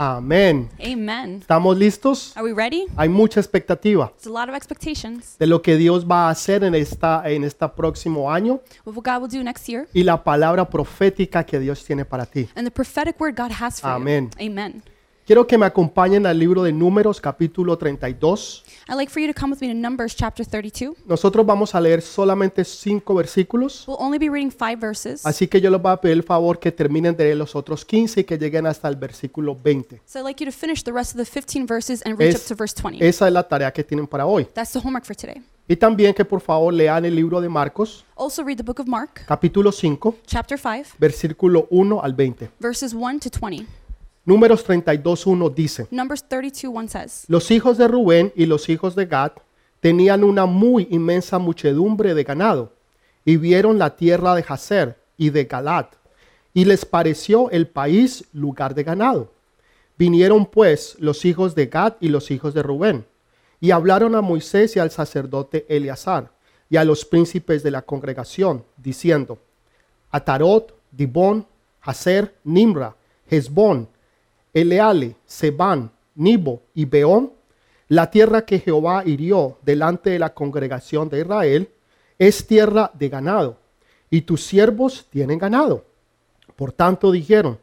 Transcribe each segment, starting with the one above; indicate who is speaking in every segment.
Speaker 1: Amén.
Speaker 2: Amen.
Speaker 1: ¿Estamos listos?
Speaker 2: Are we ready?
Speaker 1: Hay mucha expectativa
Speaker 2: It's a lot of expectations
Speaker 1: de lo que Dios va a hacer en esta en este próximo año
Speaker 2: of what God will do next year
Speaker 1: y la palabra profética que Dios tiene para ti.
Speaker 2: and the prophetic word God has for
Speaker 1: Amén.
Speaker 2: you. Amen.
Speaker 1: Quiero que me acompañen al libro de Números capítulo 32.
Speaker 2: I'd like for you to come with me to Numbers chapter 32.
Speaker 1: Nosotros vamos a leer solamente cinco versículos,
Speaker 2: We'll only be reading five verses.
Speaker 1: así que yo les voy a pedir el favor que terminen de leer los otros 15 y que lleguen hasta el versículo 20.
Speaker 2: So I'd like you to finish the rest of the 15 verses and reach
Speaker 1: Es-
Speaker 2: up to verse 20.
Speaker 1: Esa es la tarea que tienen para hoy.
Speaker 2: That's the homework for today.
Speaker 1: Y también que por favor lean el libro de Marcos,
Speaker 2: Also read the book of Mark,
Speaker 1: capítulo 5,
Speaker 2: chapter 5,
Speaker 1: versículo 1 al 20.
Speaker 2: verses 1 to 20.
Speaker 1: Números 32.1 dice,
Speaker 2: Numbers 32 1 says,
Speaker 1: Los hijos de Rubén y los hijos de Gad tenían una muy inmensa muchedumbre de ganado, y vieron la tierra de Jazer y de Galad, y les pareció el país lugar de ganado. Vinieron pues los hijos de Gad y los hijos de Rubén, y hablaron a Moisés y al sacerdote Eleazar, y a los príncipes de la congregación, diciendo, Atarot, Dibón, Hazer, Nimra, Hezbón, Eleale, Sebán, Nibo y Beón, la tierra que Jehová hirió delante de la congregación de Israel, es tierra de ganado, y tus siervos tienen ganado. Por tanto dijeron,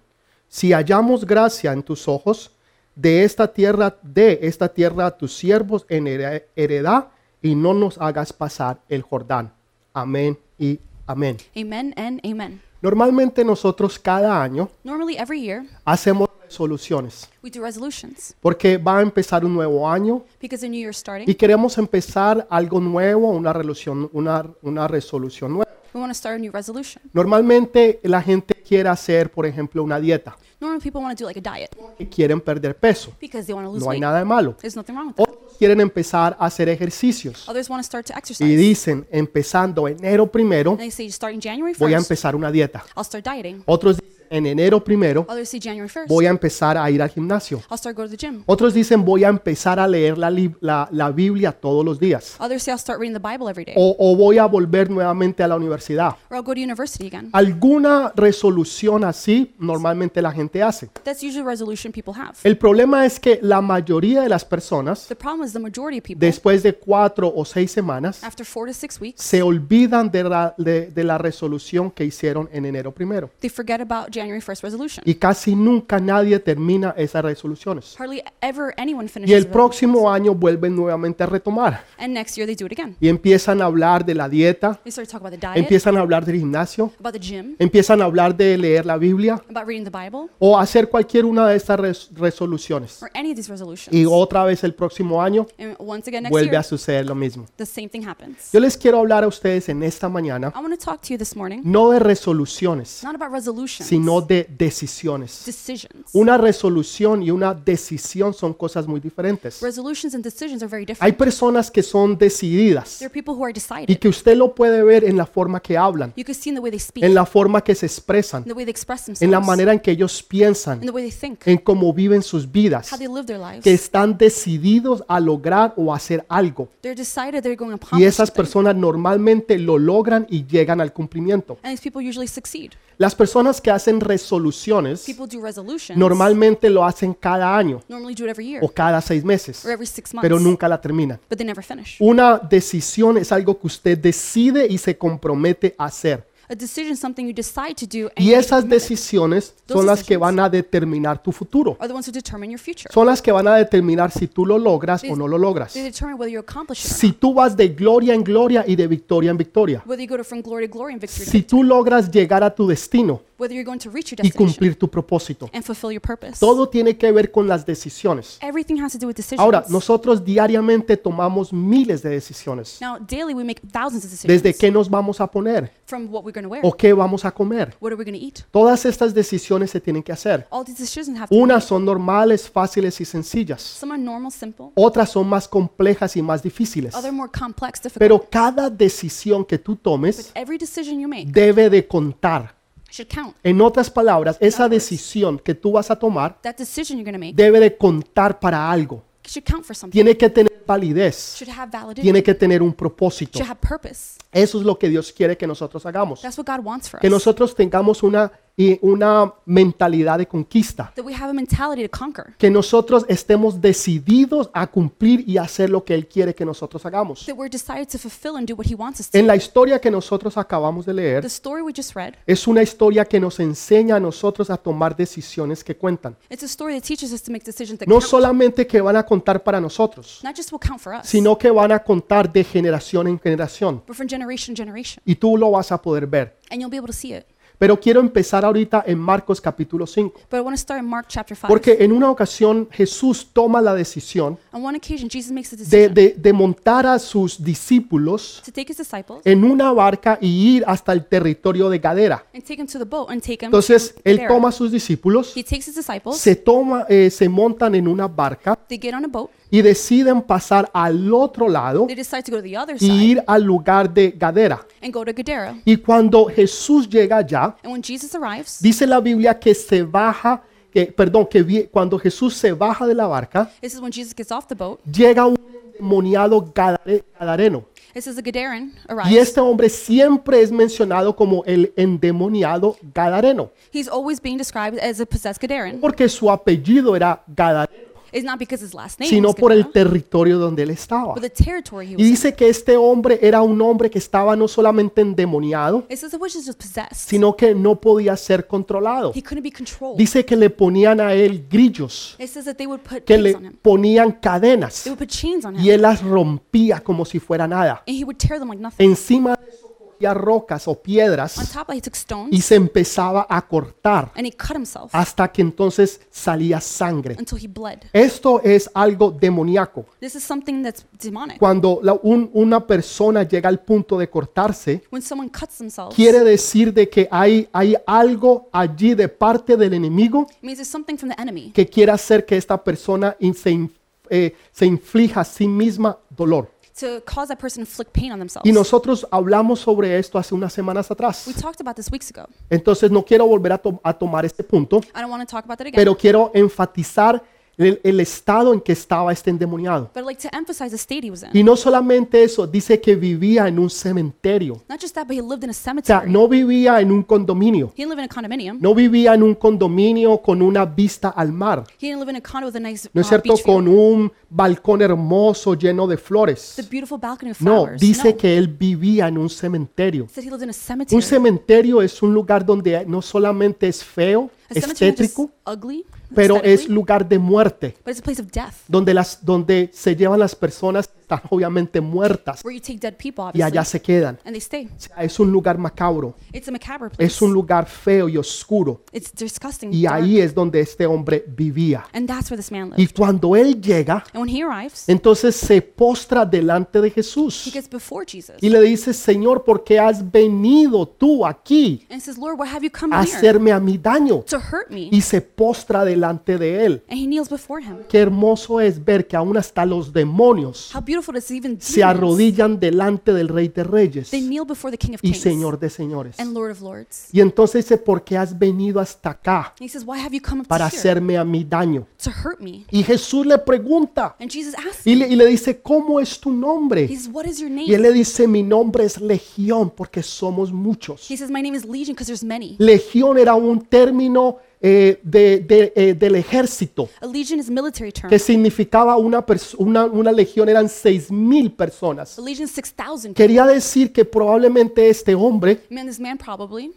Speaker 1: si hallamos gracia en tus ojos, de esta tierra, de esta tierra a tus siervos en here- heredad, y no nos hagas pasar el Jordán. Amén y amén.
Speaker 2: Amen and amen.
Speaker 1: Normalmente nosotros cada año
Speaker 2: Normally, every year,
Speaker 1: hacemos resoluciones
Speaker 2: we do resolutions
Speaker 1: porque va a empezar un nuevo año
Speaker 2: because the new year's starting.
Speaker 1: y queremos empezar algo nuevo, una, resolución- una, una resolución nueva.
Speaker 2: We want to start a new resolution.
Speaker 1: Normalmente la gente quiere hacer, por ejemplo, una dieta,
Speaker 2: Normally, people want to do like a diet
Speaker 1: que quieren perder peso,
Speaker 2: because they want to lose
Speaker 1: no hay
Speaker 2: weight.
Speaker 1: nada de malo.
Speaker 2: There's nothing wrong with that.
Speaker 1: Otros quieren empezar a hacer ejercicios
Speaker 2: Others want to start to
Speaker 1: y
Speaker 2: exercise.
Speaker 1: dicen, empezando enero primero,
Speaker 2: And they say, starting January
Speaker 1: voy a
Speaker 2: 1st,
Speaker 1: empezar una dieta.
Speaker 2: I'll start dieting.
Speaker 1: Otros dicen, en enero primero,
Speaker 2: Others say January 1st,
Speaker 1: Oh. voy a empezar a ir al gimnasio.
Speaker 2: I'll start going to the gym.
Speaker 1: Otros dicen voy a empezar a leer la, lib- la- la Biblia todos los días.
Speaker 2: Others say I'll start reading the Bible every day.
Speaker 1: O, o voy a volver nuevamente a la universidad.
Speaker 2: Or I'll go to university again.
Speaker 1: Alguna resolución así normalmente la gente hace.
Speaker 2: That's usually a resolution people have.
Speaker 1: El problema es que la mayoría de las personas,
Speaker 2: The problem is the majority of people,
Speaker 1: después de cuatro o seis semanas,
Speaker 2: after four to six weeks,
Speaker 1: se olvidan de la, de- de la resolución que hicieron en enero primero.
Speaker 2: they forget about January 1st resolution.
Speaker 1: Y casi nunca nadie termina esas resoluciones.
Speaker 2: Hardly ever anyone
Speaker 1: Y
Speaker 2: finishes
Speaker 1: el
Speaker 2: it.
Speaker 1: próximo año vuelven nuevamente a retomar.
Speaker 2: And next year they do it again.
Speaker 1: Y empiezan a hablar de la dieta,
Speaker 2: They start talking about the diet,
Speaker 1: empiezan a hablar del gimnasio,
Speaker 2: about the gym,
Speaker 1: empiezan a hablar de leer la Biblia
Speaker 2: about reading the Bible,
Speaker 1: o hacer cualquier una de estas res- resoluciones.
Speaker 2: or any of these resolutions.
Speaker 1: Y otra vez el próximo año
Speaker 2: And once again next
Speaker 1: vuelve a
Speaker 2: year,
Speaker 1: suceder lo mismo.
Speaker 2: the same thing happens.
Speaker 1: Yo les quiero hablar a ustedes en esta mañana
Speaker 2: I want to talk to you this morning,
Speaker 1: no de resoluciones,
Speaker 2: not about resolutions,
Speaker 1: sino de decisiones.
Speaker 2: decisions.
Speaker 1: Una resolución y una decisión son cosas muy diferentes.
Speaker 2: Resolutions and decisions are very
Speaker 1: Hay
Speaker 2: different.
Speaker 1: personas que son decididas
Speaker 2: There are people who are
Speaker 1: y
Speaker 2: decided.
Speaker 1: que usted lo puede ver en la forma que hablan,
Speaker 2: You can see in the way they speak,
Speaker 1: en
Speaker 2: in
Speaker 1: la forma que se expresan,
Speaker 2: the way they express themselves,
Speaker 1: en la manera en que ellos piensan,
Speaker 2: in the way they think,
Speaker 1: en cómo viven sus vidas.
Speaker 2: how they live their lives.
Speaker 1: que están decididos a lograr o hacer algo.
Speaker 2: They're decided they're going to
Speaker 1: Y
Speaker 2: accomplish
Speaker 1: esas
Speaker 2: something.
Speaker 1: personas normalmente lo logran y llegan al cumplimiento.
Speaker 2: And these people usually succeed.
Speaker 1: Las personas que hacen resoluciones
Speaker 2: People do resolutions.
Speaker 1: normalmente lo hacen cada año
Speaker 2: normally do it every year
Speaker 1: o cada seis meses,
Speaker 2: or every six months.
Speaker 1: pero nunca la terminan.
Speaker 2: but they never finish.
Speaker 1: Una decisión es algo que usted decide y se compromete a hacer.
Speaker 2: A decision is something you decide to do and
Speaker 1: Y
Speaker 2: you
Speaker 1: esas
Speaker 2: commit it,
Speaker 1: decisiones son las que van a determinar tu futuro.
Speaker 2: are the ones who determine your future.
Speaker 1: Son las que van a determinar si tú lo logras o no lo logras.
Speaker 2: they determine whether you accomplish it or
Speaker 1: Si tú vas de gloria en gloria y de victoria en victoria.
Speaker 2: not, whether you go to from glory to glory and victory, to
Speaker 1: si tú logras llegar a tu destino
Speaker 2: victory, whether you're going to reach your
Speaker 1: y
Speaker 2: destination
Speaker 1: cumplir tu propósito.
Speaker 2: and fulfill your purpose.
Speaker 1: Todo tiene que ver con las decisiones.
Speaker 2: Everything has to do with decisions.
Speaker 1: Ahora, nosotros diariamente tomamos miles de decisiones.
Speaker 2: now, daily we make thousands of decisions
Speaker 1: Desde qué nos vamos a poner
Speaker 2: from what we're going to wear,
Speaker 1: o qué vamos a comer.
Speaker 2: what are we going to eat.
Speaker 1: Todas estas decisiones se tienen que hacer.
Speaker 2: All these decisions have to be
Speaker 1: Unas
Speaker 2: made.
Speaker 1: son normales, fáciles y sencillas.
Speaker 2: Some are normal, simple.
Speaker 1: Otras son más complejas y más difíciles.
Speaker 2: Other more complex, difficult.
Speaker 1: Pero cada decisión que tú tomes
Speaker 2: Every decision you make
Speaker 1: debe de contar.
Speaker 2: should count.
Speaker 1: En otras palabras, esa decisión que tú vas a tomar
Speaker 2: That decision you're going to make
Speaker 1: debe de contar para algo.
Speaker 2: should count for something.
Speaker 1: tiene que tener validez,
Speaker 2: Should have validity.
Speaker 1: tiene que tener un propósito.
Speaker 2: Should have purpose.
Speaker 1: Eso es lo que Dios quiere que nosotros hagamos.
Speaker 2: That's what God wants for
Speaker 1: Que
Speaker 2: us.
Speaker 1: nosotros tengamos una y una mentalidad de conquista.
Speaker 2: that we have a mentality to conquer,
Speaker 1: Que nosotros estemos decididos a cumplir y hacer lo que Él quiere que nosotros hagamos.
Speaker 2: that we're decided to fulfill and do what He wants us to.
Speaker 1: En la historia que nosotros acabamos de leer,
Speaker 2: The story we just read,
Speaker 1: es una historia que nos enseña a nosotros a tomar decisiones que cuentan.
Speaker 2: it's a story that teaches us to make decisions that
Speaker 1: No
Speaker 2: count,
Speaker 1: solamente que van a contar para nosotros,
Speaker 2: not just will count for us,
Speaker 1: sino que van a contar de generación en generación.
Speaker 2: but from generation to generation.
Speaker 1: Y tú lo vas a poder ver.
Speaker 2: And you'll be able to see it.
Speaker 1: Pero quiero empezar ahorita en Marcos capítulo 5.
Speaker 2: But I want to start in Mark chapter 5.
Speaker 1: Porque en una ocasión Jesús toma la decisión
Speaker 2: On one occasion, Jesus makes a
Speaker 1: de,
Speaker 2: decision
Speaker 1: de- de montar a sus discípulos
Speaker 2: to take his disciples
Speaker 1: en una barca y ir hasta el territorio de Gadara.
Speaker 2: and take them to the boat and take them.
Speaker 1: Entonces él
Speaker 2: Gadara.
Speaker 1: toma a sus discípulos,
Speaker 2: He takes his disciples,
Speaker 1: se, toma, eh, se montan en una barca
Speaker 2: they get on a boat,
Speaker 1: y deciden pasar al otro lado
Speaker 2: they decide to go to the other
Speaker 1: y
Speaker 2: side
Speaker 1: ir al lugar de Gadara.
Speaker 2: and go to Gadara.
Speaker 1: Y cuando Jesús llega allá,
Speaker 2: And when Jesus arrives,
Speaker 1: dice la Biblia que se baja, que, perdón, que vi- cuando Jesús se baja de la barca,
Speaker 2: this is when Jesus gets off the boat.
Speaker 1: llega un endemoniado gadare- gadareno.
Speaker 2: This is the Gadaran
Speaker 1: Y
Speaker 2: arrives.
Speaker 1: este hombre siempre es mencionado como el endemoniado gadareno,
Speaker 2: He's always being described as a possessed Gadaran.
Speaker 1: porque su apellido era gadareno,
Speaker 2: It's not because his last name
Speaker 1: sino
Speaker 2: was
Speaker 1: por el
Speaker 2: Gadara,
Speaker 1: territorio donde él estaba.
Speaker 2: but the territory he
Speaker 1: Y
Speaker 2: was in.
Speaker 1: dice que este hombre era un hombre que estaba no solamente endemoniado,
Speaker 2: It says the witch is just possessed.
Speaker 1: sino que no podía ser controlado.
Speaker 2: He couldn't be controlled.
Speaker 1: Dice que le ponían a él grillos,
Speaker 2: It says that they would put
Speaker 1: que
Speaker 2: chains
Speaker 1: le
Speaker 2: on him.
Speaker 1: ponían cadenas
Speaker 2: They would put chains on
Speaker 1: y
Speaker 2: him.
Speaker 1: él las rompía como si fuera nada.
Speaker 2: And he would tear them like nothing.
Speaker 1: Encima de eso cogía rocas o
Speaker 2: On
Speaker 1: piedras
Speaker 2: top of that, he took
Speaker 1: y
Speaker 2: stones
Speaker 1: se empezaba a cortar
Speaker 2: and he cut himself
Speaker 1: hasta que entonces salía sangre.
Speaker 2: until he bled.
Speaker 1: Esto es algo demoníaco.
Speaker 2: This is something that's demonic.
Speaker 1: Cuando la- un- una persona llega al punto de cortarse,
Speaker 2: When someone cuts themselves,
Speaker 1: quiere decir de que hay, hay algo allí de parte del enemigo
Speaker 2: it means it's something from the enemy
Speaker 1: que quiere hacer que esta persona in- se, in- eh, se inflija a sí misma dolor.
Speaker 2: to cause that person to inflict pain on themselves.
Speaker 1: Y nosotros hablamos sobre esto hace unas semanas
Speaker 2: we
Speaker 1: atrás.
Speaker 2: talked about this weeks ago.
Speaker 1: Entonces no quiero volver a, to- a tomar este punto,
Speaker 2: I don't want to talk about that again.
Speaker 1: pero quiero enfatizar el- el estado en que estaba este endemoniado.
Speaker 2: but I'd like to emphasize the state he was in.
Speaker 1: Y no solamente eso, dice que vivía en un cementerio. O
Speaker 2: Not just that, but he lived in a
Speaker 1: sea,
Speaker 2: cemetery.
Speaker 1: no vivía en un condominio.
Speaker 2: He didn't live in a condominium.
Speaker 1: No vivía en un condominio con una vista al mar.
Speaker 2: He didn't live in a condo with a nice
Speaker 1: No es
Speaker 2: uh,
Speaker 1: cierto,
Speaker 2: beach view.
Speaker 1: con un balcón hermoso lleno de
Speaker 2: The
Speaker 1: flores.
Speaker 2: beautiful balcony of
Speaker 1: No,
Speaker 2: flowers.
Speaker 1: dice
Speaker 2: no.
Speaker 1: que él vivía en un cementerio.
Speaker 2: It said he lived in a
Speaker 1: Un
Speaker 2: cemetery.
Speaker 1: cementerio es un lugar donde no solamente es feo,
Speaker 2: a cemetery which is
Speaker 1: estétrico,
Speaker 2: ugly,
Speaker 1: pero es
Speaker 2: aesthetically,
Speaker 1: lugar de muerte,
Speaker 2: but it's a place of death
Speaker 1: donde, las, donde se llevan las personas que están obviamente muertas
Speaker 2: where you take dead people,
Speaker 1: y
Speaker 2: obviously,
Speaker 1: allá se quedan.
Speaker 2: and they stay.
Speaker 1: O sea, es un lugar macabro.
Speaker 2: It's a macabre place.
Speaker 1: es un lugar feo y oscuro
Speaker 2: It's disgusting.
Speaker 1: y
Speaker 2: dark,
Speaker 1: ahí es donde este hombre vivía.
Speaker 2: and that's where this man lived.
Speaker 1: Y cuando él llega,
Speaker 2: and when he arrives,
Speaker 1: entonces se postra delante de
Speaker 2: he
Speaker 1: Jesús
Speaker 2: gets before Jesus
Speaker 1: y le dice, Señor, ¿por qué has venido tú aquí
Speaker 2: and says, Lord, why have you come
Speaker 1: a
Speaker 2: here
Speaker 1: hacerme a mí daño?
Speaker 2: to hurt me?
Speaker 1: Y se postra delante de él.
Speaker 2: and he kneels before him.
Speaker 1: Qué hermoso es ver que aún hasta los demonios
Speaker 2: How beautiful does even
Speaker 1: se
Speaker 2: demons,
Speaker 1: arrodillan delante del Rey de Reyes
Speaker 2: They kneel before the King of
Speaker 1: y
Speaker 2: Kings
Speaker 1: Señor de Señores.
Speaker 2: and Lord of Lords.
Speaker 1: Y entonces dice, ¿por qué has venido hasta acá
Speaker 2: And he says, Why have you come up
Speaker 1: para
Speaker 2: to here
Speaker 1: hacerme a mí daño?
Speaker 2: to hurt me?
Speaker 1: Y Jesús le pregunta
Speaker 2: And Jesus asks,
Speaker 1: y
Speaker 2: him,
Speaker 1: le, y le dice, ¿cómo es tu
Speaker 2: He
Speaker 1: nombre?
Speaker 2: says, What is your
Speaker 1: Y él
Speaker 2: name?
Speaker 1: le dice, mi nombre es Legión porque somos muchos.
Speaker 2: He says, My name is Legion because there's many.
Speaker 1: Legión era un término eh, de- de, eh, del ejército
Speaker 2: A legion is a military term.
Speaker 1: que significaba una, pers- una, una legión, eran seis mil personas.
Speaker 2: A legion is 6,000.
Speaker 1: Quería decir que probablemente este hombre eh,
Speaker 2: Man, this man probably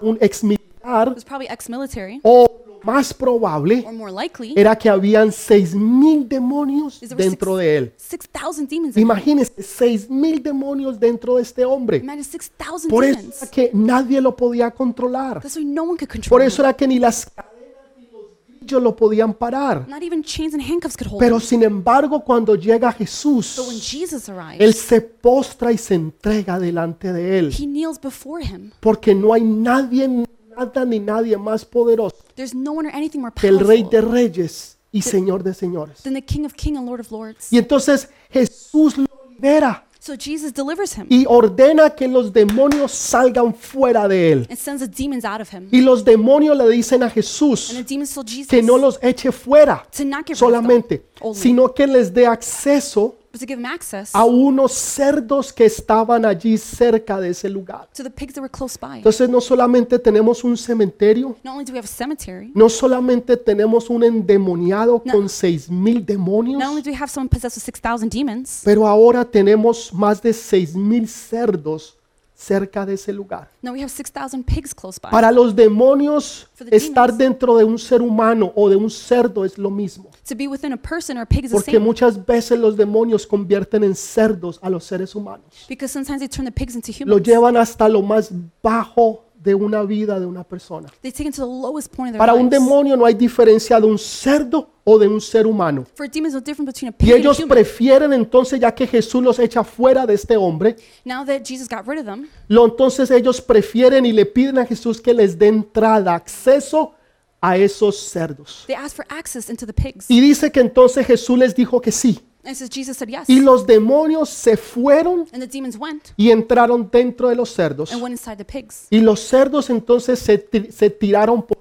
Speaker 1: un ex militar
Speaker 2: was probably ex-military,
Speaker 1: o lo más probable
Speaker 2: or more likely,
Speaker 1: era que habían seis mil demonios
Speaker 2: is there
Speaker 1: dentro de él.
Speaker 2: six thousand demons. In him.
Speaker 1: Imagínense, seis mil demonios dentro de este hombre.
Speaker 2: Imagine six thousand
Speaker 1: Por eso era
Speaker 2: demons.
Speaker 1: que nadie lo podía controlar.
Speaker 2: That's why no one could control.
Speaker 1: Por eso
Speaker 2: him.
Speaker 1: era que ni las cadenas ni los grillos lo podían parar.
Speaker 2: Not even chains and handcuffs could hold
Speaker 1: Pero
Speaker 2: him.
Speaker 1: sin embargo, cuando llega
Speaker 2: But when
Speaker 1: Jesús,
Speaker 2: Jesus arrived,
Speaker 1: Él se postra y se entrega delante de Él.
Speaker 2: he kneels before him.
Speaker 1: Porque no hay nadie, nada ni nadie más poderoso
Speaker 2: There's no one or anything more
Speaker 1: que el
Speaker 2: powerful
Speaker 1: Rey de Reyes y Señor de Señores.
Speaker 2: than the King of King and Lord of Lords.
Speaker 1: Y entonces Jesús lo libera
Speaker 2: So Jesus delivers him
Speaker 1: y ordena que los demonios salgan fuera de Él.
Speaker 2: and sends the demons out of him.
Speaker 1: Y los demonios le dicen a
Speaker 2: And
Speaker 1: Jesús
Speaker 2: the demons tell Jesus
Speaker 1: que no los eche fuera
Speaker 2: to not get rid of them
Speaker 1: solamente,
Speaker 2: only,
Speaker 1: sino que les dé acceso
Speaker 2: was to give him access
Speaker 1: a unos cerdos que estaban allí cerca de ese lugar.
Speaker 2: to the pigs that were close by.
Speaker 1: Entonces no solamente tenemos un cementerio,
Speaker 2: Not only do we have a cemetery,
Speaker 1: no solamente tenemos un endemoniado con seis mil
Speaker 2: not only
Speaker 1: demonios,
Speaker 2: do we have someone possessed with 6,000 demons,
Speaker 1: pero ahora tenemos más de seis mil cerdos cerca de ese lugar.
Speaker 2: no, we have 6,000 pigs close by.
Speaker 1: Para los demonios,
Speaker 2: For the
Speaker 1: estar
Speaker 2: demons.
Speaker 1: dentro de un ser humano o de un cerdo es lo mismo.
Speaker 2: To be within a person or a pig is the
Speaker 1: Porque
Speaker 2: same.
Speaker 1: muchas veces los demonios convierten en cerdos a los seres humanos.
Speaker 2: Because sometimes they turn the pigs into
Speaker 1: Lo
Speaker 2: humans.
Speaker 1: llevan hasta lo más bajo de una vida de una persona.
Speaker 2: They take it to the lowest point of their
Speaker 1: Para un
Speaker 2: lives.
Speaker 1: demonio no hay diferencia de un cerdo o de un ser humano.
Speaker 2: For a demon, there's no difference between a
Speaker 1: Y
Speaker 2: pig and a
Speaker 1: ellos
Speaker 2: human.
Speaker 1: prefieren entonces, ya que Jesús los echa fuera de este hombre,
Speaker 2: Now that Jesus got rid of them,
Speaker 1: lo entonces ellos prefieren y le piden a Jesús que les dé entrada, acceso a esos cerdos.
Speaker 2: they asked for access into the pigs.
Speaker 1: Y dice que entonces Jesús les dijo que sí.
Speaker 2: And so Jesus said yes.
Speaker 1: Y los demonios se fueron
Speaker 2: And the demons went
Speaker 1: y entraron dentro de los cerdos.
Speaker 2: and went inside the pigs.
Speaker 1: Y los cerdos entonces se, ti- se tiraron por-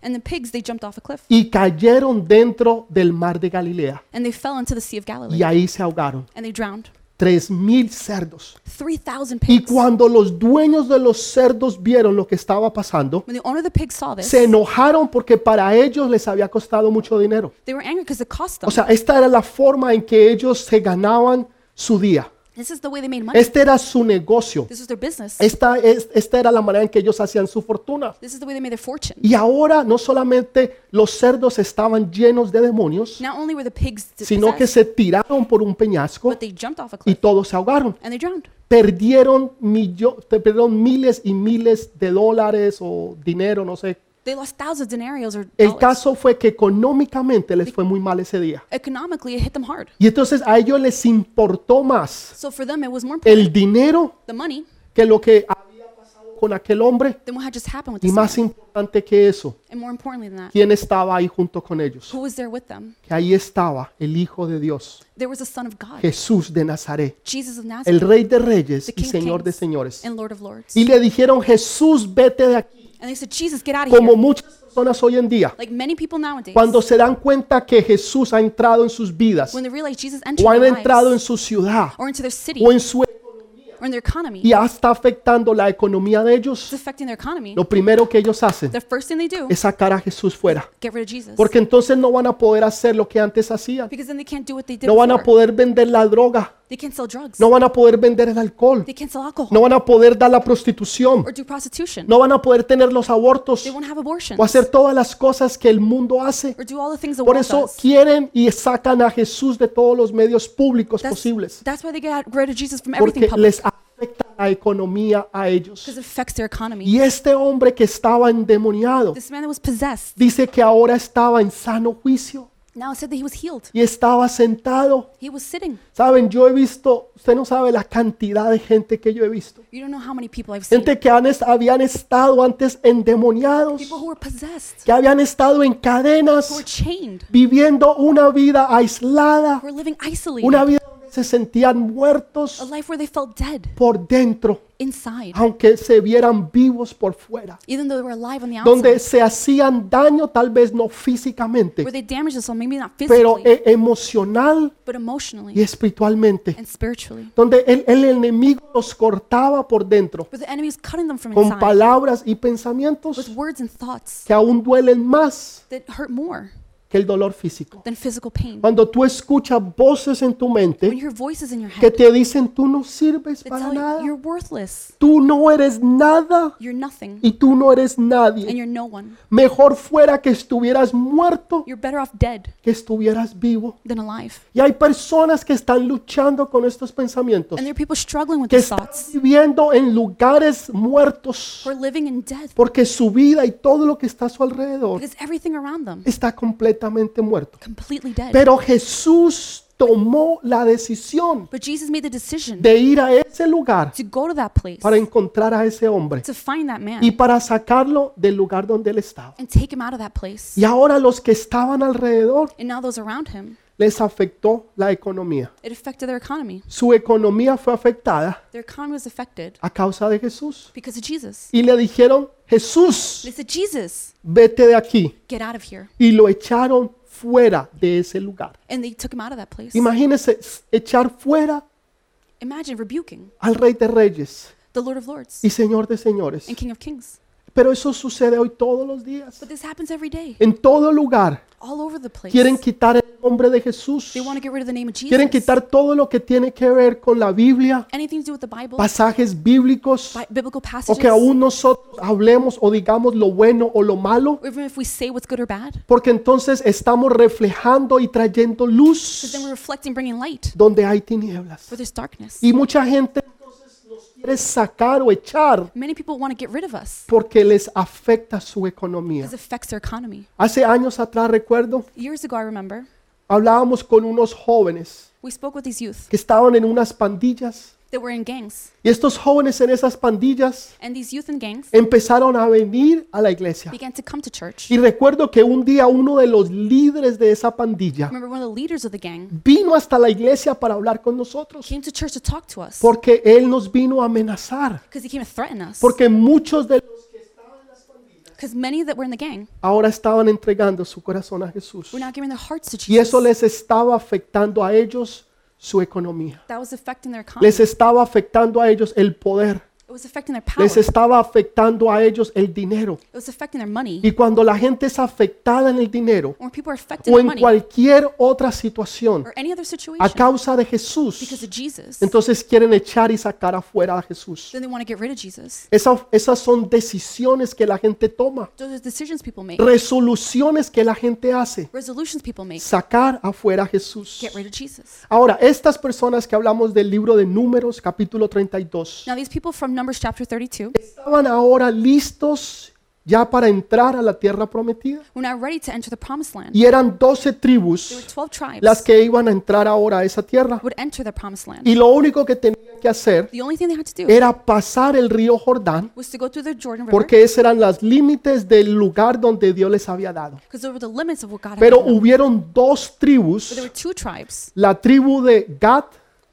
Speaker 2: And the pigs, they jumped off a cliff.
Speaker 1: y cayeron dentro del mar de Galilea.
Speaker 2: And they fell into the Sea of
Speaker 1: Y
Speaker 2: Galilee.
Speaker 1: ahí se ahogaron.
Speaker 2: And they drowned.
Speaker 1: Tres mil cerdos.
Speaker 2: 3,000
Speaker 1: Y
Speaker 2: pigs.
Speaker 1: cuando los dueños de los cerdos vieron lo que estaba pasando,
Speaker 2: When the owner of the pigs saw this,
Speaker 1: se enojaron porque para ellos les había costado mucho dinero.
Speaker 2: they were angry because it cost them.
Speaker 1: O sea, esta era la forma en que ellos se ganaban su día.
Speaker 2: This is the way they made money.
Speaker 1: Este era su negocio.
Speaker 2: This was their business.
Speaker 1: Esta, es- esta era la manera en que ellos hacían su fortuna.
Speaker 2: This is the way they made their fortune.
Speaker 1: Y ahora no solamente los cerdos estaban llenos de demonios,
Speaker 2: Not only were the pigs d-
Speaker 1: sino que
Speaker 2: possessed,
Speaker 1: se tiraron por un peñasco
Speaker 2: but they jumped off a
Speaker 1: y
Speaker 2: cliff
Speaker 1: todos se ahogaron.
Speaker 2: and they drowned.
Speaker 1: Perdieron, millo- te- perdieron miles y miles de dólares o dinero, no sé.
Speaker 2: They lost thousands of denarios or
Speaker 1: El
Speaker 2: dollars.
Speaker 1: caso fue que económicamente les fue muy mal ese día.
Speaker 2: Economically, it hit them hard.
Speaker 1: Y entonces a ellos les importó más
Speaker 2: So for them, it was more important
Speaker 1: el dinero
Speaker 2: the money
Speaker 1: que lo que había pasado con aquel hombre.
Speaker 2: than what had just happened with
Speaker 1: Y
Speaker 2: this
Speaker 1: más
Speaker 2: man.
Speaker 1: importante que eso,
Speaker 2: And more importantly than that,
Speaker 1: quién estaba ahí junto con ellos.
Speaker 2: who was there with them?
Speaker 1: Que ahí estaba el Hijo de Dios,
Speaker 2: There was the Son of God,
Speaker 1: Jesús de Nazaret,
Speaker 2: Jesus of
Speaker 1: el
Speaker 2: Nazareth,
Speaker 1: Rey de Reyes
Speaker 2: the
Speaker 1: y
Speaker 2: King
Speaker 1: Señor
Speaker 2: of
Speaker 1: de
Speaker 2: Kings
Speaker 1: Señores.
Speaker 2: and Lord of Lords.
Speaker 1: Y le dijeron, Jesús, vete de aquí.
Speaker 2: And they said, Jesus, get out of
Speaker 1: Como
Speaker 2: here.
Speaker 1: muchas personas hoy en día,
Speaker 2: Like many people nowadays,
Speaker 1: cuando se dan cuenta que Jesús ha entrado en sus vidas,
Speaker 2: when they realize Oh, Jesus
Speaker 1: o
Speaker 2: entered
Speaker 1: han
Speaker 2: their
Speaker 1: entrado en
Speaker 2: lives
Speaker 1: su ciudad,
Speaker 2: or into their city
Speaker 1: o en su... e-,
Speaker 2: or in their economy,
Speaker 1: y hasta afectando la economía de ellos,
Speaker 2: it's affecting their economy.
Speaker 1: lo primero que ellos hacen
Speaker 2: The first thing they do
Speaker 1: es sacar a Jesús fuera.
Speaker 2: get rid of Jesus.
Speaker 1: Porque entonces no van a poder hacer lo que antes hacían.
Speaker 2: Because then they can't do what they did
Speaker 1: No van a
Speaker 2: before.
Speaker 1: poder vender la droga.
Speaker 2: They can't sell drugs.
Speaker 1: No van a poder vender el alcohol.
Speaker 2: They can't sell alcohol
Speaker 1: No van a poder dar la prostitución.
Speaker 2: or do prostitution.
Speaker 1: No van a poder tener los abortos
Speaker 2: They won't have
Speaker 1: o
Speaker 2: abortions
Speaker 1: hacer todas las cosas que el mundo hace.
Speaker 2: or do all the things the
Speaker 1: Por
Speaker 2: world
Speaker 1: eso
Speaker 2: does.
Speaker 1: quieren y sacan a Jesús de todos los medios públicos
Speaker 2: That's,
Speaker 1: posibles.
Speaker 2: that's why they get rid of Jesus from
Speaker 1: Porque
Speaker 2: everything public.
Speaker 1: les afecta la economía a ellos.
Speaker 2: Because it affects their economy.
Speaker 1: Y este hombre que estaba endemoniado
Speaker 2: This man that was possessed
Speaker 1: dice que ahora estaba en sano juicio
Speaker 2: now it said that he was healed.
Speaker 1: y estaba sentado.
Speaker 2: He was sitting.
Speaker 1: Saben, yo he visto, usted no sabe la cantidad de gente que yo he visto.
Speaker 2: You don't know how many people I've seen.
Speaker 1: Gente que han es- habían estado antes endemoniados,
Speaker 2: People who were possessed,
Speaker 1: que habían estado en
Speaker 2: who were
Speaker 1: cadenas,
Speaker 2: chained,
Speaker 1: viviendo una vida aislada,
Speaker 2: who were living isolated,
Speaker 1: una vida donde se sentían
Speaker 2: a
Speaker 1: muertos
Speaker 2: life where they felt dead
Speaker 1: por dentro,
Speaker 2: inside,
Speaker 1: aunque se vieran vivos por fuera,
Speaker 2: even though they were alive on the outside,
Speaker 1: donde se hacían daño tal vez no físicamente,
Speaker 2: where they damaged themselves, maybe not
Speaker 1: pero
Speaker 2: physically,
Speaker 1: e- emocional
Speaker 2: but
Speaker 1: y
Speaker 2: emotionally
Speaker 1: espiritualmente.
Speaker 2: and spiritually.
Speaker 1: donde el, el enemigo los cortaba por dentro
Speaker 2: Where the enemy was cutting them from
Speaker 1: con
Speaker 2: inside
Speaker 1: palabras y
Speaker 2: with
Speaker 1: pensamientos
Speaker 2: words and thoughts
Speaker 1: que aún duelen más
Speaker 2: that hurt more
Speaker 1: que el dolor físico.
Speaker 2: than physical pain.
Speaker 1: Cuando tú escuchas voces en tu
Speaker 2: When
Speaker 1: mente
Speaker 2: you hear voices in your
Speaker 1: que
Speaker 2: head
Speaker 1: te dicen tú no sirves
Speaker 2: that
Speaker 1: para
Speaker 2: tell you
Speaker 1: nada,
Speaker 2: you're worthless,
Speaker 1: tú no eres nada
Speaker 2: you're nothing,
Speaker 1: y tú no eres
Speaker 2: and
Speaker 1: nadie.
Speaker 2: you're no one.
Speaker 1: Mejor fuera que estuvieras muerto
Speaker 2: You're better off dead
Speaker 1: que estuvieras vivo.
Speaker 2: than alive.
Speaker 1: Y hay personas que están luchando con estos pensamientos,
Speaker 2: And there are people struggling with
Speaker 1: que
Speaker 2: these
Speaker 1: están
Speaker 2: thoughts,
Speaker 1: viviendo en lugares muertos.
Speaker 2: who are living in death
Speaker 1: Porque su vida y todo lo que está a su alrededor
Speaker 2: because everything around them
Speaker 1: está completamente muerto.
Speaker 2: completely dead.
Speaker 1: Pero Jesús tomó la decisión
Speaker 2: But Jesus made the decision
Speaker 1: de ir a ese lugar
Speaker 2: to go to that place
Speaker 1: para encontrar a ese hombre
Speaker 2: to find that
Speaker 1: y
Speaker 2: man
Speaker 1: para sacarlo del lugar donde él estaba.
Speaker 2: and take him out of that place.
Speaker 1: Y ahora los que estaban alrededor
Speaker 2: And now those around him,
Speaker 1: les afectó la economía.
Speaker 2: it affected their economy.
Speaker 1: Su economía fue afectada
Speaker 2: Their economy was affected
Speaker 1: a causa de Jesús.
Speaker 2: because of Jesus.
Speaker 1: Y le dijeron, Jesús,
Speaker 2: They said, Jesus,
Speaker 1: vete de aquí.
Speaker 2: get out of here.
Speaker 1: Y lo echaron fuera de ese lugar.
Speaker 2: and they took him out of that place.
Speaker 1: Imagínense s- echar fuera
Speaker 2: Imagine rebuking
Speaker 1: al Rey de Reyes
Speaker 2: the Lord of Lords
Speaker 1: y Señor de Señores.
Speaker 2: and King of Kings.
Speaker 1: Pero eso sucede hoy todos los días.
Speaker 2: But this happens every day,
Speaker 1: En todo lugar
Speaker 2: all over the place.
Speaker 1: quieren quitar el nombre de Jesús.
Speaker 2: They want to get rid of the name of Jesus.
Speaker 1: Quieren quitar todo lo que tiene que ver con la Biblia,
Speaker 2: Anything to do with the Bible,
Speaker 1: pasajes bíblicos,
Speaker 2: bi- biblical
Speaker 1: o
Speaker 2: passages,
Speaker 1: que aún nosotros hablemos o digamos lo bueno o lo malo,
Speaker 2: or even if we say what's good or bad,
Speaker 1: porque entonces estamos reflejando y trayendo
Speaker 2: because then
Speaker 1: luz
Speaker 2: we're reflecting, bringing light
Speaker 1: donde hay tinieblas.
Speaker 2: for this darkness.
Speaker 1: Y mucha gente entonces nos quiere sacar o echar
Speaker 2: Many people want to get rid of us
Speaker 1: porque les afecta su economía.
Speaker 2: because it affects their economy.
Speaker 1: Hace años atrás, recuerdo,
Speaker 2: Years ago, I remember,
Speaker 1: hablábamos con unos jóvenes
Speaker 2: we spoke with these youth
Speaker 1: que estaban en unas pandillas
Speaker 2: that were in gangs,
Speaker 1: y estos jóvenes en esas pandillas
Speaker 2: and these youth in gangs
Speaker 1: empezaron a venir a la iglesia.
Speaker 2: began to come to church.
Speaker 1: Y recuerdo que un día uno de los líderes de esa pandilla
Speaker 2: remember one of the leaders of the gang
Speaker 1: vino hasta la iglesia para hablar con nosotros
Speaker 2: came to church to talk to us
Speaker 1: porque él nos vino a amenazar,
Speaker 2: because he came to threaten us.
Speaker 1: porque muchos de los que estaban en las pandillas
Speaker 2: Because many that were in the gang
Speaker 1: ahora estaban entregando su corazón a Jesús
Speaker 2: were now giving their hearts to
Speaker 1: y eso
Speaker 2: Jesus.
Speaker 1: les estaba afectando a ellos su economía,
Speaker 2: That was affecting their economy.
Speaker 1: les estaba afectando a ellos el poder,
Speaker 2: It was affecting their power.
Speaker 1: les
Speaker 2: It
Speaker 1: estaba afectando a ellos el dinero.
Speaker 2: was affecting their money.
Speaker 1: Y cuando la gente es afectada en el dinero
Speaker 2: When people are affected
Speaker 1: o
Speaker 2: in
Speaker 1: en
Speaker 2: money
Speaker 1: cualquier otra situación
Speaker 2: or any other
Speaker 1: a
Speaker 2: situation
Speaker 1: causa de
Speaker 2: because
Speaker 1: Jesús,
Speaker 2: of Jesus,
Speaker 1: entonces quieren echar y sacar afuera a Jesús.
Speaker 2: then they want to get rid of Jesus.
Speaker 1: Esa- esas son decisiones que la gente toma,
Speaker 2: Those are decisions people make,
Speaker 1: resoluciones que la gente hace,
Speaker 2: resolutions people make.
Speaker 1: sacar afuera a Jesús.
Speaker 2: Get rid of Jesus.
Speaker 1: Ahora, estas personas que hablamos del libro de Números, capítulo 32,
Speaker 2: Now, these people from Numbers chapter 32
Speaker 1: estaban ahora listos ya para entrar a la tierra prometida.
Speaker 2: were now ready to enter the promised land.
Speaker 1: Y eran 12
Speaker 2: There were
Speaker 1: tribus
Speaker 2: 12
Speaker 1: las
Speaker 2: tribes
Speaker 1: que iban a entrar ahora a esa tierra.
Speaker 2: would enter the promised land.
Speaker 1: Y lo único que tenían que hacer
Speaker 2: The only thing they had to do
Speaker 1: era pasar el río Jordán
Speaker 2: was to go through the Jordan River
Speaker 1: porque esos eran los límites del lugar donde Dios les había dado.
Speaker 2: because those were the limits of what God had
Speaker 1: Pero
Speaker 2: given them.
Speaker 1: hubieron dos
Speaker 2: But there
Speaker 1: tribus,
Speaker 2: were two tribes,
Speaker 1: la tribu de Gad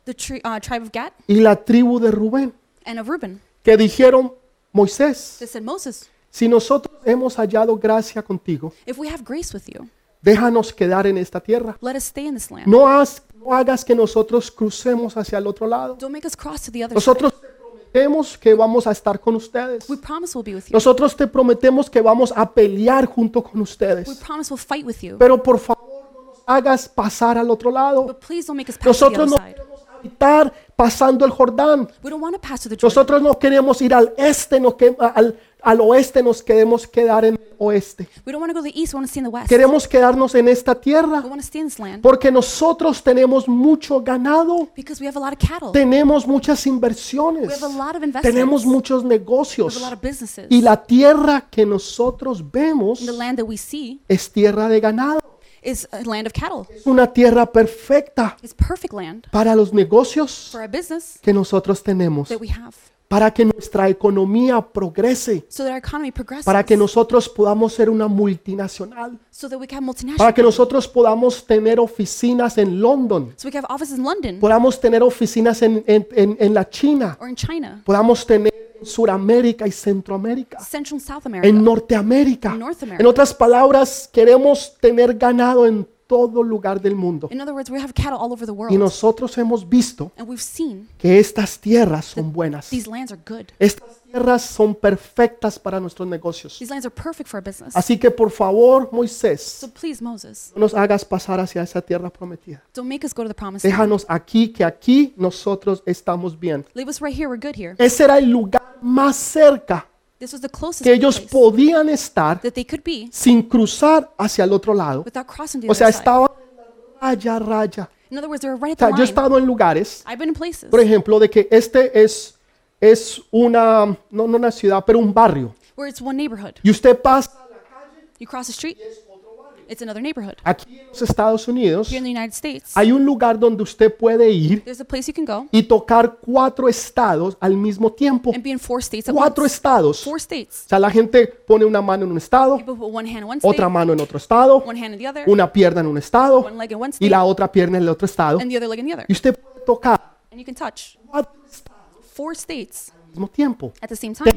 Speaker 2: the tri- uh, tribe of Gad
Speaker 1: y la tribu de Rubén,
Speaker 2: and of Reuben,
Speaker 1: que dijeron, Moisés,
Speaker 2: that said, Moses,
Speaker 1: si nosotros hemos hallado gracia contigo,
Speaker 2: if we have grace with you,
Speaker 1: déjanos quedar en esta tierra.
Speaker 2: let us stay in this land.
Speaker 1: No, haz- no hagas que nosotros crucemos hacia el otro lado.
Speaker 2: Don't make us cross to the other side.
Speaker 1: Nosotros te prometemos que vamos a estar con ustedes.
Speaker 2: We promise we'll be with you.
Speaker 1: Nosotros te prometemos que vamos a pelear junto con
Speaker 2: We
Speaker 1: ustedes.
Speaker 2: promise we'll fight with you.
Speaker 1: Pero por favor, no nos hagas pasar al otro lado.
Speaker 2: But please don't make us pass to the
Speaker 1: Nosotros
Speaker 2: other
Speaker 1: no
Speaker 2: side.
Speaker 1: queremos habitar pasando el Jordán.
Speaker 2: We don't want to pass to the Jordan.
Speaker 1: Nosotros no queremos ir al este, no que- al, al oeste, nos queremos quedar en el oeste.
Speaker 2: We don't want to go to the east. We want to stay in the west. We
Speaker 1: Queremos quedarnos en esta tierra
Speaker 2: want to stay in this land
Speaker 1: porque nosotros tenemos mucho ganado,
Speaker 2: because we have a lot of cattle. We
Speaker 1: tenemos muchas inversiones,
Speaker 2: have a lot of investments.
Speaker 1: tenemos
Speaker 2: We
Speaker 1: muchos
Speaker 2: have a
Speaker 1: negocios
Speaker 2: lot of businesses.
Speaker 1: y la tierra que nosotros vemos
Speaker 2: The land that we see
Speaker 1: es tierra de ganado.
Speaker 2: is a land of cattle.
Speaker 1: es una tierra perfecta
Speaker 2: It's perfect land
Speaker 1: para los negocios
Speaker 2: for our business
Speaker 1: que nosotros tenemos,
Speaker 2: that we have
Speaker 1: para que nuestra economía progrese,
Speaker 2: so that our economy progresses,
Speaker 1: para que nosotros podamos ser una multinacional,
Speaker 2: so that we can have multinational,
Speaker 1: para que nosotros podamos tener oficinas en London,
Speaker 2: so we can have offices in London
Speaker 1: podamos tener oficinas en, en- en- en la China,
Speaker 2: or in China,
Speaker 1: podamos tener en Suramérica y Centroamérica,
Speaker 2: Central and South
Speaker 1: en
Speaker 2: America.
Speaker 1: Norteamérica.
Speaker 2: North America.
Speaker 1: En otras palabras, queremos tener ganado en todo lugar del mundo.
Speaker 2: In other words, we have cattle all over the
Speaker 1: Y
Speaker 2: world.
Speaker 1: nosotros hemos visto
Speaker 2: And we've seen
Speaker 1: que estas tierras son buenas.
Speaker 2: these lands are good.
Speaker 1: Estas tierras son perfectas para nuestros negocios.
Speaker 2: These lands are perfect for our business.
Speaker 1: Así que por favor, Moisés,
Speaker 2: So please, Moses,
Speaker 1: no nos hagas pasar hacia esa tierra prometida.
Speaker 2: don't make us go to the promised land.
Speaker 1: Déjanos aquí, que aquí nosotros estamos bien.
Speaker 2: Leave us right here. We're good here.
Speaker 1: Ese era el lugar más cerca
Speaker 2: This was the closest
Speaker 1: que ellos
Speaker 2: place
Speaker 1: podían estar
Speaker 2: that they could be
Speaker 1: sin cruzar hacia el otro lado.
Speaker 2: without crossing the
Speaker 1: O
Speaker 2: other
Speaker 1: sea,
Speaker 2: side.
Speaker 1: estaban en la raya, raya.
Speaker 2: In other words, they were right at
Speaker 1: O
Speaker 2: the
Speaker 1: sea, yo he
Speaker 2: line.
Speaker 1: estado en lugares,
Speaker 2: I've been in places
Speaker 1: por ejemplo, de que este es, es una, no, no una ciudad, pero un barrio.
Speaker 2: where it's one neighborhood.
Speaker 1: Y usted pasa,
Speaker 2: You cross the street, it's another neighborhood.
Speaker 1: aquí en los Estados Unidos,
Speaker 2: Here in the United States,
Speaker 1: Hay un lugar donde usted puede ir
Speaker 2: there's a place you can go
Speaker 1: y tocar cuatro estados al mismo tiempo.
Speaker 2: and be in four states at
Speaker 1: Cuatro
Speaker 2: once.
Speaker 1: estados. O
Speaker 2: Four states.
Speaker 1: sea, la gente pone una mano en un estado,
Speaker 2: People put one hand in one state,
Speaker 1: otra mano en otro estado,
Speaker 2: one hand in the other,
Speaker 1: una pierna en un estado
Speaker 2: one leg in one
Speaker 1: y
Speaker 2: state,
Speaker 1: la otra pierna en el otro estado.
Speaker 2: and the other leg in the other.
Speaker 1: Y usted puede tocar
Speaker 2: And you can touch
Speaker 1: cuatro estados
Speaker 2: four states
Speaker 1: al mismo tiempo.
Speaker 2: at the same time.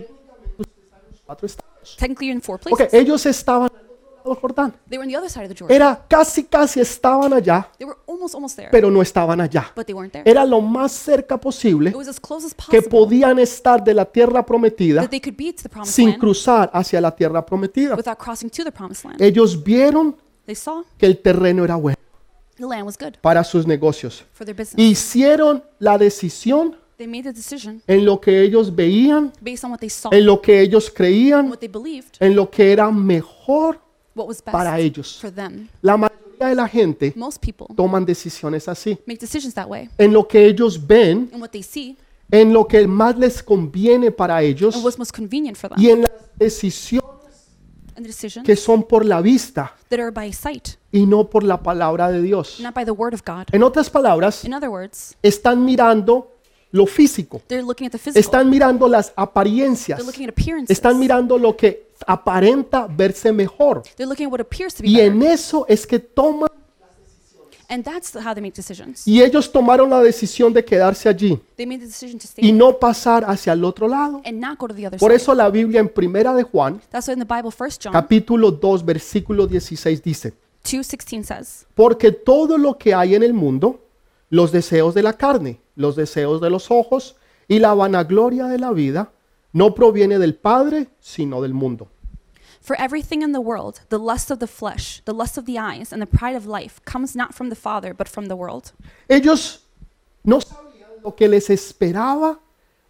Speaker 1: Cuatro estados.
Speaker 2: Technically, you're in four
Speaker 1: Ok,
Speaker 2: places.
Speaker 1: ellos estaban al otro lado lado del Jordán.
Speaker 2: They were on the other side of the Jordan.
Speaker 1: Era casi, casi estaban allá,
Speaker 2: They were almost, almost there,
Speaker 1: pero no estaban allá.
Speaker 2: but they weren't there.
Speaker 1: Era lo más cerca posible
Speaker 2: It was as close as
Speaker 1: que
Speaker 2: possible
Speaker 1: podían estar de la tierra prometida
Speaker 2: that they could be to the promised
Speaker 1: sin
Speaker 2: land
Speaker 1: cruzar hacia la tierra prometida.
Speaker 2: without crossing to the promised land.
Speaker 1: Ellos vieron
Speaker 2: They saw
Speaker 1: que el terreno era bueno
Speaker 2: the land was good
Speaker 1: para sus negocios.
Speaker 2: for their business.
Speaker 1: Hicieron la decisión
Speaker 2: They made the decision
Speaker 1: en lo que ellos veían,
Speaker 2: based on what they saw,
Speaker 1: en lo que ellos creían,
Speaker 2: what they believed,
Speaker 1: en lo que era mejor
Speaker 2: what was
Speaker 1: para
Speaker 2: best
Speaker 1: ellos.
Speaker 2: for them.
Speaker 1: La mayoría de la gente
Speaker 2: Most people
Speaker 1: toman decisiones así,
Speaker 2: make decisions that way.
Speaker 1: en lo que ellos ven,
Speaker 2: And what they see
Speaker 1: en lo que más les conviene para ellos
Speaker 2: and what's most convenient for them.
Speaker 1: y en las decisiones
Speaker 2: And the decisions
Speaker 1: que son por la vista
Speaker 2: that are by sight,
Speaker 1: y no por la palabra de Dios.
Speaker 2: not by the word of God.
Speaker 1: En otras palabras,
Speaker 2: In other words,
Speaker 1: están mirando lo físico,
Speaker 2: they're looking at the physical.
Speaker 1: están mirando las apariencias,
Speaker 2: They're looking at appearances.
Speaker 1: están mirando lo que aparenta verse mejor
Speaker 2: They're looking at what appears to be
Speaker 1: y
Speaker 2: better.
Speaker 1: en eso es que toman
Speaker 2: And that's how they make decisions.
Speaker 1: y ellos tomaron la decisión de quedarse allí
Speaker 2: They made the decision to stay
Speaker 1: y no pasar hacia el otro lado.
Speaker 2: and not go to the other
Speaker 1: Por
Speaker 2: side.
Speaker 1: eso la Biblia en Primera de Juan,
Speaker 2: That's why in the Bible, 1 John
Speaker 1: capítulo 2, versículo 16 dice,
Speaker 2: two sixteen says,
Speaker 1: Porque todo lo que hay en el mundo, los deseos de la carne, los deseos de los ojos y la vanagloria de la vida, no proviene del Padre, sino del mundo.
Speaker 2: For everything in the world, the lust of the flesh, the lust of the eyes, and the pride of life comes not from the Father, but from the world.
Speaker 1: Ellos no sabían lo que les esperaba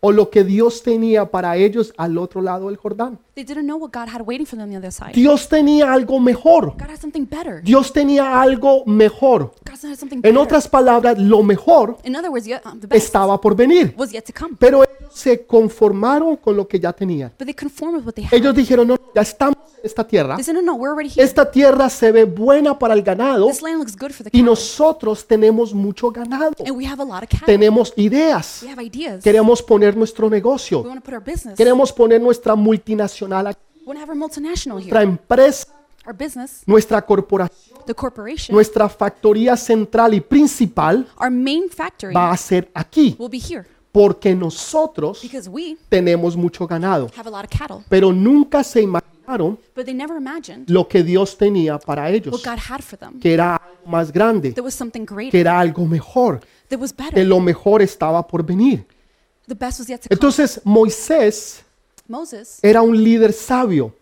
Speaker 1: o lo que Dios tenía para ellos al otro lado del Jordán.
Speaker 2: They didn't know what God had waiting for them on the other side.
Speaker 1: Dios tenía algo mejor.
Speaker 2: God had something better.
Speaker 1: Dios tenía algo mejor.
Speaker 2: God had something
Speaker 1: En
Speaker 2: better.
Speaker 1: otras palabras, lo mejor
Speaker 2: In other words, yet- um, the best
Speaker 1: estaba por venir.
Speaker 2: was yet to come.
Speaker 1: Pero ellos se conformaron con lo que ya tenían.
Speaker 2: But they conformed with what they had.
Speaker 1: Ellos dijeron, no, ya estamos en esta tierra.
Speaker 2: They said, no, no, we're already here.
Speaker 1: Esta tierra se ve buena para el ganado
Speaker 2: This land looks good for the
Speaker 1: y
Speaker 2: cattle.
Speaker 1: nosotros tenemos mucho ganado.
Speaker 2: And we have a lot of cattle.
Speaker 1: Tenemos ideas.
Speaker 2: We have ideas. We
Speaker 1: Queremos poner nuestro negocio.
Speaker 2: want to put our business. We
Speaker 1: Queremos poner nuestra multinacional, aquí,
Speaker 2: want to have our multinational here.
Speaker 1: nuestra empresa,
Speaker 2: Our business,
Speaker 1: nuestra corporación,
Speaker 2: the corporation,
Speaker 1: nuestra factoría central y principal
Speaker 2: our main factory
Speaker 1: va a ser aquí,
Speaker 2: will be here
Speaker 1: porque nosotros
Speaker 2: because we
Speaker 1: tenemos mucho ganado.
Speaker 2: have a lot of cattle.
Speaker 1: Pero nunca se imaginaron
Speaker 2: But they never imagined
Speaker 1: lo que Dios tenía para ellos,
Speaker 2: what God had for them.
Speaker 1: que era algo más grande,
Speaker 2: There was something
Speaker 1: que
Speaker 2: greater.
Speaker 1: era algo mejor,
Speaker 2: There was
Speaker 1: que
Speaker 2: better.
Speaker 1: lo mejor estaba por venir.
Speaker 2: The best was yet to come.
Speaker 1: Entonces Moisés
Speaker 2: Moses
Speaker 1: era un líder sabio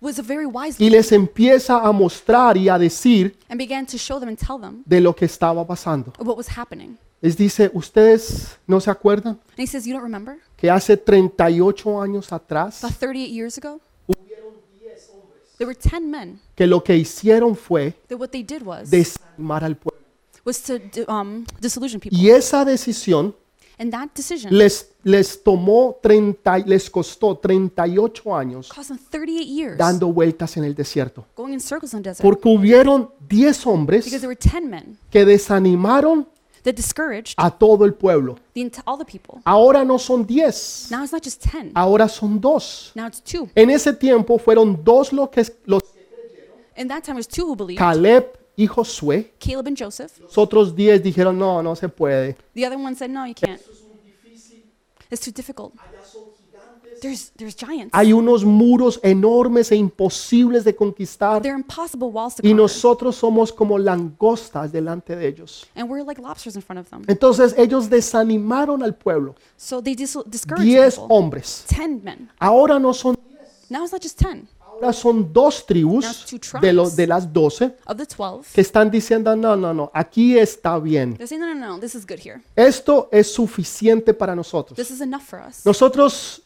Speaker 2: was a very wise
Speaker 1: y
Speaker 2: leader
Speaker 1: les empieza a mostrar y a decir
Speaker 2: and began to show them and tell them
Speaker 1: de lo que estaba pasando.
Speaker 2: what was happening.
Speaker 1: Les dice, ¿ustedes no se acuerdan
Speaker 2: And he says, You don't remember?
Speaker 1: que hace 38 años atrás
Speaker 2: About 38 years ago, there were 10 men
Speaker 1: que lo que hicieron fue
Speaker 2: that what they did was
Speaker 1: desanimar al pueblo?
Speaker 2: was to d- um, disillusion people.
Speaker 1: Y esa decisión
Speaker 2: And that decision
Speaker 1: les, les tomó 30, les costó 38 años
Speaker 2: cost them 38 years
Speaker 1: dando vueltas en el desierto.
Speaker 2: going in circles in the desert
Speaker 1: Porque hubieron 10
Speaker 2: because
Speaker 1: hombres
Speaker 2: there were 10 men
Speaker 1: que desanimaron
Speaker 2: that discouraged
Speaker 1: a todo el pueblo.
Speaker 2: the, ent- all the people.
Speaker 1: Ahora no son 10,
Speaker 2: Now it's not just 10,
Speaker 1: ahora son dos.
Speaker 2: now it's two.
Speaker 1: En ese tiempo fueron dos lo que los
Speaker 2: In that time, it was two who believed
Speaker 1: Caleb y Josué.
Speaker 2: Caleb and Joseph.
Speaker 1: Los otros 10 dijeron, "No, no se puede.
Speaker 2: The other one said, No, you can't. It's too difficult. There's, there's giants.
Speaker 1: Hay unos muros enormes e imposibles de conquistar
Speaker 2: They're impossible walls to
Speaker 1: y
Speaker 2: conquer.
Speaker 1: nosotros somos como langostas delante de ellos."
Speaker 2: And we're like lobsters in front of them.
Speaker 1: Entonces ellos desanimaron al pueblo.
Speaker 2: So they dis- discouraged
Speaker 1: 10
Speaker 2: people.
Speaker 1: hombres.
Speaker 2: 10 men.
Speaker 1: Ahora no son
Speaker 2: Now it's not just 10.
Speaker 1: ahora son dos tribus de los de las 12
Speaker 2: Of the 12,
Speaker 1: que están diciendo, "No, no, no, aquí está bien."
Speaker 2: they're saying, No, no, no, this is good here.
Speaker 1: Esto es suficiente para nosotros.
Speaker 2: This is enough for us.
Speaker 1: Nosotros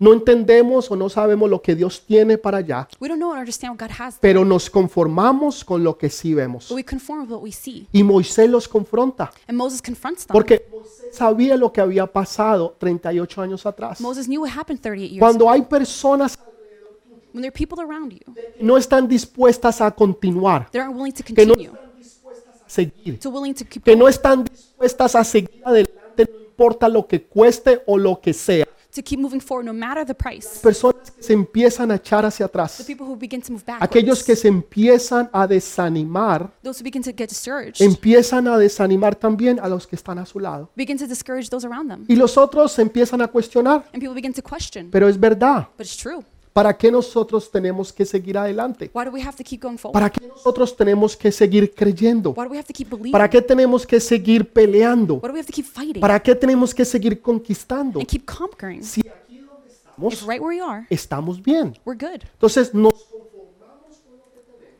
Speaker 1: no entendemos o no sabemos lo que Dios tiene para allá,
Speaker 2: We don't know and understand what God has, but
Speaker 1: pero nos conformamos con lo que sí vemos.
Speaker 2: we conform with what we see.
Speaker 1: Y Moisés los confronta,
Speaker 2: And Moses confronts them.
Speaker 1: porque Moisés sabía lo que había pasado 38 años atrás.
Speaker 2: Moses knew what happened 38 years ago.
Speaker 1: Cuando hay personas
Speaker 2: When there are people around you
Speaker 1: que no están dispuestas a continuar,
Speaker 2: that aren't willing to
Speaker 1: no-
Speaker 2: continue,
Speaker 1: a seguir,
Speaker 2: to willing to keep
Speaker 1: que no están dispuestas a seguir adelante, no importa lo que cueste o lo que sea.
Speaker 2: to keep moving forward no matter the price.
Speaker 1: Personas que se empiezan a echar hacia
Speaker 2: The
Speaker 1: atrás.
Speaker 2: people who begin to move backwards,
Speaker 1: Aquellos que se empiezan a desanimar,
Speaker 2: those who begin to get discouraged,
Speaker 1: empiezan a desanimar también a los que están a su lado.
Speaker 2: begin to discourage those around them.
Speaker 1: Y los otros se empiezan a cuestionar,
Speaker 2: And people begin to question,
Speaker 1: pero es verdad,
Speaker 2: but it's true.
Speaker 1: ¿Para qué nosotros tenemos que seguir adelante?
Speaker 2: Why do we have to keep going forward?
Speaker 1: ¿Para qué nosotros tenemos que seguir creyendo?
Speaker 2: Why do we have to keep believing?
Speaker 1: ¿Para qué tenemos que seguir peleando?
Speaker 2: Why do we have to keep fighting
Speaker 1: ¿Para qué tenemos que seguir conquistando?
Speaker 2: and keep conquering?
Speaker 1: Si aquí donde
Speaker 2: If
Speaker 1: estamos,
Speaker 2: right where we are,
Speaker 1: estamos bien.
Speaker 2: we're good.
Speaker 1: Entonces, nos-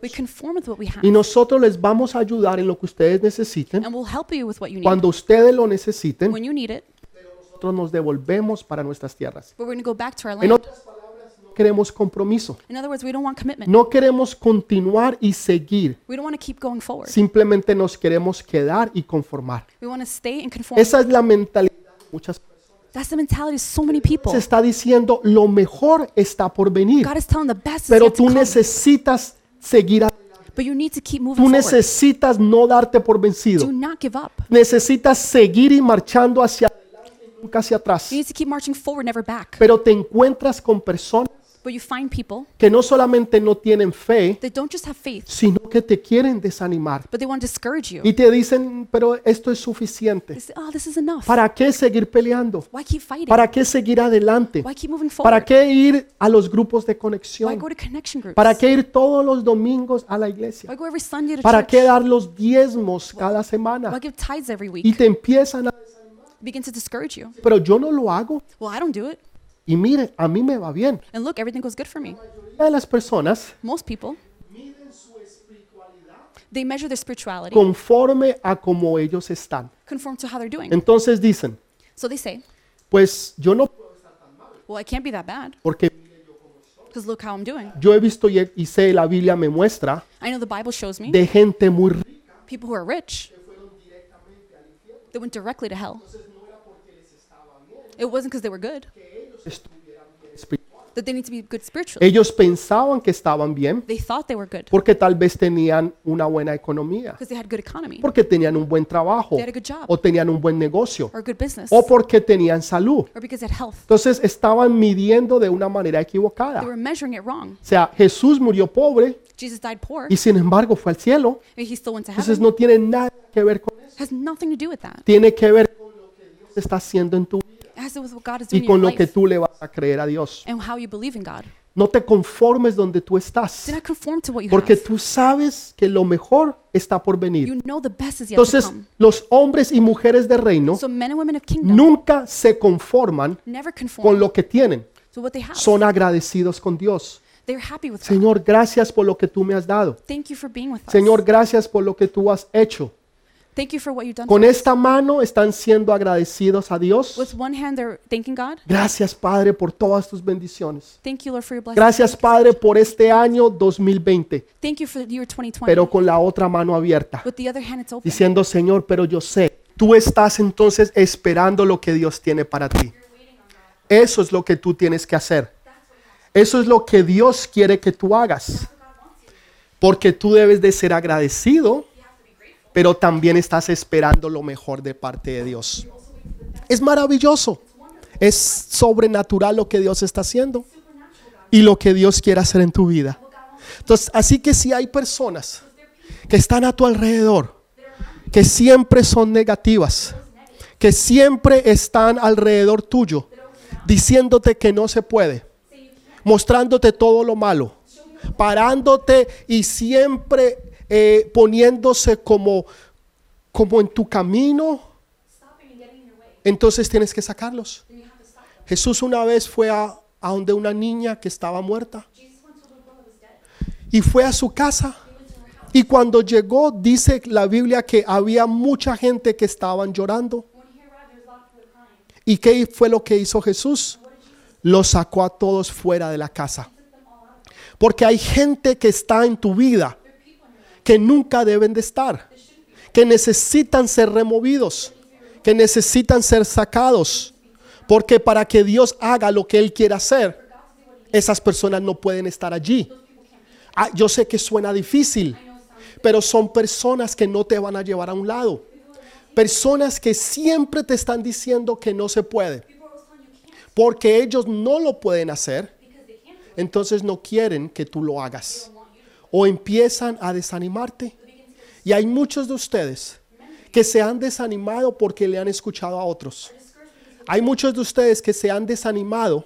Speaker 2: We conform with what we have,
Speaker 1: y nosotros les vamos a ayudar en lo que ustedes necesiten.
Speaker 2: and we'll help you with what you need
Speaker 1: Cuando ustedes lo necesiten,
Speaker 2: when you need it.
Speaker 1: nosotros nos devolvemos para nuestras tierras.
Speaker 2: But we're going to go back to our
Speaker 1: En
Speaker 2: land.
Speaker 1: otras palabras, no queremos compromiso.
Speaker 2: In other words, we don't want commitment.
Speaker 1: No queremos continuar y seguir.
Speaker 2: We don't want to keep going forward.
Speaker 1: Simplemente nos queremos quedar y conformar.
Speaker 2: We want to stay and conform.
Speaker 1: Esa es la mentalidad de muchas personas.
Speaker 2: That's the mentality of so many people.
Speaker 1: Se está diciendo lo mejor está por venir,
Speaker 2: God is telling the best is
Speaker 1: pero
Speaker 2: yet to
Speaker 1: tú
Speaker 2: come,
Speaker 1: necesitas seguir. adelante.
Speaker 2: but you need to keep moving
Speaker 1: Tú
Speaker 2: forward.
Speaker 1: necesitas no darte por vencido.
Speaker 2: Do not give up.
Speaker 1: Necesitas seguir y marchando hacia adelante, nunca hacia atrás.
Speaker 2: You need to keep marching forward, never back.
Speaker 1: Pero te encuentras con personas
Speaker 2: But you find people
Speaker 1: que no solamente no tienen fe,
Speaker 2: that don't just have faith,
Speaker 1: sino que te quieren desanimar
Speaker 2: but they want to discourage you.
Speaker 1: y te dicen, pero esto es
Speaker 2: They
Speaker 1: suficiente.
Speaker 2: say, oh, this is enough.
Speaker 1: ¿Para qué seguir peleando?
Speaker 2: Why keep fighting?
Speaker 1: ¿Para qué seguir adelante?
Speaker 2: Why keep moving
Speaker 1: ¿Para
Speaker 2: forward?
Speaker 1: qué ir a los grupos de
Speaker 2: Why
Speaker 1: conexión?
Speaker 2: go to connection groups?
Speaker 1: ¿Para qué ir todos los domingos a la iglesia?
Speaker 2: Why go every Sunday to
Speaker 1: ¿Para qué
Speaker 2: church?
Speaker 1: dar los diezmos cada
Speaker 2: Why
Speaker 1: semana?
Speaker 2: give tithes every
Speaker 1: Y
Speaker 2: week?
Speaker 1: te empiezan a...
Speaker 2: Begin to discourage you.
Speaker 1: Pero yo no lo hago.
Speaker 2: Well, I don't do it.
Speaker 1: Y mire, a mí me va bien.
Speaker 2: And look, everything goes good for me.
Speaker 1: Una de las personas
Speaker 2: Most people, they measure their spirituality
Speaker 1: conforme a cómo ellos están.
Speaker 2: conform to how they're doing.
Speaker 1: Entonces dicen,
Speaker 2: So they say,
Speaker 1: pues yo no... puedo
Speaker 2: well, it can't be that bad
Speaker 1: Porque
Speaker 2: because look how I'm doing.
Speaker 1: yo he visto y, he- y sé, la Biblia me muestra,
Speaker 2: I know the Bible shows me
Speaker 1: de gente muy rica.
Speaker 2: people who are rich they went directly to hell. It wasn't because they were good
Speaker 1: estuvieran bien espiritual.
Speaker 2: that they need to be good spiritually.
Speaker 1: Ellos pensaban que estaban bien
Speaker 2: They thought they were good
Speaker 1: porque tal vez tenían una buena economía.
Speaker 2: because they had good economy
Speaker 1: porque tenían un buen trabajo
Speaker 2: They had a good job.
Speaker 1: o tenían un buen negocio
Speaker 2: or good business
Speaker 1: o
Speaker 2: or
Speaker 1: porque tenían salud.
Speaker 2: because they had health.
Speaker 1: Entonces estaban midiendo de una manera equivocada.
Speaker 2: They were measuring it wrong.
Speaker 1: O sea, Jesús murió pobre
Speaker 2: Jesus died poor
Speaker 1: y sin embargo fue al cielo.
Speaker 2: and he still went to
Speaker 1: Entonces
Speaker 2: heaven.
Speaker 1: no tiene nada que ver con eso.
Speaker 2: has nothing to do with that.
Speaker 1: Tiene que ver con lo que Dios está haciendo en tu vida
Speaker 2: It has to do with what God is doing
Speaker 1: y
Speaker 2: in your
Speaker 1: con lo que
Speaker 2: life
Speaker 1: tú le vas a creer a Dios.
Speaker 2: and how you believe in God.
Speaker 1: No te conformes donde tú estás
Speaker 2: Do not conform to what you
Speaker 1: porque
Speaker 2: have.
Speaker 1: tú sabes que lo mejor está por venir.
Speaker 2: You know the best is yet to
Speaker 1: Entonces
Speaker 2: come.
Speaker 1: los hombres y mujeres de reino
Speaker 2: So men and women of kingdom
Speaker 1: nunca se conforman
Speaker 2: never
Speaker 1: con
Speaker 2: conform
Speaker 1: lo que tienen.
Speaker 2: to what they have.
Speaker 1: son agradecidos con Dios.
Speaker 2: They're happy with God.
Speaker 1: Señor, gracias por lo que tú me has dado.
Speaker 2: Thank you for being with us.
Speaker 1: Señor, gracias por lo que tú has hecho.
Speaker 2: Thank you for what you've done.
Speaker 1: Con
Speaker 2: for us.
Speaker 1: esta mano están siendo agradecidos a
Speaker 2: With
Speaker 1: Dios.
Speaker 2: one hand, they're thanking God.
Speaker 1: Gracias, Padre, por todas tus bendiciones.
Speaker 2: Thank you, Lord, for your blessings.
Speaker 1: Gracias, Padre, por este año 2020,
Speaker 2: Thank you for the year 2020.
Speaker 1: pero con la otra mano abierta,
Speaker 2: With the other hand, it's open.
Speaker 1: diciendo, Señor, pero yo sé, tú estás entonces esperando lo que Dios tiene para ti. Eso es lo que tú tienes que hacer. Eso es lo que Dios quiere que tú hagas. Porque tú debes de ser agradecido, pero también estás esperando lo mejor de parte de Dios. Es maravilloso. Es sobrenatural lo que Dios está haciendo y lo que Dios quiere hacer en tu vida. Entonces, así que si hay personas que están a tu alrededor, que siempre son negativas, que siempre están alrededor tuyo, diciéndote que no se puede, mostrándote todo lo malo, parándote y siempre eh, poniéndose como, como en tu camino, entonces tienes que sacarlos. Jesús una vez fue a, a donde una niña que estaba muerta y fue a su casa. Y cuando llegó, dice la Biblia que había mucha gente que estaban llorando. ¿Y qué fue lo que hizo Jesús? Los sacó a todos fuera de la casa. Porque hay gente que está en tu vida que nunca deben de estar, que necesitan ser removidos, que necesitan ser sacados. Porque para que Dios haga lo que Él quiere hacer, esas personas no pueden estar allí. Ah, yo sé que suena difícil, pero son personas que no te van a llevar a un lado. Personas que siempre te están diciendo que no se puede. Porque ellos no lo pueden hacer. Entonces no quieren que tú lo hagas. O empiezan a desanimarte. Y hay muchos de ustedes que se han desanimado porque le han escuchado a otros. Hay muchos de ustedes que se han desanimado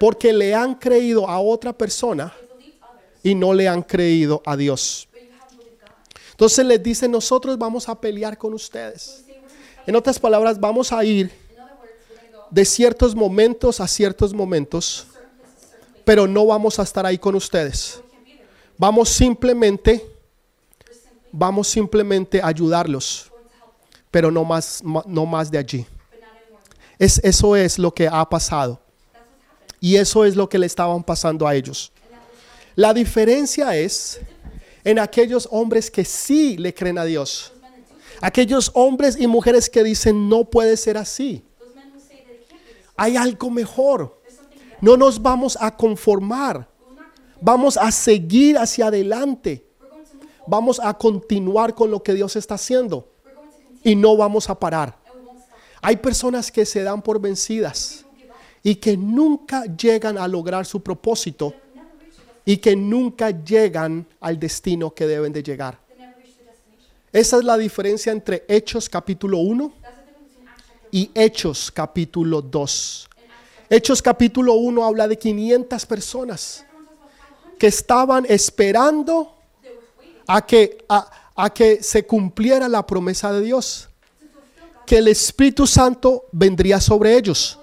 Speaker 1: porque le han creído a otra persona y no le han creído a Dios. Entonces les dice, nosotros vamos a pelear con ustedes. En otras palabras, vamos a ir de ciertos momentos a ciertos momentos, pero no vamos a estar ahí con ustedes. Vamos simplemente, vamos simplemente a ayudarlos, pero no más, ma- no más de allí. Es, eso es lo que ha pasado. Y eso es lo que le estaban pasando a ellos. La diferencia es en aquellos hombres que sí le creen a Dios. Aquellos hombres y mujeres que dicen, no puede ser así. Hay algo mejor. No nos vamos a conformar. Vamos a seguir hacia adelante. Vamos a continuar con lo que Dios está haciendo. Y no vamos a parar. Hay personas que se dan por vencidas y que nunca llegan a lograr su propósito y que nunca llegan al destino que deben de llegar. Esa es la diferencia entre Hechos capítulo 1 y Hechos capítulo 2. Hechos capítulo 1 habla de 500 personas que estaban esperando a que, a- a que se cumpliera la promesa de Dios, que el Espíritu Santo vendría sobre ellos.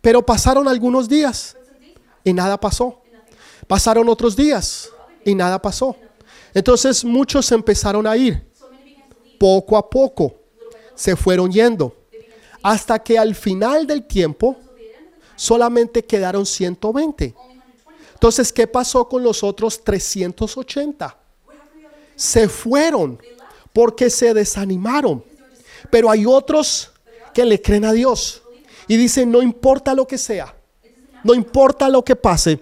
Speaker 1: Pero pasaron algunos días y nada pasó. Pasaron otros días y nada pasó. Entonces muchos empezaron a ir. Poco a poco se fueron yendo. Hasta que al final del tiempo solamente quedaron 120. Entonces, ¿qué pasó con los otros 380? Se fueron porque se desanimaron. Pero hay otros que le creen a Dios y dicen, no importa lo que sea, no importa lo que pase,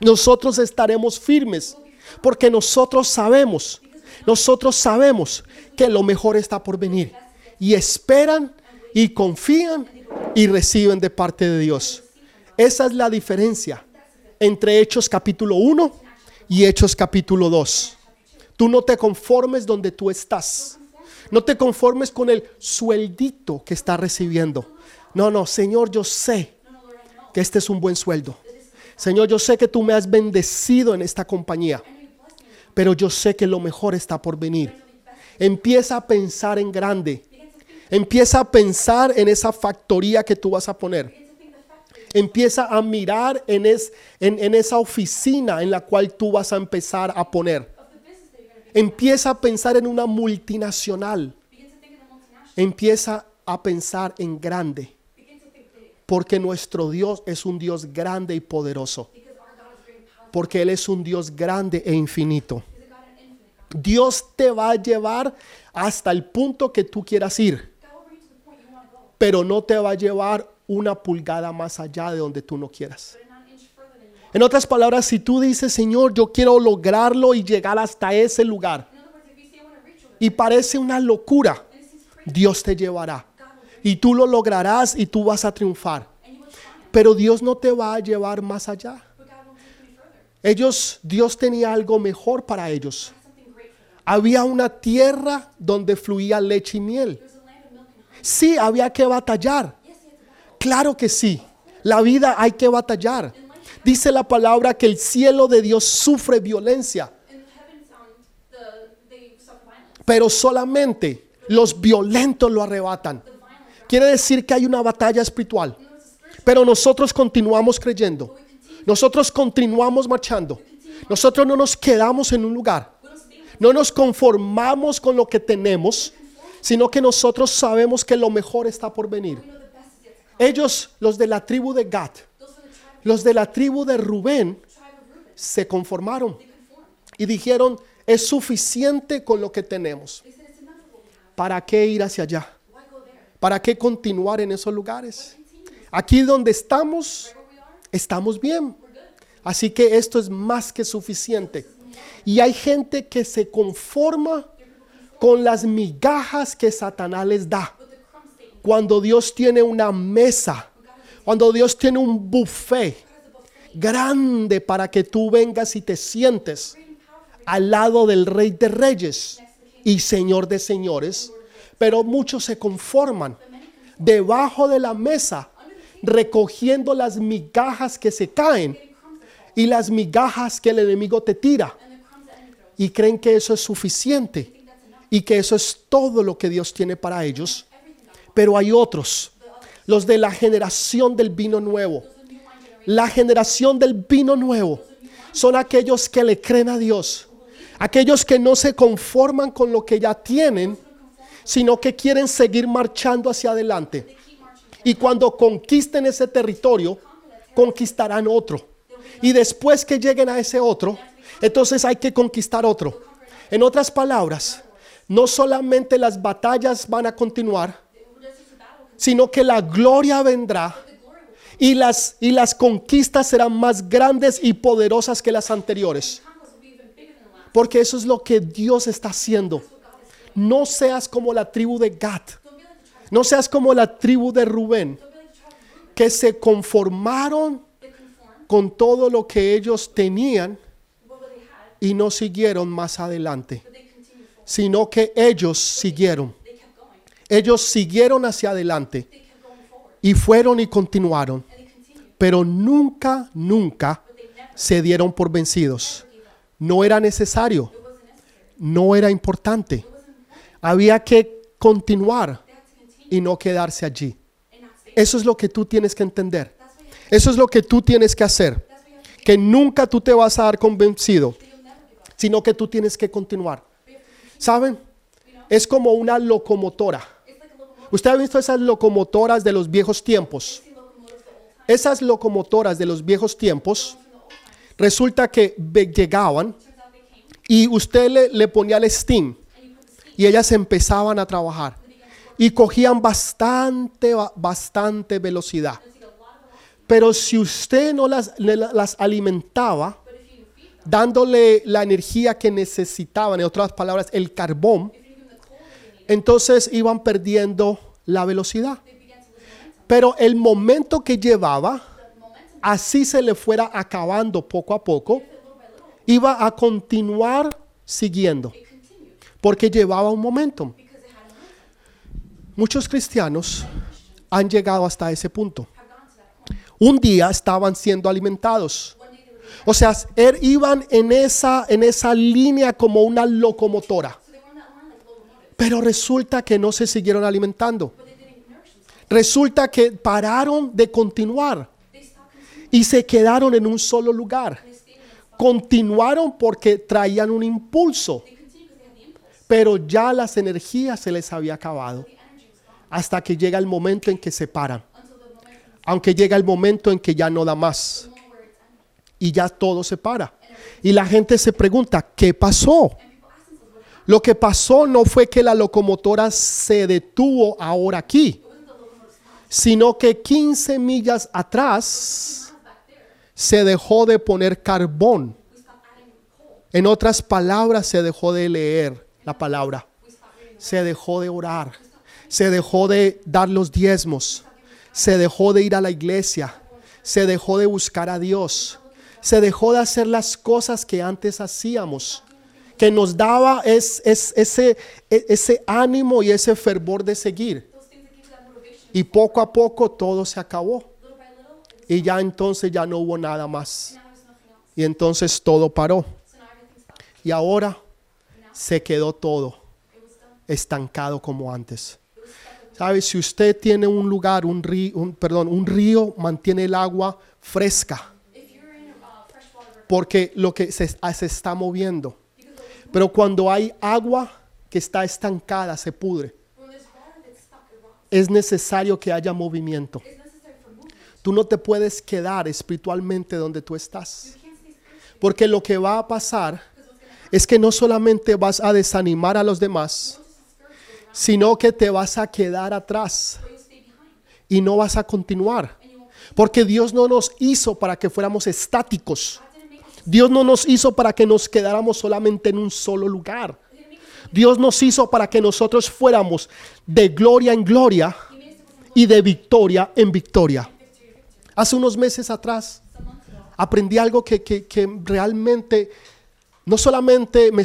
Speaker 1: nosotros estaremos firmes porque nosotros sabemos, nosotros sabemos que lo mejor está por venir. Y esperan y confían y reciben de parte de Dios. Esa es la diferencia entre Hechos capítulo 1 y Hechos capítulo 2. Tú no te conformes donde tú estás. No te conformes con el sueldito que estás recibiendo. No, no, Señor, yo sé que este es un buen sueldo. Señor, yo sé que tú me has bendecido en esta compañía, pero yo sé que lo mejor está por venir. Empieza a pensar en grande. Empieza a pensar en esa factoría que tú vas a poner empieza a mirar en, es- en- en esa oficina en la cual tú vas a empezar a poner. Empieza a pensar en una multinacional. Empieza a pensar en grande. Porque nuestro Dios es un Dios grande y poderoso. Porque Él es un Dios grande e infinito. Dios te va a llevar hasta el punto que tú quieras ir pero no te va a llevar una pulgada más allá de donde tú no quieras. En otras palabras, si tú dices, Señor, yo quiero lograrlo y llegar hasta ese lugar, y parece una locura, Dios te llevará. Y tú lo lograrás y tú vas a triunfar. Pero Dios no te va a llevar más allá. Ellos, Dios tenía algo mejor para ellos. Había una tierra donde fluía leche y miel. Sí, había que batallar. Claro que sí. La vida hay que batallar. Dice la palabra que el cielo de Dios sufre violencia,
Speaker 3: In heaven's on the they suffer violence.
Speaker 1: pero solamente los violentos lo arrebatan. Quiere decir que hay una batalla espiritual. Pero nosotros continuamos creyendo. Nosotros continuamos marchando. Nosotros no nos quedamos en un lugar. No nos conformamos con lo que tenemos, sino que nosotros sabemos que lo mejor está por venir. Ellos, los de la tribu de Gad, los de la tribu de Rubén, se conformaron y dijeron, es suficiente con lo que tenemos. ¿Para qué ir hacia allá? ¿Para qué continuar en esos lugares? Aquí donde estamos, estamos bien. Así que esto es más que suficiente. Y hay gente que se conforma con las migajas que Satanás les da. Cuando Dios tiene una mesa, cuando Dios tiene un buffet grande para que tú vengas y te sientes al lado del rey de reyes y señor de señores, pero muchos se conforman debajo de la mesa recogiendo las migajas que se caen
Speaker 3: getting crumbs that fall,
Speaker 1: y las migajas que el enemigo te tira.
Speaker 3: and the crumbs that enemy throws.
Speaker 1: Y creen que eso es suficiente
Speaker 3: I think that's enough.
Speaker 1: y que eso es todo lo que Dios tiene para ellos. Pero hay otros, los de la generación del vino nuevo.
Speaker 3: The new wine generation,
Speaker 1: La generación del vino nuevo son aquellos que le creen a Dios, aquellos que no se conforman con lo que ya tienen, sino que quieren seguir marchando hacia adelante.
Speaker 3: keep marching.
Speaker 1: Y cuando conquisten ese territorio, conquistarán otro. Y después que lleguen a ese otro, entonces hay que conquistar otro. En otras palabras, no solamente las batallas van a continuar,
Speaker 3: This is a battle.
Speaker 1: sino que la gloria vendrá y las, y las conquistas serán más grandes y poderosas que las anteriores.
Speaker 3: Conquest will be even bigger than the last.
Speaker 1: Porque eso es lo que Dios está haciendo. No seas como la tribu de Gad,
Speaker 3: Don't be like the tribe.
Speaker 1: no seas como la tribu de Rubén,
Speaker 3: Don't be like the tribe of Reuben.
Speaker 1: que se conformaron
Speaker 3: They conformed.
Speaker 1: con todo lo que ellos tenían
Speaker 3: What they had,
Speaker 1: y no siguieron más adelante,
Speaker 3: but they continued forward.
Speaker 1: sino que ellos siguieron.
Speaker 3: They kept going.
Speaker 1: Ellos siguieron hacia adelante
Speaker 3: They kept going forward.
Speaker 1: y fueron y continuaron,
Speaker 3: And they continued.
Speaker 1: pero nunca, nunca
Speaker 3: But they never
Speaker 1: se dieron por vencidos.
Speaker 3: gave up.
Speaker 1: No era necesario,
Speaker 3: It wasn't necessary.
Speaker 1: no era importante.
Speaker 3: It wasn't important.
Speaker 1: Había que continuar
Speaker 3: They had to continue
Speaker 1: y no quedarse allí.
Speaker 3: and not stay.
Speaker 1: Eso es lo que tú tienes que entender.
Speaker 3: That's what you have to
Speaker 1: Eso es lo que tú tienes que hacer.
Speaker 3: That's what you have to do.
Speaker 1: Que nunca tú te vas a dar convencido,
Speaker 3: But you'll never give up.
Speaker 1: sino que tú tienes que continuar.
Speaker 3: But you have to continue.
Speaker 1: ¿Saben? Es como una locomotora.
Speaker 3: It's like a locomotive.
Speaker 1: Usted ha visto esas locomotoras de los viejos tiempos.
Speaker 3: See locomotives the old time.
Speaker 1: Esas locomotoras de los viejos tiempos,
Speaker 3: From the old time.
Speaker 1: resulta que ve- llegaban
Speaker 3: Turns out they came
Speaker 1: y usted le, le ponía el
Speaker 3: and
Speaker 1: steam
Speaker 3: you put the steam.
Speaker 1: y ellas empezaban a trabajar
Speaker 3: They began to work.
Speaker 1: y cogían bastante, ba- bastante velocidad.
Speaker 3: They take a lot of velocity.
Speaker 1: Pero si usted no las, le- la- las alimentaba
Speaker 3: But if you feed them,
Speaker 1: dándole la energía que necesitaban, en otras palabras, el carbón,
Speaker 3: if you give them the coal that they need,
Speaker 1: entonces iban perdiendo la velocidad.
Speaker 3: they began to lose momentum.
Speaker 1: Pero el momento que llevaba,
Speaker 3: The momentum,
Speaker 1: así se le fuera acabando poco a poco,
Speaker 3: little by little,
Speaker 1: iba a continuar siguiendo,
Speaker 3: it continued
Speaker 1: porque llevaba un momento.
Speaker 3: because it had a momentum.
Speaker 1: Muchos cristianos han llegado hasta ese punto.
Speaker 3: Have gone to that point.
Speaker 1: Un día estaban siendo alimentados.
Speaker 3: One day they were
Speaker 1: O sea, er- iban en esa, en esa línea como una locomotora.
Speaker 3: so they were on that line like locomotive,
Speaker 1: Pero resulta que no se siguieron alimentando.
Speaker 3: but they didn't nourish themselves.
Speaker 1: Resulta que pararon de continuar
Speaker 3: They stopped consuming.
Speaker 1: y se quedaron en un solo lugar.
Speaker 3: They stayed in that spot.
Speaker 1: Continuaron porque traían un impulso,
Speaker 3: They continued because they had the impulse.
Speaker 1: pero ya las energías se les había acabado
Speaker 3: The energy was gone
Speaker 1: hasta que llega el momento en que se paran,
Speaker 3: until the momentum,
Speaker 1: aunque llega el momento en que ya no da más.
Speaker 3: the moment where it's ended.
Speaker 1: y ya todo se para. Y la gente se pregunta, ¿qué
Speaker 3: And
Speaker 1: pasó?
Speaker 3: people ask themselves, what happened?
Speaker 1: Lo que pasó no fue que la locomotora se detuvo ahora aquí,
Speaker 3: It wasn't the locomotive stopped.
Speaker 1: sino que 15 millas atrás
Speaker 3: Miles back there,
Speaker 1: se dejó de poner carbón.
Speaker 3: we stopped adding coal.
Speaker 1: En otras palabras, se dejó de leer la palabra,
Speaker 3: We stopped reading.
Speaker 1: se dejó de orar, se dejó de dar los diezmos, se dejó de ir a la iglesia, se dejó de buscar a Dios, se dejó de hacer las cosas que antes hacíamos, que nos daba es- es- ese, e- ese ánimo y ese fervor de seguir.
Speaker 3: Those things that gave you that motivation,
Speaker 1: Y poco a poco todo se acabó.
Speaker 3: little by little, it was,
Speaker 1: Y ya entonces ya no hubo nada más.
Speaker 3: now there's nothing else.
Speaker 1: Y entonces todo paró.
Speaker 3: So now everything stopped.
Speaker 1: Y ahora se quedó todo
Speaker 3: It was done.
Speaker 1: estancado como antes. ¿Sabe? Si usted tiene un lugar, un río, un, perdón, un río mantiene el agua fresca
Speaker 3: If you're in uh, freshwater river,
Speaker 1: porque lo que se, se está moviendo. Pero cuando hay agua que está estancada, se pudre.
Speaker 3: when there's water that's stuck, it rots.
Speaker 1: Es necesario que haya movimiento.
Speaker 3: It's necessary for movement.
Speaker 1: Tú no te puedes quedar espiritualmente donde tú estás.
Speaker 3: You can't stay spiritual
Speaker 1: Porque lo que va a pasar
Speaker 3: because what's going to happen
Speaker 1: es que no solamente vas a desanimar a los demás,
Speaker 3: is discourage you around,
Speaker 1: sino que te vas a quedar atrás
Speaker 3: but you'll stay behind
Speaker 1: y no vas a continuar.
Speaker 3: and you won't.
Speaker 1: Porque Dios no nos hizo para que fuéramos estáticos.
Speaker 3: God didn't make us.
Speaker 1: Dios no nos hizo para que nos quedáramos solamente en un solo lugar.
Speaker 3: He didn't make us.
Speaker 1: Dios nos hizo para que nosotros fuéramos de gloria en gloria
Speaker 3: He made us to go from
Speaker 1: y de victoria en victoria.
Speaker 3: victory to victory.
Speaker 1: Hace unos meses atrás
Speaker 3: Some months ago,
Speaker 1: aprendí algo que, que- que realmente no solamente me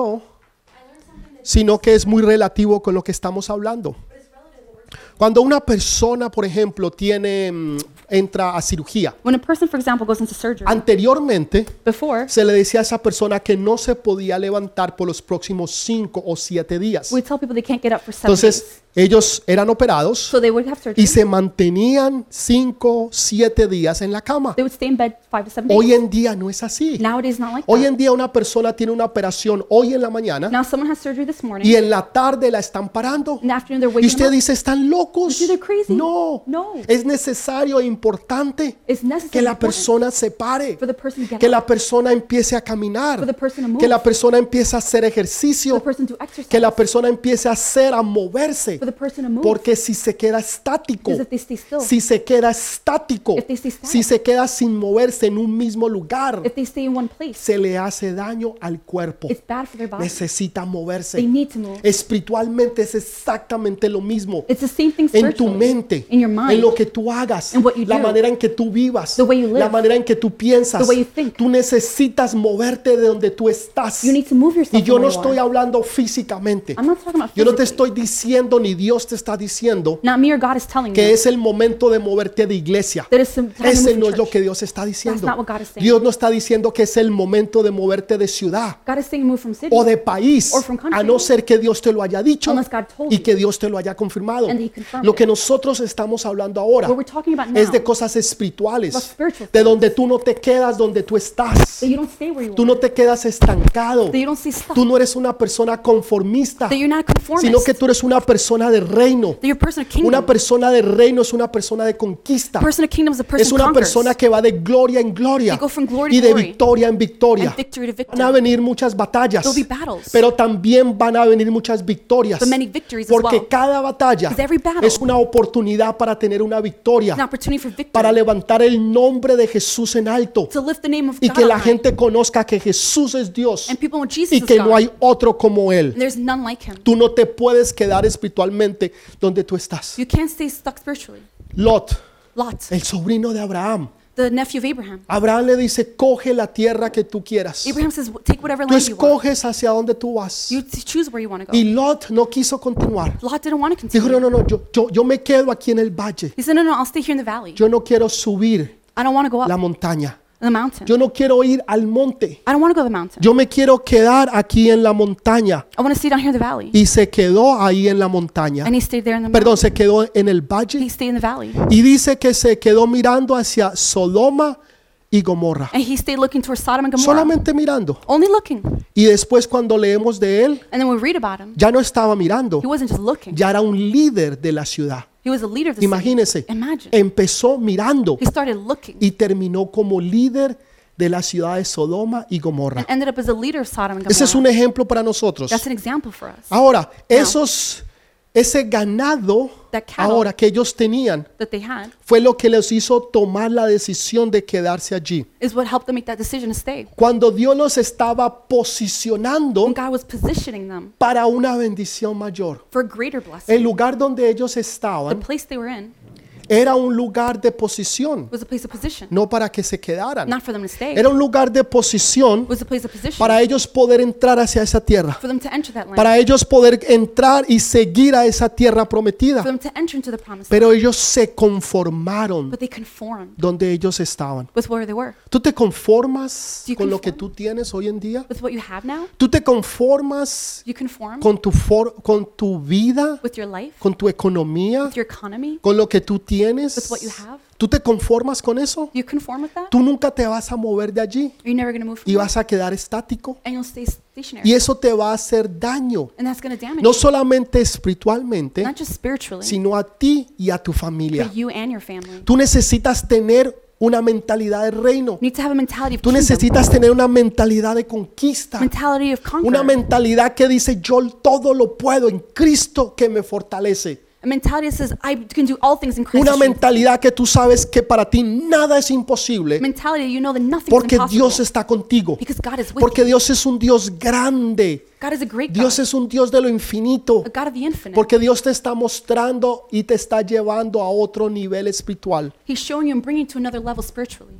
Speaker 3: I learned something that
Speaker 1: sino que es muy relativo con lo que estamos hablando.
Speaker 3: but it's relative to what we're talking about.
Speaker 1: Cuando una persona, por ejemplo, tiene, mm, entra a cirugía,
Speaker 2: When a person, for example, goes into surgery,
Speaker 1: anteriormente
Speaker 2: before
Speaker 1: se le decía a esa persona que no se podía levantar por los próximos cinco o siete días.
Speaker 2: we tell people they can't get up for seven days.
Speaker 1: Entonces, ellos eran operados
Speaker 2: So they would have surgery.
Speaker 1: y se mantenían cinco, siete días en la cama.
Speaker 2: They would stay in bed five to seven days.
Speaker 1: Hoy en día no es así.
Speaker 2: Nowadays, not like
Speaker 1: Hoy
Speaker 2: that.
Speaker 1: en día una persona tiene una operación hoy en la mañana
Speaker 2: Now someone has surgery this morning.
Speaker 1: y en la tarde la están parando.
Speaker 2: In the afternoon, they're
Speaker 1: Y
Speaker 2: waking them
Speaker 1: usted
Speaker 2: up.
Speaker 1: dice, ¿están locos?
Speaker 2: You think they're crazy?
Speaker 1: No,
Speaker 2: No.
Speaker 1: es necesario e importante
Speaker 2: It's necessary
Speaker 1: que la
Speaker 2: important
Speaker 1: persona se pare,
Speaker 2: for the person to get
Speaker 1: que
Speaker 2: up,
Speaker 1: la persona empiece a
Speaker 2: for
Speaker 1: caminar,
Speaker 2: the person to move,
Speaker 1: que la persona empiece a hacer
Speaker 2: for the
Speaker 1: ejercicio,
Speaker 2: person to exercise,
Speaker 1: que la persona empiece a hacer, a moverse.
Speaker 2: for the person to move.
Speaker 1: Porque si se queda estático,
Speaker 2: because if they stay still,
Speaker 1: si se queda estático,
Speaker 2: If they stay static.
Speaker 1: si se queda sin moverse en un mismo lugar,
Speaker 2: if they stay in one place,
Speaker 1: se le hace daño al cuerpo.
Speaker 2: it's bad for their body.
Speaker 1: Necesita
Speaker 2: They
Speaker 1: moverse.
Speaker 2: need to move.
Speaker 1: Espiritualmente es exactamente lo mismo.
Speaker 2: It's the same thing
Speaker 1: En tu
Speaker 2: spiritually.
Speaker 1: mente,
Speaker 2: in your mind,
Speaker 1: en lo que tú hagas,
Speaker 2: in what you
Speaker 1: la
Speaker 2: do,
Speaker 1: manera en que tú vivas,
Speaker 2: the way you
Speaker 1: la
Speaker 2: live,
Speaker 1: manera en que tú piensas,
Speaker 2: the way you think.
Speaker 1: tú necesitas moverte de donde tú estás.
Speaker 2: you need to move yourself.
Speaker 1: Y yo
Speaker 2: from
Speaker 1: no
Speaker 2: where you
Speaker 1: estoy
Speaker 2: are.
Speaker 1: hablando físicamente.
Speaker 2: I'm not talking about
Speaker 1: Yo no te
Speaker 2: physically.
Speaker 1: estoy diciendo ni Dios te está diciendo
Speaker 2: Not me or God is telling
Speaker 1: que
Speaker 2: you.
Speaker 1: es el momento de moverte de iglesia.
Speaker 2: That is some time to
Speaker 1: Ese
Speaker 2: move
Speaker 1: no
Speaker 2: to
Speaker 1: es lo
Speaker 2: church.
Speaker 1: que Dios está diciendo.
Speaker 2: not what God is saying.
Speaker 1: Dios no está diciendo que es el momento de moverte de ciudad
Speaker 2: God is saying move from city.
Speaker 1: o de país,
Speaker 2: Or from country.
Speaker 1: a no ser que Dios te lo haya dicho
Speaker 2: Unless God told
Speaker 1: y
Speaker 2: you.
Speaker 1: que Dios te lo haya confirmado.
Speaker 2: And he confirmed
Speaker 1: Lo que
Speaker 2: it.
Speaker 1: nosotros estamos hablando ahora
Speaker 2: what we're talking about now,
Speaker 1: es de cosas
Speaker 2: about
Speaker 1: espirituales,
Speaker 2: spiritual
Speaker 1: de donde tú no te quedas donde tú estás,
Speaker 2: that you don't stay where you
Speaker 1: tú
Speaker 2: are,
Speaker 1: no te quedas estancado,
Speaker 2: that you don't stay stuck,
Speaker 1: tú no eres una persona conformista,
Speaker 2: that you're not a conformist,
Speaker 1: sino que tú eres una persona de reino.
Speaker 2: that you're a person of kingdom.
Speaker 1: Una persona de reino es una persona de conquista.
Speaker 2: person of kingdom is a person
Speaker 1: Es una
Speaker 2: conquers.
Speaker 1: persona que va de gloria en gloria
Speaker 2: They go from glory to
Speaker 1: y de
Speaker 2: glory.
Speaker 1: victoria en victoria.
Speaker 2: And victory to victory.
Speaker 1: Van a venir muchas batallas,
Speaker 2: There'll be battles.
Speaker 1: pero también van a venir muchas victorias.
Speaker 2: But many victories as
Speaker 1: Porque
Speaker 2: well.
Speaker 1: cada batalla
Speaker 2: Because every battle
Speaker 1: es una oportunidad para tener una
Speaker 2: It's an
Speaker 1: victoria,
Speaker 2: opportunity for victory.
Speaker 1: para levantar el nombre de Jesús en alto
Speaker 2: to lift the name of
Speaker 1: y
Speaker 2: God
Speaker 1: que
Speaker 2: on
Speaker 1: la
Speaker 2: high.
Speaker 1: gente conozca que Jesús es Dios
Speaker 2: and people know Jesus
Speaker 1: y
Speaker 2: is
Speaker 1: que
Speaker 2: God.
Speaker 1: no hay otro como Él.
Speaker 2: and there's none like him.
Speaker 1: Tú no te puedes quedar espiritualmente donde tú estás.
Speaker 2: You can't stay stuck spiritually.
Speaker 1: Lot,
Speaker 2: Lot,
Speaker 1: el sobrino de Abraham.
Speaker 2: the nephew of Abraham.
Speaker 1: Abraham le dice, coge la tierra que tú quieras.
Speaker 2: Abraham says, "Take whatever
Speaker 1: Tú
Speaker 2: land you want.
Speaker 1: escoges hacia dónde tú vas.
Speaker 2: You t- choose where you want to go."
Speaker 1: Y Lot no quiso continuar.
Speaker 2: Lot didn't want to
Speaker 1: Dijo,
Speaker 2: continue.
Speaker 1: no, no, no, yo, yo, yo me quedo aquí en el valle.
Speaker 2: He said, "No, no, I'll stay here in the valley.
Speaker 1: Yo no quiero subir
Speaker 2: I don't want to go up
Speaker 1: la montaña.
Speaker 2: in the mountain.
Speaker 1: Yo no quiero ir al monte.
Speaker 2: I don't want to go to the mountain.
Speaker 1: Yo me quiero quedar aquí en la montaña.
Speaker 2: I want to stay down here in the valley."
Speaker 1: Y se quedó ahí en la montaña.
Speaker 2: and he stayed there in the mountain.
Speaker 1: Perdón, se quedó en el
Speaker 2: He
Speaker 1: valle.
Speaker 2: stayed in the valley.
Speaker 1: Y dice que se quedó mirando hacia Sodoma y Gomorra.
Speaker 2: And he stayed looking towards Sodom and Gomorrah.
Speaker 1: Solamente mirando.
Speaker 2: Only looking.
Speaker 1: Y después cuando leemos de él,
Speaker 2: And then we read about him.
Speaker 1: ya no estaba mirando,
Speaker 2: He wasn't just looking.
Speaker 1: ya era un líder de la ciudad.
Speaker 2: He was a leader of the city.
Speaker 1: Imagínese,
Speaker 2: Imagine.
Speaker 1: empezó mirando
Speaker 2: He started looking
Speaker 1: y terminó como líder de la ciudad de Sodoma y Gomorra.
Speaker 2: and ended up as a leader of Sodom and
Speaker 1: Ese es Ah.
Speaker 2: Gomorrah.
Speaker 1: un ejemplo para nosotros.
Speaker 2: That's an example for us
Speaker 1: Ahora, esos, ese ganado
Speaker 2: That cattle.
Speaker 1: ahora que ellos tenían
Speaker 2: that they had
Speaker 1: fue lo que les hizo tomar la decisión de quedarse allí.
Speaker 2: is what helped them make that decision to stay.
Speaker 1: Cuando Dios los estaba posicionando
Speaker 2: When God was positioning them
Speaker 1: para una bendición mayor.
Speaker 2: for a greater blessing,
Speaker 1: El lugar donde ellos
Speaker 2: the
Speaker 1: estaban
Speaker 2: place they were in
Speaker 1: era un lugar de posición.
Speaker 2: was a place of position,
Speaker 1: no para que se quedaran.
Speaker 2: not for them to stay.
Speaker 1: Era un lugar de posición
Speaker 2: was a place of position
Speaker 1: para ellos poder entrar hacia esa tierra,
Speaker 2: for them to enter that land,
Speaker 1: para ellos poder entrar y seguir a esa tierra
Speaker 2: for
Speaker 1: prometida.
Speaker 2: them to enter into the promise.
Speaker 1: Pero ellos se conformaron
Speaker 2: but they conformed
Speaker 1: donde ellos estaban.
Speaker 2: with where they were,
Speaker 1: ¿Tú te conformas
Speaker 2: Do you
Speaker 1: con lo que tú
Speaker 2: conform?
Speaker 1: tienes hoy en día?
Speaker 2: with what you have now.
Speaker 1: ¿Tú te conformas
Speaker 2: You conform
Speaker 1: con tu, for- con tu vida,
Speaker 2: with your life,
Speaker 1: con tu economía,
Speaker 2: with your economy.
Speaker 1: con lo que tú tienes?
Speaker 2: With what you have?
Speaker 1: ¿Tú te conformas con eso?
Speaker 2: You conform with that.
Speaker 1: Tú nunca te vas a mover de allí
Speaker 2: You're never going to move from
Speaker 1: y
Speaker 2: that,
Speaker 1: vas a quedar estático.
Speaker 2: and you'll stay stationary.
Speaker 1: Y eso te va a hacer daño,
Speaker 2: and that's going to damage
Speaker 1: no
Speaker 2: you,
Speaker 1: solamente espiritualmente,
Speaker 2: not just spiritually,
Speaker 1: sino a ti y a tu familia.
Speaker 2: but you and your family.
Speaker 1: Tú necesitas tener una mentalidad de reino.
Speaker 2: You need to have a mentality of
Speaker 1: Tú
Speaker 2: kingdom,
Speaker 1: necesitas tener una mentalidad de conquista.
Speaker 2: mentality of conquer,
Speaker 1: Una mentalidad que dice, yo todo lo puedo en Cristo que me fortalece.
Speaker 2: a mentality that says I can do all things in Christ.
Speaker 1: Una
Speaker 2: who strengthens me."
Speaker 1: mentalidad que tú sabes que para ti nada es imposible
Speaker 2: mentality you know that nothing is
Speaker 1: porque
Speaker 2: impossible
Speaker 1: Dios está contigo.
Speaker 2: because God is with
Speaker 1: Porque
Speaker 2: you.
Speaker 1: Dios es un Dios grande.
Speaker 2: God is a great
Speaker 1: Dios
Speaker 2: God,
Speaker 1: es un Dios de lo infinito.
Speaker 2: a God of the infinite.
Speaker 1: Porque Dios te está mostrando y te está llevando a otro nivel espiritual.
Speaker 2: He's showing you and bringing you to another level spiritually.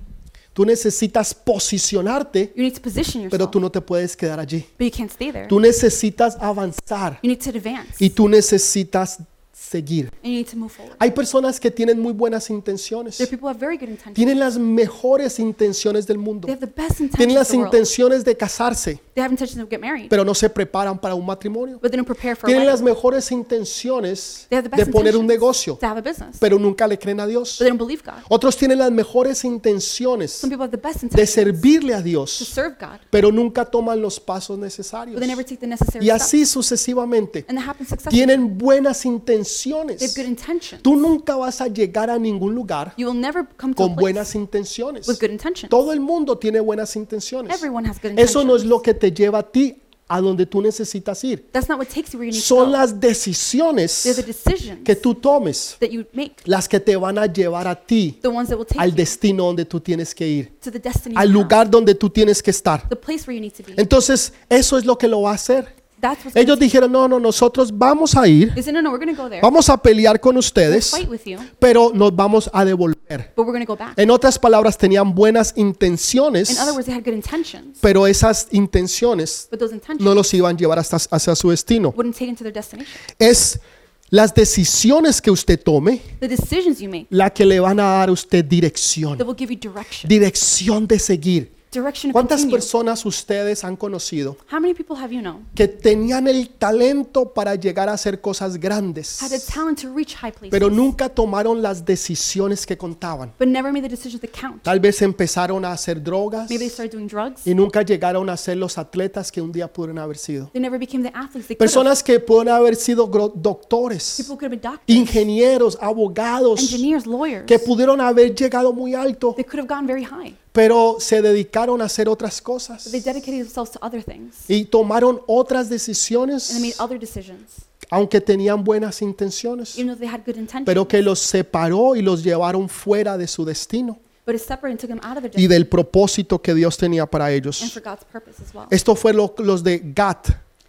Speaker 1: Tú necesitas posicionarte,
Speaker 2: You need to position
Speaker 1: pero
Speaker 2: yourself,
Speaker 1: tú no te puedes quedar allí.
Speaker 2: but you can't stay there.
Speaker 1: Tú necesitas avanzar
Speaker 2: You need to advance.
Speaker 1: y tú necesitas seguir.
Speaker 2: and you need to move forward.
Speaker 1: Hay personas que tienen muy buenas
Speaker 2: There are
Speaker 1: intenciones,
Speaker 2: people who have very good intentions.
Speaker 1: tienen las mejores intenciones del mundo,
Speaker 2: They have the best
Speaker 1: tienen
Speaker 2: intentions
Speaker 1: las
Speaker 2: in the world.
Speaker 1: intenciones de casarse,
Speaker 2: They have intentions to get married,
Speaker 1: pero no se preparan para un matrimonio.
Speaker 2: but they don't prepare for a
Speaker 1: Tienen las
Speaker 2: wedding.
Speaker 1: mejores intenciones
Speaker 2: They have the
Speaker 1: de
Speaker 2: best
Speaker 1: poner un negocio,
Speaker 2: intentions to have a business, but
Speaker 1: pero nunca le creen a Dios.
Speaker 2: they don't believe God.
Speaker 1: Otros tienen las mejores intenciones
Speaker 2: Some people have the best
Speaker 1: de
Speaker 2: intentions
Speaker 1: servirle a
Speaker 2: to
Speaker 1: Dios,
Speaker 2: serve God,
Speaker 1: pero nunca toman los pasos
Speaker 2: but
Speaker 1: necesarios.
Speaker 2: they never take the necessary
Speaker 1: Y
Speaker 2: steps.
Speaker 1: así sucesivamente.
Speaker 2: And that happens successfully.
Speaker 1: Tienen buenas
Speaker 2: They have
Speaker 1: intenciones.
Speaker 2: good intentions.
Speaker 1: Tú nunca vas a llegar a ningún lugar
Speaker 2: You will never come to a
Speaker 1: con
Speaker 2: place
Speaker 1: buenas intenciones.
Speaker 2: with good intentions.
Speaker 1: Todo el mundo tiene buenas intenciones.
Speaker 2: Everyone has good
Speaker 1: Eso no es
Speaker 2: intentions.
Speaker 1: lo que te lleva a ti a donde tú necesitas ir.
Speaker 2: That's not what takes you where you need to
Speaker 1: Son
Speaker 2: go.
Speaker 1: las
Speaker 2: They're the
Speaker 1: decisiones
Speaker 2: decisions
Speaker 1: que tú tomes
Speaker 2: that you make,
Speaker 1: las que te van a llevar a ti
Speaker 2: the ones that will
Speaker 1: al
Speaker 2: take you
Speaker 1: destino donde tú tienes que ir,
Speaker 2: to the destiny
Speaker 1: al
Speaker 2: you have,
Speaker 1: lugar donde tú tienes que estar.
Speaker 2: the place where you need to be.
Speaker 1: Entonces, eso es lo que lo va a hacer.
Speaker 2: That's what's
Speaker 1: Ellos dijeron, no, no, nosotros vamos a ir,
Speaker 2: They said, no, no, we're going to go there.
Speaker 1: vamos a pelear con
Speaker 2: We'll
Speaker 1: ustedes,
Speaker 2: fight with you,
Speaker 1: pero nos vamos a devolver.
Speaker 2: but we're going to go back.
Speaker 1: En otras palabras, tenían buenas
Speaker 2: In
Speaker 1: intenciones,
Speaker 2: other words, they had good intentions,
Speaker 1: pero esas intenciones
Speaker 2: but those
Speaker 1: no
Speaker 2: intentions
Speaker 1: los iban a llevar hasta, hacia su destino.
Speaker 2: wouldn't take them to their destination.
Speaker 1: Es las decisiones que usted tome
Speaker 2: The decisions you make
Speaker 1: la que le van a dar a usted dirección,
Speaker 2: that will give you direction,
Speaker 1: dirección de seguir.
Speaker 2: direction to
Speaker 1: ¿Cuántas
Speaker 2: continue.
Speaker 1: personas ustedes han conocido
Speaker 2: How many people have you known
Speaker 1: que tenían el talento para llegar a hacer cosas
Speaker 2: had the
Speaker 1: grandes,
Speaker 2: talent to reach high places,
Speaker 1: pero nunca tomaron las decisiones que contaban?
Speaker 2: but never made the decisions that count?
Speaker 1: Tal vez empezaron a hacer drogas
Speaker 2: Maybe they started doing drugs.
Speaker 1: y nunca llegaron a ser los atletas que un día pudieron haber sido.
Speaker 2: They never became the athletes they could have.
Speaker 1: Personas que pudieron haber sido gro- doctores,
Speaker 2: People could have been doctors,
Speaker 1: ingenieros, abogados,
Speaker 2: engineers, lawyers.
Speaker 1: que pudieron haber llegado muy alto,
Speaker 2: They could have gotten very high,
Speaker 1: pero se dedicaron a hacer otras cosas
Speaker 2: but they dedicated themselves to other things
Speaker 1: y tomaron otras
Speaker 2: and they made
Speaker 1: decisiones,
Speaker 2: other decisions,
Speaker 1: aunque tenían buenas intenciones,
Speaker 2: even though they had good intentions.
Speaker 1: pero que los separó y los llevaron fuera de su destino
Speaker 2: but it separated and took them out of their
Speaker 1: y
Speaker 2: destiny
Speaker 1: del propósito que Dios tenía para
Speaker 2: and
Speaker 1: ellos.
Speaker 2: for God's purpose as well.
Speaker 1: Esto fue lo- los de Gat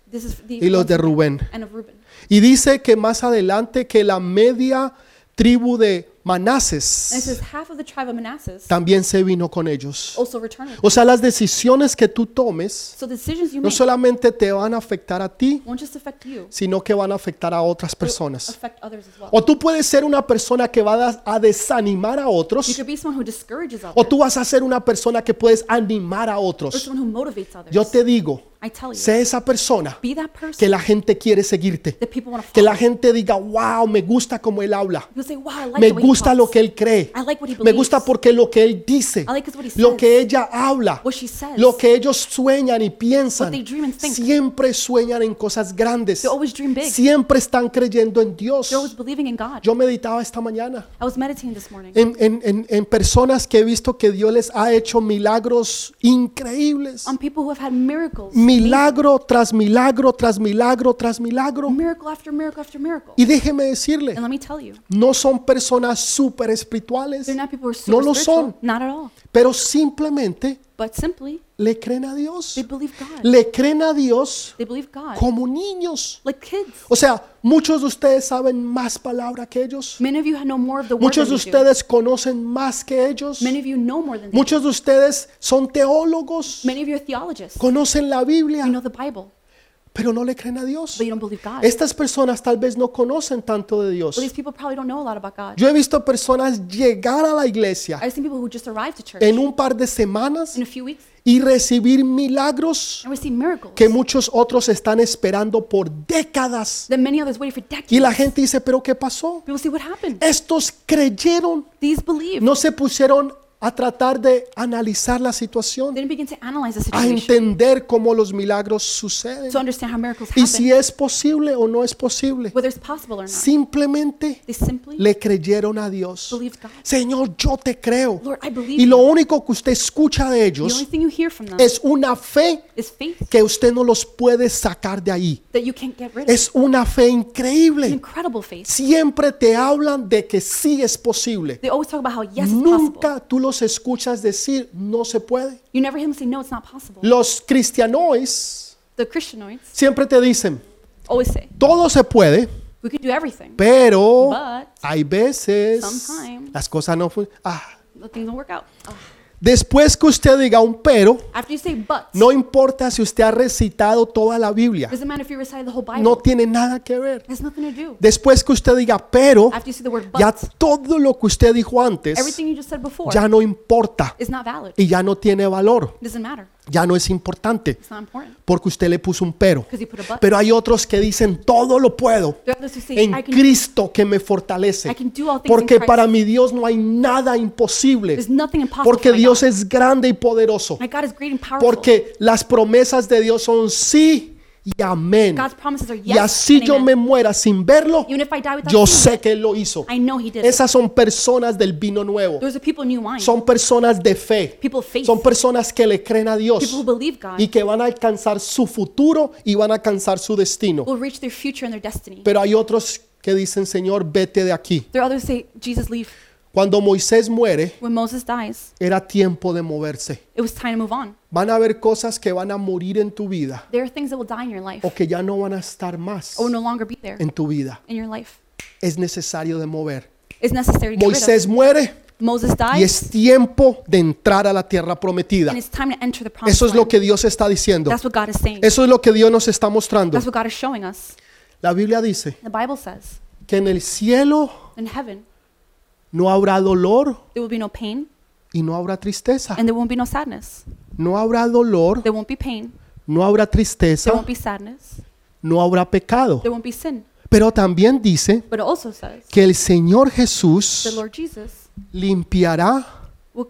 Speaker 2: This is the
Speaker 1: y los de Rubén.
Speaker 2: and of Reuben.
Speaker 1: Y dice que más adelante que la media tribu de
Speaker 2: And it says
Speaker 1: Manases
Speaker 2: half of the tribe of Manassas
Speaker 1: también se vino con ellos.
Speaker 2: also returned. with them.
Speaker 1: O sea, las decisiones que tú tomes
Speaker 2: So the decisions you
Speaker 1: no
Speaker 2: make
Speaker 1: solamente te van a afectar a ti,
Speaker 2: won't just affect you,
Speaker 1: sino que van a afectar a otras
Speaker 2: but
Speaker 1: personas.
Speaker 2: affect others as well.
Speaker 1: O tú puedes ser una persona que va a des- a desanimar a
Speaker 2: You
Speaker 1: otros,
Speaker 2: could be someone who discourages others,
Speaker 1: o tú vas a ser una persona que puedes animar a
Speaker 2: or
Speaker 1: otros.
Speaker 2: someone who motivates others.
Speaker 1: Yo te digo,
Speaker 2: I tell you,
Speaker 1: sé esa persona
Speaker 2: be that
Speaker 1: que
Speaker 2: person
Speaker 1: la gente quiere seguirte,
Speaker 2: that people want to
Speaker 1: que
Speaker 2: follow.
Speaker 1: la gente diga, wow, me gusta como él habla,
Speaker 2: People say, wow, I like
Speaker 1: me
Speaker 2: the way he
Speaker 1: gusta lo
Speaker 2: talks.
Speaker 1: que él cree,
Speaker 2: I like what he
Speaker 1: me
Speaker 2: believes.
Speaker 1: gusta porque lo que él dice,
Speaker 2: I like what he
Speaker 1: lo
Speaker 2: says.
Speaker 1: que ella habla,
Speaker 2: what she says.
Speaker 1: lo que ellos sueñan y piensan,
Speaker 2: they dream and think.
Speaker 1: siempre sueñan en cosas grandes,
Speaker 2: They always dream big.
Speaker 1: siempre están creyendo en Dios.
Speaker 2: They're always believing in God.
Speaker 1: Yo meditaba esta mañana.
Speaker 2: I was meditating this morning
Speaker 1: en, en- en- en personas que he visto que Dios les ha hecho milagros increíbles.
Speaker 2: on people who have had miracles,
Speaker 1: Milagro tras milagro, tras milagro, tras milagro.
Speaker 2: miracle after miracle after miracle.
Speaker 1: Y déjeme decirle,
Speaker 2: And let me tell you,
Speaker 1: no son personas súper espirituales,
Speaker 2: they're not people who are super
Speaker 1: No lo
Speaker 2: spiritual,
Speaker 1: son.
Speaker 2: not at all,
Speaker 1: pero simplemente
Speaker 2: but simply
Speaker 1: le creen a Dios.
Speaker 2: they believe God.
Speaker 1: Le creen a Dios
Speaker 2: They believe God,
Speaker 1: como niños.
Speaker 2: like kids.
Speaker 1: O sea, muchos de ustedes saben más palabra que ellos.
Speaker 2: Many of you know more of the word
Speaker 1: Muchos de
Speaker 2: than we do.
Speaker 1: ustedes conocen más que ellos.
Speaker 2: Many of you know more than they
Speaker 1: Muchos de ustedes son teólogos,
Speaker 2: do. Many of you are theologists.
Speaker 1: conocen la Biblia.
Speaker 2: You know the Bible,
Speaker 1: pero no le creen a Dios.
Speaker 2: but you don't believe God.
Speaker 1: Estas personas tal vez no conocen tanto de Dios.
Speaker 2: Well, these people probably don't know a lot about God.
Speaker 1: Yo he visto personas llegar a la iglesia
Speaker 2: I've seen people who just arrived to church
Speaker 1: en un par de semanas
Speaker 2: in a few weeks
Speaker 1: y recibir milagros
Speaker 2: and we see miracles
Speaker 1: que muchos otros están esperando por décadas.
Speaker 2: that many others waited for
Speaker 1: Y la
Speaker 2: decades.
Speaker 1: gente dice, pero ¿qué pasó?
Speaker 2: People see what happened.
Speaker 1: Estos creyeron,
Speaker 2: These believe.
Speaker 1: no se pusieron a tratar de analizar la situación,
Speaker 2: They didn't begin to analyze the
Speaker 1: a
Speaker 2: situation.
Speaker 1: entender cómo los milagros suceden
Speaker 2: to understand how miracles
Speaker 1: y
Speaker 2: happen,
Speaker 1: si es posible o no es posible.
Speaker 2: whether it's possible or not.
Speaker 1: Simplemente
Speaker 2: they simply
Speaker 1: le creyeron a Dios.
Speaker 2: believed God.
Speaker 1: Señor, yo te creo.
Speaker 2: Lord, I believe
Speaker 1: Y lo
Speaker 2: you.
Speaker 1: único que usted escucha de
Speaker 2: The only
Speaker 1: ellos
Speaker 2: thing you hear from them
Speaker 1: es una fe
Speaker 2: is faith
Speaker 1: que usted no los puede sacar de ahí.
Speaker 2: that you can't get rid of.
Speaker 1: Es una fe
Speaker 2: It's
Speaker 1: increíble.
Speaker 2: incredible faith.
Speaker 1: Siempre te hablan de que sí es posible.
Speaker 2: They always talk about how yes, it's possible.
Speaker 1: Nunca tú los escuchas decir no se puede.
Speaker 2: You never hear them say no, it's not possible.
Speaker 1: Los cristianois
Speaker 2: The Christianoids
Speaker 1: siempre te dicen
Speaker 2: always say
Speaker 1: todo se puede,
Speaker 2: we could do everything,
Speaker 1: pero
Speaker 2: but
Speaker 1: hay veces
Speaker 2: Sometimes.
Speaker 1: las cosas no funcionan.
Speaker 2: the things don't work out. Ah,
Speaker 1: Después que usted diga un pero,
Speaker 2: After you say but,
Speaker 1: no importa si usted ha recitado toda la Biblia,
Speaker 2: doesn't matter if you recited the whole Bible.
Speaker 1: no tiene nada que ver.
Speaker 2: It has nothing to do.
Speaker 1: Después que usted diga pero,
Speaker 2: After you say the word
Speaker 1: ya
Speaker 2: but,
Speaker 1: todo lo que usted dijo antes
Speaker 2: everything you just said before
Speaker 1: ya no importa
Speaker 2: is not valid. It
Speaker 1: y ya no tiene valor,
Speaker 2: doesn't matter.
Speaker 1: ya no es importante
Speaker 2: It's not important
Speaker 1: porque usted le puso un pero.
Speaker 2: because you put a but.
Speaker 1: Pero hay otros que dicen todo lo puedo
Speaker 2: there are others who say
Speaker 1: en
Speaker 2: I can. do
Speaker 1: Cristo que me fortalece.
Speaker 2: I can do all things in
Speaker 1: Porque
Speaker 2: Christ.
Speaker 1: para mi Dios no hay nada imposible.
Speaker 2: There's nothing impossible.
Speaker 1: Porque
Speaker 2: for my
Speaker 1: Dios
Speaker 2: God.
Speaker 1: es grande y poderoso.
Speaker 2: My God is great and powerful.
Speaker 1: Porque las promesas de Dios son sí y amén.
Speaker 2: God's promises are yes
Speaker 1: Y así
Speaker 2: and
Speaker 1: yo me
Speaker 2: amen.
Speaker 1: muera sin verlo,
Speaker 2: Even if I die without
Speaker 1: yo
Speaker 2: seeing
Speaker 1: sé que Él lo hizo.
Speaker 2: it, I know He did. it.
Speaker 1: Esas son personas del vino nuevo.
Speaker 2: Those are people new wine.
Speaker 1: Son personas de fe.
Speaker 2: people of faith.
Speaker 1: Son personas que le creen a
Speaker 2: people who
Speaker 1: Dios
Speaker 2: believe God
Speaker 1: y que van a alcanzar su futuro y van a alcanzar su destino.
Speaker 2: will reach their future and their destiny.
Speaker 1: Pero hay otros que dicen, Señor, vete de aquí.
Speaker 2: there are others who say Jesus leave.
Speaker 1: Cuando Moisés muere,
Speaker 2: When Moses dies,
Speaker 1: era tiempo de moverse.
Speaker 2: it was time to move on.
Speaker 1: Van a haber cosas que van a morir en tu vida
Speaker 2: There are things that will die in your life
Speaker 1: o que ya no van a estar más
Speaker 2: or will no longer be there
Speaker 1: en tu vida.
Speaker 2: in your life.
Speaker 1: Es necesario de mover.
Speaker 2: It's necessary to get rid of.
Speaker 1: Moisés muere
Speaker 2: Moses
Speaker 1: y
Speaker 2: dies,
Speaker 1: es tiempo de entrar a la tierra prometida.
Speaker 2: and it's time to enter the promised
Speaker 1: Eso es lo
Speaker 2: land.
Speaker 1: que Dios está diciendo.
Speaker 2: That's what God is saying.
Speaker 1: Eso es lo que Dios nos está mostrando.
Speaker 2: That's what God is showing us.
Speaker 1: La Biblia dice
Speaker 2: The Bible says,
Speaker 1: que en el cielo
Speaker 2: in heaven,
Speaker 1: no habrá dolor
Speaker 2: there will be no pain
Speaker 1: y no habrá tristeza.
Speaker 2: and there won't be no sadness.
Speaker 1: No habrá dolor,
Speaker 2: There won't be pain.
Speaker 1: no habrá
Speaker 2: There
Speaker 1: tristeza,
Speaker 2: won't be sadness.
Speaker 1: no habrá pecado.
Speaker 2: There won't be sin.
Speaker 1: Pero también dice
Speaker 2: But it also says
Speaker 1: que el Señor
Speaker 2: the
Speaker 1: Jesús
Speaker 2: Lord Jesus
Speaker 1: limpiará
Speaker 2: will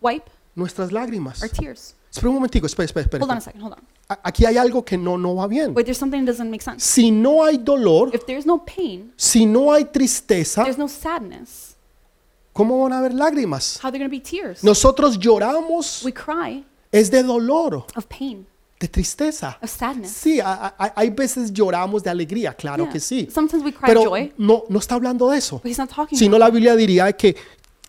Speaker 2: wipe
Speaker 1: nuestras lágrimas.
Speaker 2: our tears.
Speaker 1: Espera un momentico, espera, espera, espera.
Speaker 2: Hold on a
Speaker 1: espera.
Speaker 2: second, hold on.
Speaker 1: A- Aquí hay algo que no, no va bien.
Speaker 2: Wait, there's something that doesn't make sense.
Speaker 1: Si no hay dolor,
Speaker 2: If there's no pain,
Speaker 1: si no hay tristeza,
Speaker 2: there's no sadness,
Speaker 1: ¿cómo van a haber lágrimas?
Speaker 2: how are there going to be tears?
Speaker 1: Nosotros lloramos,
Speaker 2: We cry
Speaker 1: es de dolor,
Speaker 2: of pain,
Speaker 1: de tristeza.
Speaker 2: of sadness.
Speaker 1: Sí, a- a- hay veces lloramos de alegría, claro
Speaker 2: Yeah.
Speaker 1: que sí.
Speaker 2: Sometimes we cry of
Speaker 1: Pero
Speaker 2: joy,
Speaker 1: no, no está hablando de eso.
Speaker 2: but he's not talking
Speaker 1: Si
Speaker 2: about
Speaker 1: no, la Biblia diría que,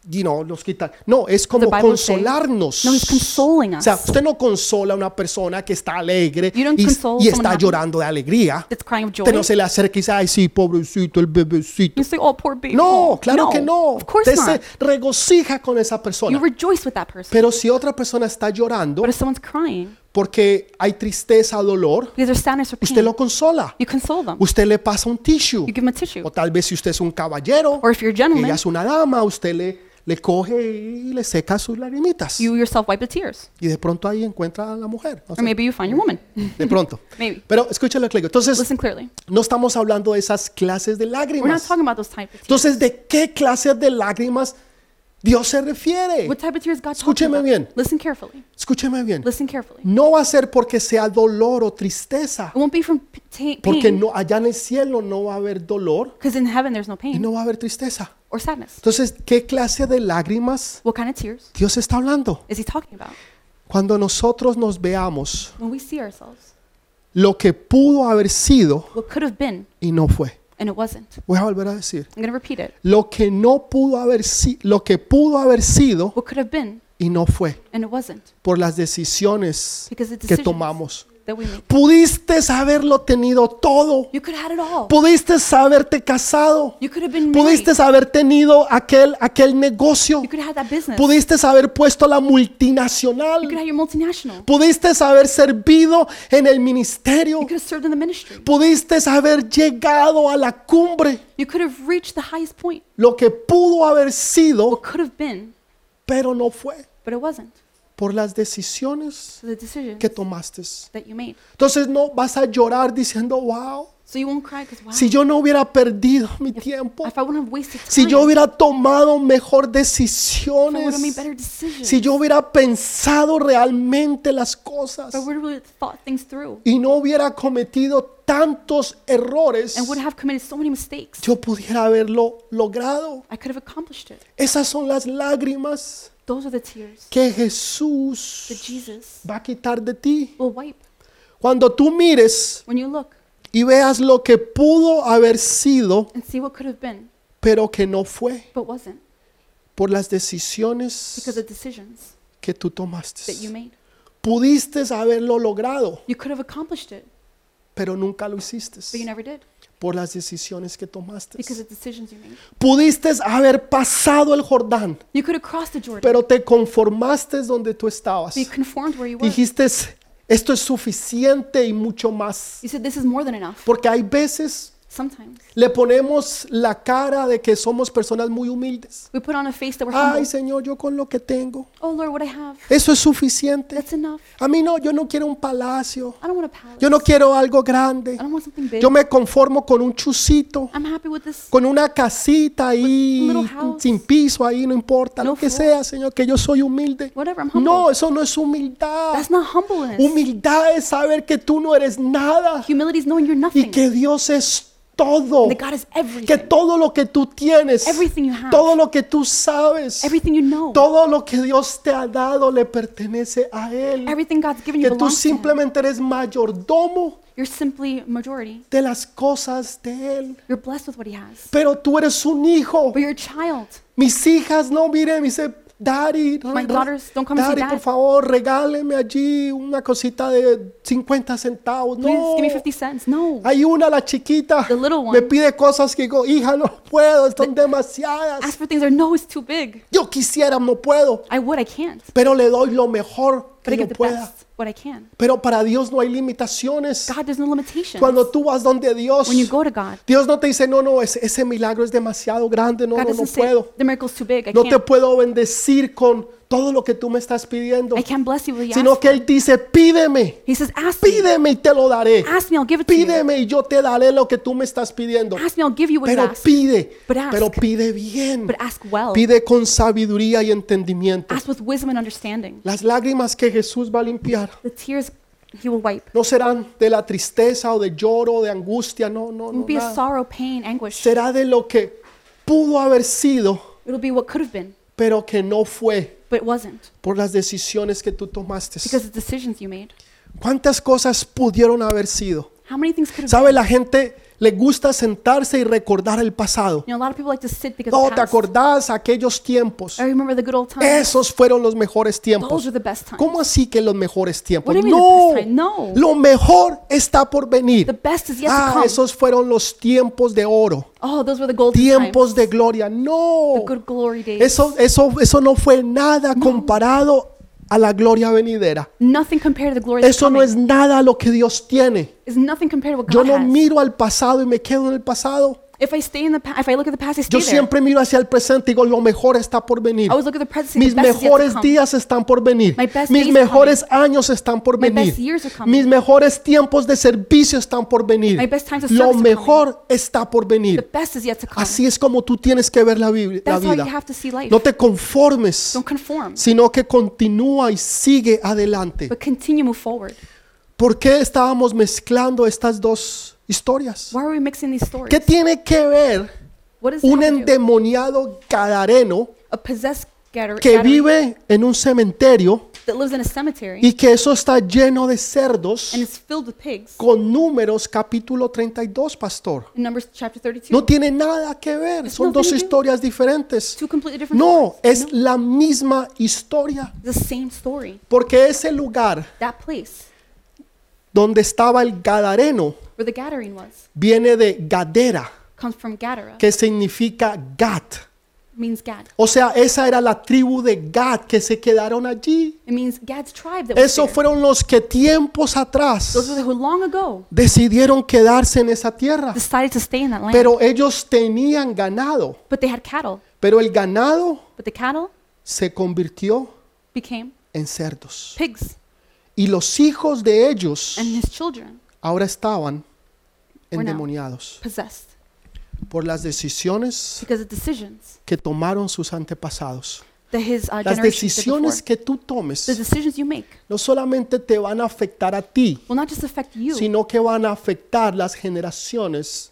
Speaker 1: you know, nos quita. No, es como
Speaker 2: The Bible says-
Speaker 1: consolarnos.
Speaker 2: No, it's consoling us.
Speaker 1: O sea, usted no consola a una persona que está alegre
Speaker 2: You don't
Speaker 1: y,
Speaker 2: console
Speaker 1: y
Speaker 2: someone
Speaker 1: está
Speaker 2: happy.
Speaker 1: llorando de alegría.
Speaker 2: It's crying of joy.
Speaker 1: Usted no se le acerca y dice, ay, sí, pobrecito, el bebecito.
Speaker 2: You say, oh, poor baby.
Speaker 1: No,
Speaker 2: Oh,
Speaker 1: claro que no.
Speaker 2: Of course
Speaker 1: Usted
Speaker 2: not.
Speaker 1: se regocija con esa
Speaker 2: You
Speaker 1: persona.
Speaker 2: rejoice with that person.
Speaker 1: Pero si otra persona está llorando
Speaker 2: but if someone's crying,
Speaker 1: porque hay tristeza, dolor,
Speaker 2: because there's sadness or pain,
Speaker 1: usted lo consola.
Speaker 2: you console them.
Speaker 1: Usted le pasa un tissue.
Speaker 2: You give them a tissue.
Speaker 1: O tal vez si usted es un caballero,
Speaker 2: Or if you're a
Speaker 1: y ella
Speaker 2: gentleman,
Speaker 1: es una dama, usted le, le coge y le seca sus lagrimitas.
Speaker 2: you yourself wipe the tears.
Speaker 1: Y de pronto ahí encuentra a la mujer. no
Speaker 2: Or
Speaker 1: sé,
Speaker 2: maybe you find your woman.
Speaker 1: de pronto.
Speaker 2: Maybe. Pues-
Speaker 1: Pero escúchale lo que le digo. Entonces,
Speaker 2: Listen clearly.
Speaker 1: no estamos hablando de esas clases de
Speaker 2: We're not
Speaker 1: lágrimas.
Speaker 2: talking about those type of tears.
Speaker 1: Entonces, ¿de qué clases de lágrimas Dios se refiere?
Speaker 2: What Pues- type of tears is God talking
Speaker 1: Escúcheme
Speaker 2: about?
Speaker 1: bien.
Speaker 2: Listen carefully.
Speaker 1: Escúcheme bien.
Speaker 2: Listen carefully.
Speaker 1: No va a ser porque sea dolor o tristeza,
Speaker 2: It won't be from p- ta-
Speaker 1: porque
Speaker 2: pain,
Speaker 1: no, allá en el cielo no va a haber dolor
Speaker 2: because in heaven there's no
Speaker 1: y
Speaker 2: pain
Speaker 1: no va a haber tristeza.
Speaker 2: or sadness.
Speaker 1: Entonces, ¿qué clase de lágrimas
Speaker 2: What kind of tears
Speaker 1: Dios está hablando?
Speaker 2: is he talking about?
Speaker 1: Cuando nosotros nos veamos
Speaker 2: When we see ourselves,
Speaker 1: lo que pudo haber sido
Speaker 2: what could have been
Speaker 1: y no fue.
Speaker 2: and it wasn't.
Speaker 1: Voy a volver a decir,
Speaker 2: I'm going to repeat it.
Speaker 1: lo que no pudo haber si- lo que pudo haber sido
Speaker 2: What could have been
Speaker 1: y no fue
Speaker 2: and it wasn't
Speaker 1: por las decisiones
Speaker 2: because the
Speaker 1: que
Speaker 2: decisions
Speaker 1: tomamos.
Speaker 2: that we make.
Speaker 1: Pudiste haberlo tenido todo.
Speaker 2: You could have had it all.
Speaker 1: Pudiste haberte casado.
Speaker 2: You could have been married.
Speaker 1: Pudiste haber tenido aquel aquel negocio.
Speaker 2: You could have had that business. You
Speaker 1: Pudiste haber puesto la
Speaker 2: could
Speaker 1: multinacional.
Speaker 2: have your multinational.
Speaker 1: Pudiste haber servido en el ministerio.
Speaker 2: You could have served in the ministry.
Speaker 1: Pudiste haber llegado a la cumbre,
Speaker 2: You could have reached the highest point.
Speaker 1: lo que pudo haber sido,
Speaker 2: What could have been,
Speaker 1: pero no fue
Speaker 2: but it wasn't.
Speaker 1: por las decisiones
Speaker 2: So the decision
Speaker 1: que tomaste.
Speaker 2: that you made.
Speaker 1: Entonces no vas a llorar diciendo, wow,
Speaker 2: So you won't cry because wow.
Speaker 1: si yo no hubiera perdido mi tiempo,
Speaker 2: if I wouldn't have wasted time,
Speaker 1: si yo hubiera tomado mejor
Speaker 2: if I would have made
Speaker 1: decisiones,
Speaker 2: better decisions,
Speaker 1: si yo hubiera pensado realmente las cosas
Speaker 2: if I would have thought things through
Speaker 1: y no hubiera cometido tantos errores,
Speaker 2: and would have committed so many mistakes,
Speaker 1: yo pudiera haberlo logrado.
Speaker 2: I could have accomplished it.
Speaker 1: Esas son las lágrimas
Speaker 2: Those are the tears
Speaker 1: que
Speaker 2: that
Speaker 1: Jesús
Speaker 2: Jesus
Speaker 1: va a quitar de ti.
Speaker 2: will wipe
Speaker 1: Cuando tú mires
Speaker 2: when you look
Speaker 1: y veas lo que pudo haber sido,
Speaker 2: and see what could have been,
Speaker 1: pero que no fue
Speaker 2: but wasn't
Speaker 1: por las
Speaker 2: because
Speaker 1: decisiones
Speaker 2: of decisions
Speaker 1: que tú
Speaker 2: that you
Speaker 1: tomaste.
Speaker 2: made.
Speaker 1: Pudiste haberlo logrado,
Speaker 2: You could have accomplished it,
Speaker 1: pero nunca lo hiciste.
Speaker 2: but you never did.
Speaker 1: por las decisiones que tomaste.
Speaker 2: because of decisions you made.
Speaker 1: Pudiste haber pasado el Jordán,
Speaker 2: You could have crossed the Jordan,
Speaker 1: pero te conformaste donde tú estabas.
Speaker 2: but you conformed where you were.
Speaker 1: Dijiste, esto es suficiente y mucho más.
Speaker 2: You said, This is more than enough.
Speaker 1: Porque hay veces
Speaker 2: Sometimes
Speaker 1: le ponemos la cara de que somos personas muy humildes.
Speaker 2: we put on a face that we're humble.
Speaker 1: Ay, Señor, yo con lo que tengo.
Speaker 2: Oh, Lord, what I have,
Speaker 1: Eso es suficiente.
Speaker 2: that's enough.
Speaker 1: A mí no, yo no quiero un palacio.
Speaker 2: I don't want a palace.
Speaker 1: Yo no quiero algo grande.
Speaker 2: I don't want something big.
Speaker 1: Yo me conformo con un chucito,
Speaker 2: I'm happy with this.
Speaker 1: con una casita ahí,
Speaker 2: Little house.
Speaker 1: sin piso ahí, no importa,
Speaker 2: No
Speaker 1: lo que
Speaker 2: floor.
Speaker 1: sea, Señor, que yo soy humilde.
Speaker 2: Whatever, I'm humble.
Speaker 1: No, eso no es humildad.
Speaker 2: That's not humbleness.
Speaker 1: Humildad es saber que tú no eres nada
Speaker 2: Humility is knowing you're
Speaker 1: y
Speaker 2: nothing.
Speaker 1: que Dios es todo.
Speaker 2: that God is
Speaker 1: Que
Speaker 2: everything.
Speaker 1: todo lo que tú tienes,
Speaker 2: Everything you have.
Speaker 1: todo lo que tú sabes,
Speaker 2: Everything you know.
Speaker 1: todo lo que Dios te ha dado le pertenece a Él.
Speaker 2: Everything God's given you
Speaker 1: Que tú
Speaker 2: belongs to Him.
Speaker 1: simplemente eres mayordomo
Speaker 2: You're simply majority.
Speaker 1: de las cosas de Él.
Speaker 2: You're blessed with what He has.
Speaker 1: Pero tú eres un hijo.
Speaker 2: But you're a child.
Speaker 1: Mis hijas no miren, me dice, Daddy, re-
Speaker 2: daughters don't come and say
Speaker 1: Daddy,
Speaker 2: dad."
Speaker 1: por favor, regáleme allí una cosita de 50 centavos.
Speaker 2: Please
Speaker 1: No,
Speaker 2: give me 50 cents. No.
Speaker 1: hay una, la chiquita,
Speaker 2: The little
Speaker 1: me
Speaker 2: one.
Speaker 1: pide cosas que digo, hija, no puedo, están demasiadas.
Speaker 2: Ask for things that are, no, it's too big.
Speaker 1: Yo quisiera, no puedo,
Speaker 2: I would, I can't.
Speaker 1: pero le doy lo mejor
Speaker 2: But I
Speaker 1: que yo
Speaker 2: get the
Speaker 1: pueda.
Speaker 2: best, what I can.
Speaker 1: Pero para Dios no hay limitaciones.
Speaker 2: God, there's no limitation. When
Speaker 1: Cuando tú vas donde Dios,
Speaker 2: you go to God,
Speaker 1: Dios no te dice, no, no, ese, ese milagro es demasiado grande, no,
Speaker 2: God
Speaker 1: no, no
Speaker 2: doesn't say
Speaker 1: puedo.
Speaker 2: the miracle's too big. I
Speaker 1: No te
Speaker 2: can't.
Speaker 1: puedo bendecir con todo lo que tú me estás pidiendo,
Speaker 2: I can't bless you with
Speaker 1: sino
Speaker 2: yes.
Speaker 1: que Él dice, pídeme,
Speaker 2: He says, ask me.
Speaker 1: pídeme y te lo daré.
Speaker 2: Ask me, I'll give it to you.
Speaker 1: Pídeme y yo te daré lo que tú me estás pidiendo.
Speaker 2: Ask me, I'll give you what you
Speaker 1: Pero
Speaker 2: ask.
Speaker 1: pide,
Speaker 2: But ask.
Speaker 1: pero pide bien.
Speaker 2: But ask well.
Speaker 1: Pide con sabiduría y entendimiento.
Speaker 2: Ask with wisdom and understanding.
Speaker 1: Las lágrimas que Jesús va a limpiar
Speaker 2: The tears He will wipe.
Speaker 1: no serán de la tristeza o de lloro o de angustia, no, no,
Speaker 2: It
Speaker 1: no.
Speaker 2: won't be a
Speaker 1: nada.
Speaker 2: sorrow, pain, anguish.
Speaker 1: Será de lo que pudo haber sido,
Speaker 2: It'll be what could have been,
Speaker 1: pero que no fue
Speaker 2: but it wasn't
Speaker 1: por las decisiones que tú tomaste.
Speaker 2: because of decisions you made.
Speaker 1: ¿Cuántas cosas pudieron haber sido?
Speaker 2: How many things could have been?
Speaker 1: ¿Sabe? La gente le gusta sentarse y recordar el pasado.
Speaker 2: You know, a lot of people like to sit because
Speaker 1: No
Speaker 2: of
Speaker 1: te
Speaker 2: past.
Speaker 1: acordás aquellos tiempos.
Speaker 2: I remember the good old times.
Speaker 1: Esos fueron los mejores
Speaker 2: Those
Speaker 1: tiempos.
Speaker 2: are the best times.
Speaker 1: ¿Cómo así que los mejores tiempos?
Speaker 2: What do you mean the
Speaker 1: No,
Speaker 2: best time? No.
Speaker 1: lo mejor está por
Speaker 2: The
Speaker 1: venir.
Speaker 2: best is yet to
Speaker 1: Ah,
Speaker 2: come.
Speaker 1: esos fueron los tiempos de oro,
Speaker 2: oh, those were the golden
Speaker 1: tiempos
Speaker 2: times.
Speaker 1: de gloria. No,
Speaker 2: The good glory days.
Speaker 1: eso, eso, eso no fue nada comparado a la gloria venidera.
Speaker 2: nothing compared to the glory that's
Speaker 1: Eso no
Speaker 2: coming.
Speaker 1: es nada lo que Dios tiene.
Speaker 2: is nothing compared to what
Speaker 1: Yo
Speaker 2: God
Speaker 1: no
Speaker 2: has.
Speaker 1: miro al pasado y me quedo en el pasado.
Speaker 2: if I stay in the past, if I look at the past, I stay
Speaker 1: Yo
Speaker 2: there.
Speaker 1: siempre miro hacia el presente y digo, lo mejor está por venir.
Speaker 2: I always look at the present. and
Speaker 1: Mis
Speaker 2: say, the best is yet to
Speaker 1: mejores
Speaker 2: come.
Speaker 1: días están por venir.
Speaker 2: My best
Speaker 1: Mis
Speaker 2: days are
Speaker 1: mejores años están por
Speaker 2: My
Speaker 1: venir.
Speaker 2: best years are coming.
Speaker 1: Mis mejores tiempos de servicio están por venir.
Speaker 2: My best times of
Speaker 1: Lo
Speaker 2: service are
Speaker 1: mejor está por
Speaker 2: The
Speaker 1: venir.
Speaker 2: best is yet to come.
Speaker 1: Así es como tú tienes que ver la, Biblia- la
Speaker 2: That's how you
Speaker 1: vida.
Speaker 2: have to see life.
Speaker 1: No te conformes,
Speaker 2: Don't conform,
Speaker 1: sino que continúa y sigue adelante.
Speaker 2: but continue move forward.
Speaker 1: ¿Por qué estábamos mezclando estas dos historias?
Speaker 2: Why are we mixing these stories?
Speaker 1: ¿Qué tiene que ver
Speaker 2: what is
Speaker 1: un endemoniado gadareno
Speaker 2: a possessed gathering
Speaker 1: que vive en un cementerio
Speaker 2: that lives in a cemetery
Speaker 1: y que eso está lleno de cerdos
Speaker 2: and is filled with pigs?
Speaker 1: con números capítulo 32, pastor.
Speaker 2: In Numbers chapter 32.
Speaker 1: No tiene nada que ver, son dos historias diferentes.
Speaker 2: Two completely different
Speaker 1: No,
Speaker 2: stories.
Speaker 1: es la misma historia,
Speaker 2: the same story.
Speaker 1: porque ese lugar
Speaker 2: That place
Speaker 1: donde estaba el gadareno
Speaker 2: where the gathering was
Speaker 1: viene de Gadera,
Speaker 2: comes from Gadara,
Speaker 1: que significa Gat.
Speaker 2: means Gad.
Speaker 1: O sea, esa era la tribu de Gad que se quedaron allí.
Speaker 2: It means Gad's tribe that was there.
Speaker 1: Esos fueron los que tiempos atrás
Speaker 2: Those were the who long ago
Speaker 1: decidieron quedarse en esa tierra.
Speaker 2: decided to stay in that land.
Speaker 1: Pero ellos tenían ganado.
Speaker 2: but they had cattle.
Speaker 1: Pero el ganado
Speaker 2: But the cattle
Speaker 1: se convirtió
Speaker 2: became
Speaker 1: en cerdos.
Speaker 2: pigs
Speaker 1: Y los hijos de ellos
Speaker 2: and his children
Speaker 1: ahora estaban endemoniados
Speaker 2: possessed
Speaker 1: por las decisiones
Speaker 2: because of decisions
Speaker 1: que tomaron sus antepasados.
Speaker 2: that his uh,
Speaker 1: Las
Speaker 2: generations did before.
Speaker 1: decisiones que tú
Speaker 2: The
Speaker 1: tomes
Speaker 2: decisions you make
Speaker 1: no solamente te van a afectar a ti,
Speaker 2: will not just affect you,
Speaker 1: sino que van a afectar las generaciones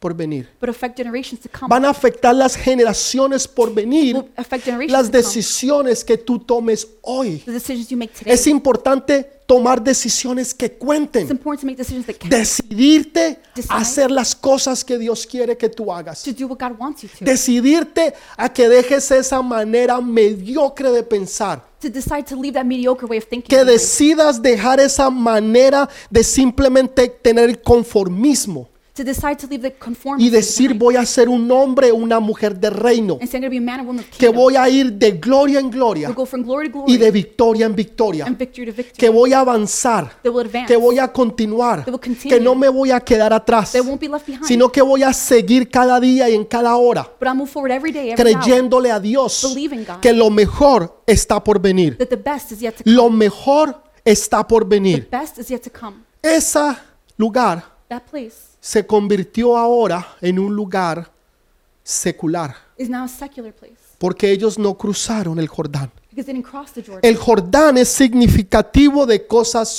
Speaker 1: por venir.
Speaker 2: but affect generations to come.
Speaker 1: Van a afectar las generaciones por venir
Speaker 2: will affect generations
Speaker 1: las
Speaker 2: to come.
Speaker 1: decisiones que tú tomes hoy.
Speaker 2: The decisions you make today.
Speaker 1: Es
Speaker 2: It's
Speaker 1: importante tomar decisiones que cuenten.
Speaker 2: important to make decisions that count.
Speaker 1: Decidirte a hacer las cosas que Dios quiere que tú hagas.
Speaker 2: to do what God wants you to.
Speaker 1: Decidirte a que dejes esa manera mediocre de pensar.
Speaker 2: to decide to leave that mediocre way of thinking.
Speaker 1: Que
Speaker 2: behind.
Speaker 1: decidas dejar esa manera de simplemente tener el conformismo.
Speaker 2: to decide to leave the conformity
Speaker 1: y decir
Speaker 2: behind
Speaker 1: voy a ser un hombre, una mujer de reino,
Speaker 2: and say I'm going to be a man and woman of
Speaker 1: que
Speaker 2: kingdom.
Speaker 1: voy a ir de gloria en
Speaker 2: will
Speaker 1: gloria
Speaker 2: go from glory to glory
Speaker 1: y de victoria en victoria,
Speaker 2: and victory to victory.
Speaker 1: que voy a avanzar,
Speaker 2: they will advance.
Speaker 1: que voy a continuar,
Speaker 2: They will continue.
Speaker 1: que no me voy a quedar atrás,
Speaker 2: they won't be left behind.
Speaker 1: sino que voy a seguir cada día y en cada hora,
Speaker 2: but I'll move forward every day, every hour,
Speaker 1: creyéndole a Dios
Speaker 2: believing God
Speaker 1: que lo mejor está por venir,
Speaker 2: that the best is yet to come.
Speaker 1: lo mejor está por
Speaker 2: The
Speaker 1: venir.
Speaker 2: best is yet to come.
Speaker 1: Ese lugar
Speaker 2: That place
Speaker 1: se convirtió ahora en un lugar secular,
Speaker 2: is now a secular place
Speaker 1: porque ellos no cruzaron el Jordán.
Speaker 2: because they didn't cross the Jordan.
Speaker 1: El Jordán es significativo de cosas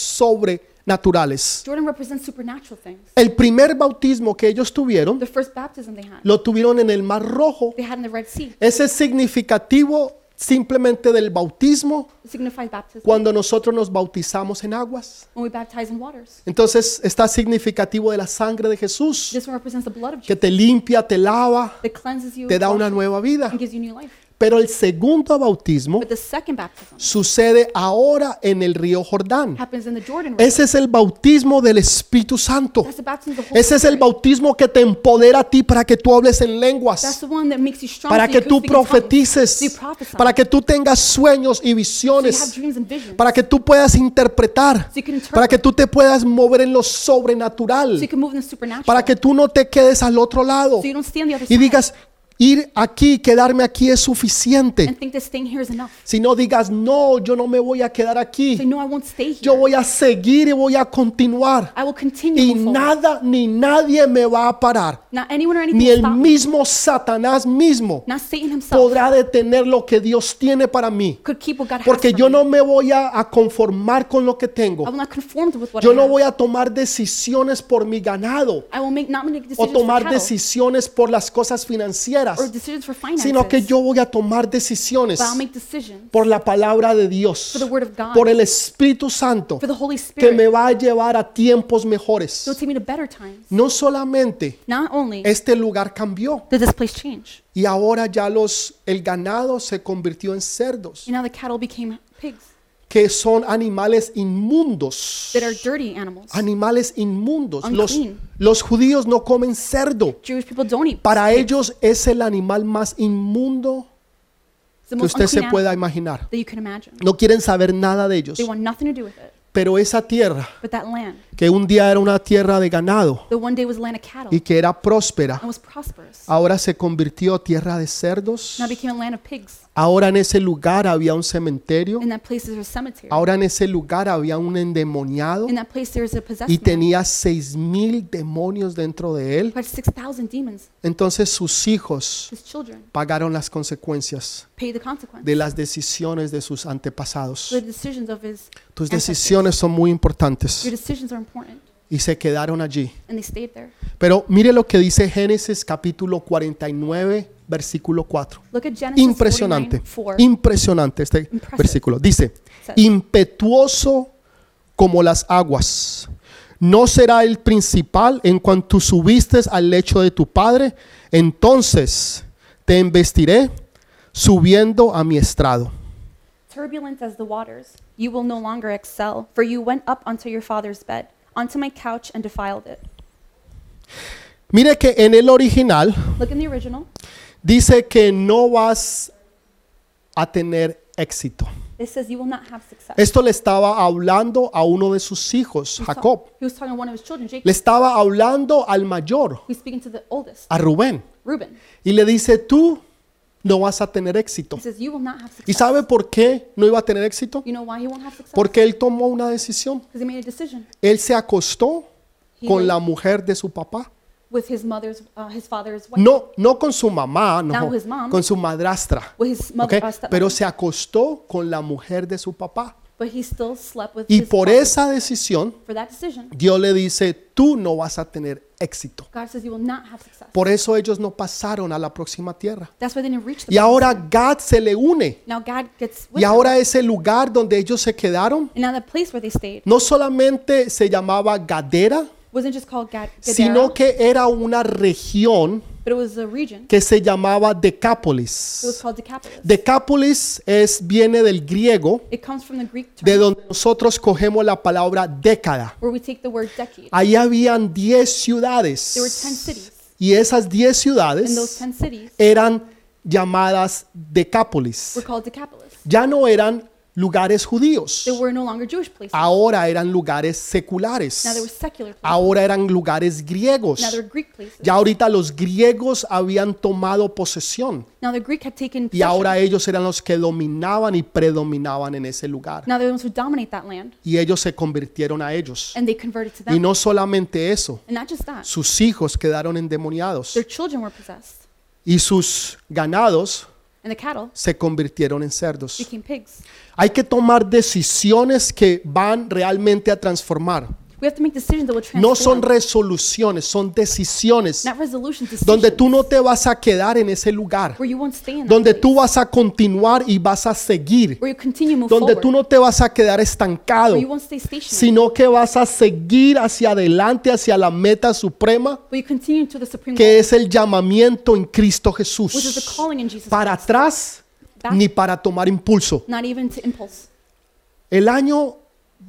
Speaker 1: sobrenaturales.
Speaker 2: Jordan represents supernatural things.
Speaker 1: El primer bautismo que ellos tuvieron
Speaker 2: The first baptism they had,
Speaker 1: lo tuvieron en el Mar Rojo.
Speaker 2: they had in the Red Sea,
Speaker 1: Ese es significativo simplemente del bautismo
Speaker 2: signifies baptism.
Speaker 1: cuando nosotros nos bautizamos en aguas.
Speaker 2: when we baptize in waters,
Speaker 1: Entonces está significativo de la sangre de Jesús
Speaker 2: this one represents the blood of
Speaker 1: que
Speaker 2: Jesus
Speaker 1: te limpia, te lava,
Speaker 2: that cleanses you
Speaker 1: te da una
Speaker 2: washes you,
Speaker 1: nueva vida.
Speaker 2: and gives you new life.
Speaker 1: Pero el segundo bautismo
Speaker 2: But the second baptism
Speaker 1: sucede ahora en el río Jordán.
Speaker 2: happens in the Jordan River.
Speaker 1: Ese es el bautismo del Espíritu Santo.
Speaker 2: That's the baptism of the Holy
Speaker 1: Ese es el
Speaker 2: Spirit.
Speaker 1: bautismo que te empodera a ti para que tú hables en
Speaker 2: That's
Speaker 1: lenguas,
Speaker 2: the one that makes you strong.
Speaker 1: para
Speaker 2: so you
Speaker 1: que
Speaker 2: can
Speaker 1: tú
Speaker 2: speak in tongues, so you
Speaker 1: profetices,
Speaker 2: prophesy,
Speaker 1: para que tú tengas sueños y
Speaker 2: so you have
Speaker 1: visiones,
Speaker 2: dreams and visions,
Speaker 1: para que tú puedas interpretar,
Speaker 2: so you can interpret,
Speaker 1: para que tú te puedas mover en lo
Speaker 2: so you
Speaker 1: sobrenatural,
Speaker 2: can move in the supernatural,
Speaker 1: para que tú no te quedes al otro lado
Speaker 2: so you don't stay on the other
Speaker 1: y
Speaker 2: side
Speaker 1: digas, ir aquí, quedarme aquí es suficiente,
Speaker 2: and think that staying here is enough.
Speaker 1: Si no digas, no, yo no me voy a quedar
Speaker 2: Say,
Speaker 1: aquí,
Speaker 2: no, I won't stay here.
Speaker 1: yo voy a seguir y voy a continuar
Speaker 2: I will continue.
Speaker 1: y
Speaker 2: move forward.
Speaker 1: nada ni nadie me va a parar.
Speaker 2: Not anyone or anything
Speaker 1: ni
Speaker 2: will
Speaker 1: el
Speaker 2: stop me.
Speaker 1: mismo Satanás mismo
Speaker 2: Not Satan himself
Speaker 1: podrá detener lo que Dios tiene para mí.
Speaker 2: could keep what God
Speaker 1: Porque
Speaker 2: has for
Speaker 1: yo
Speaker 2: me.
Speaker 1: no me voy a, a conformar con lo que tengo.
Speaker 2: I will not conform with what
Speaker 1: Yo
Speaker 2: I
Speaker 1: no
Speaker 2: have.
Speaker 1: voy a tomar decisiones por mi ganado
Speaker 2: I will make not make decisions
Speaker 1: o tomar
Speaker 2: for cattle
Speaker 1: decisiones por las cosas
Speaker 2: or
Speaker 1: financieras,
Speaker 2: decisions for finances.
Speaker 1: sino que yo voy a tomar decisiones
Speaker 2: but I'll make decisions
Speaker 1: por la palabra de Dios,
Speaker 2: for the word of God,
Speaker 1: por el Espíritu Santo,
Speaker 2: for the Holy
Speaker 1: que
Speaker 2: Spirit.
Speaker 1: me va a llevar a tiempos
Speaker 2: so
Speaker 1: mejores.
Speaker 2: it'll take me to better times.
Speaker 1: No solamente
Speaker 2: Not only
Speaker 1: este lugar cambió,
Speaker 2: did this place change,
Speaker 1: y ahora ya los el ganado se convirtió en cerdos
Speaker 2: and now the cattle became pigs
Speaker 1: que son animales inmundos
Speaker 2: that are dirty animals.
Speaker 1: animales inmundos los
Speaker 2: Unclean.
Speaker 1: los judíos no comen cerdo
Speaker 2: Jewish people don't eat.
Speaker 1: para
Speaker 2: pigs.
Speaker 1: ellos es el animal más inmundo
Speaker 2: It's the
Speaker 1: que
Speaker 2: most
Speaker 1: usted se
Speaker 2: unclean animal
Speaker 1: pueda imaginar
Speaker 2: that you can imagine.
Speaker 1: no quieren saber nada de ellos
Speaker 2: They want nothing to do with it.
Speaker 1: pero esa tierra
Speaker 2: But that land,
Speaker 1: que un día era una tierra de ganado
Speaker 2: that one day was a land of cattle
Speaker 1: y que era próspera
Speaker 2: and was prosperous,
Speaker 1: ahora se convirtió tierra de cerdos
Speaker 2: now became a land of pigs.
Speaker 1: ahora en ese lugar había un cementerio
Speaker 2: In that place there's a cemetery.
Speaker 1: ahora en ese lugar había un endemoniado
Speaker 2: In that place there's a possessed
Speaker 1: y
Speaker 2: man
Speaker 1: tenía seis mil demonios dentro de él.
Speaker 2: who had 6,000 demons.
Speaker 1: Entonces sus hijos
Speaker 2: His children
Speaker 1: pagaron las consecuencias
Speaker 2: paid the consequence
Speaker 1: de las decisiones de sus
Speaker 2: for
Speaker 1: antepasados.
Speaker 2: the decisions of his
Speaker 1: Tus
Speaker 2: ancestors.
Speaker 1: decisiones son muy
Speaker 2: Your
Speaker 1: importantes
Speaker 2: decisions are important.
Speaker 1: y se quedaron allí.
Speaker 2: And they stayed there.
Speaker 1: Pero mire lo que dice Génesis capítulo 49, versículo 4.
Speaker 2: Look at Genesis
Speaker 1: Impresionante,
Speaker 2: 49, 4.
Speaker 1: impresionante este
Speaker 2: Impressive.
Speaker 1: versículo. Dice,
Speaker 2: Says.
Speaker 1: impetuoso como las aguas, no será el principal en cuanto subiste al lecho de tu padre, entonces te embestiré subiendo a mi estrado.
Speaker 2: Turbulent as the waters, you will no longer excel, for you went up unto your father's bed, onto my couch, and defiled it.
Speaker 1: Mire que en el original
Speaker 2: Look in the original.
Speaker 1: dice que no vas a tener éxito.
Speaker 2: It says you will not have success.
Speaker 1: Esto le estaba hablando a uno de sus hijos,
Speaker 2: He was ta-
Speaker 1: Jacob.
Speaker 2: He was talking to one of his children, Jacob.
Speaker 1: Le estaba hablando al mayor,
Speaker 2: He's speaking to the oldest,
Speaker 1: a Rubén.
Speaker 2: Reuben.
Speaker 1: y le dice, tú no vas a tener éxito.
Speaker 2: He says, You will not have
Speaker 1: ¿Y
Speaker 2: success.
Speaker 1: sabe por qué no iba a tener éxito?
Speaker 2: You know why he won't have success?
Speaker 1: Porque él tomó una decisión.
Speaker 2: Because he made a decision.
Speaker 1: Él se acostó
Speaker 2: He
Speaker 1: con
Speaker 2: went
Speaker 1: la mujer de su papá.
Speaker 2: with his mother's, uh, his father's wife.
Speaker 1: No, no con su mamá, no,
Speaker 2: Not his mom.
Speaker 1: con su madrastra.
Speaker 2: With his
Speaker 1: ¿ok?
Speaker 2: mother, uh, stepmother.
Speaker 1: Pero se acostó con la mujer de su papá.
Speaker 2: but he still slept with
Speaker 1: Y
Speaker 2: his
Speaker 1: por
Speaker 2: father.
Speaker 1: esa decisión,
Speaker 2: For that decision,
Speaker 1: Dios le dice, tú no vas a tener éxito.
Speaker 2: God says you will not have success.
Speaker 1: Por eso ellos no pasaron a la próxima tierra.
Speaker 2: That's why they didn't reach the
Speaker 1: Y ahora
Speaker 2: promised land.
Speaker 1: Gad se le une.
Speaker 2: now God gets with
Speaker 1: Y
Speaker 2: them.
Speaker 1: ahora ese lugar donde ellos se quedaron
Speaker 2: And now the place where they stayed
Speaker 1: no solamente se llamaba Gadera,
Speaker 2: wasn't just called Gad Gadara,
Speaker 1: sino que era una región
Speaker 2: but but it was a region.
Speaker 1: que se llamaba
Speaker 2: It was
Speaker 1: Decápolis.
Speaker 2: called Decapolis.
Speaker 1: Decápolis es, viene del griego,
Speaker 2: It comes from the Greek
Speaker 1: de
Speaker 2: term
Speaker 1: donde nosotros cogemos la palabra década.
Speaker 2: where we take the word decade.
Speaker 1: Ahí habían 10
Speaker 2: There were 10
Speaker 1: ciudades
Speaker 2: cities.
Speaker 1: y esas 10
Speaker 2: And those
Speaker 1: ciudades
Speaker 2: 10 cities
Speaker 1: eran llamadas
Speaker 2: were
Speaker 1: Decápolis.
Speaker 2: called Decapolis.
Speaker 1: Ya no eran lugares judíos,
Speaker 2: They were no longer Jewish places. Now
Speaker 1: ahora eran lugares seculares,
Speaker 2: they were secular places.
Speaker 1: ahora eran lugares griegos.
Speaker 2: Now they're Greek places.
Speaker 1: Ya ahorita los griegos habían tomado posesión
Speaker 2: Now the Greek had taken
Speaker 1: y ahora
Speaker 2: possession.
Speaker 1: ellos eran los que dominaban y predominaban en ese lugar.
Speaker 2: Now they're the ones who dominate that land.
Speaker 1: Y ellos se convirtieron a ellos.
Speaker 2: And they converted to
Speaker 1: Y
Speaker 2: them.
Speaker 1: no solamente eso,
Speaker 2: And not just that.
Speaker 1: sus hijos quedaron endemoniados
Speaker 2: Their children were possessed.
Speaker 1: y sus ganados
Speaker 2: And the cattle
Speaker 1: se convirtieron en cerdos.
Speaker 2: became pigs.
Speaker 1: Hay que tomar decisiones que van realmente a transformar.
Speaker 2: We have to make decisions that will
Speaker 1: No son
Speaker 2: transform.
Speaker 1: resoluciones, son decisiones
Speaker 2: Not resolutions,
Speaker 1: donde tú no
Speaker 2: decisions.
Speaker 1: te vas a quedar en ese lugar,
Speaker 2: Where you won't stay in that
Speaker 1: donde
Speaker 2: place.
Speaker 1: tú vas a continuar y vas a seguir,
Speaker 2: Where you continue to move
Speaker 1: donde
Speaker 2: forward.
Speaker 1: tú no te vas a quedar estancado,
Speaker 2: Where you won't stay stationary.
Speaker 1: sino que vas a seguir hacia adelante, hacia la meta suprema,
Speaker 2: Where you continue to the supreme
Speaker 1: que
Speaker 2: goal,
Speaker 1: es el llamamiento en Cristo
Speaker 2: which is the
Speaker 1: Jesús.
Speaker 2: calling in Jesus
Speaker 1: Para
Speaker 2: Christ.
Speaker 1: atrás
Speaker 2: Back-
Speaker 1: ni para tomar impulso.
Speaker 2: Not even to impulse.
Speaker 1: El año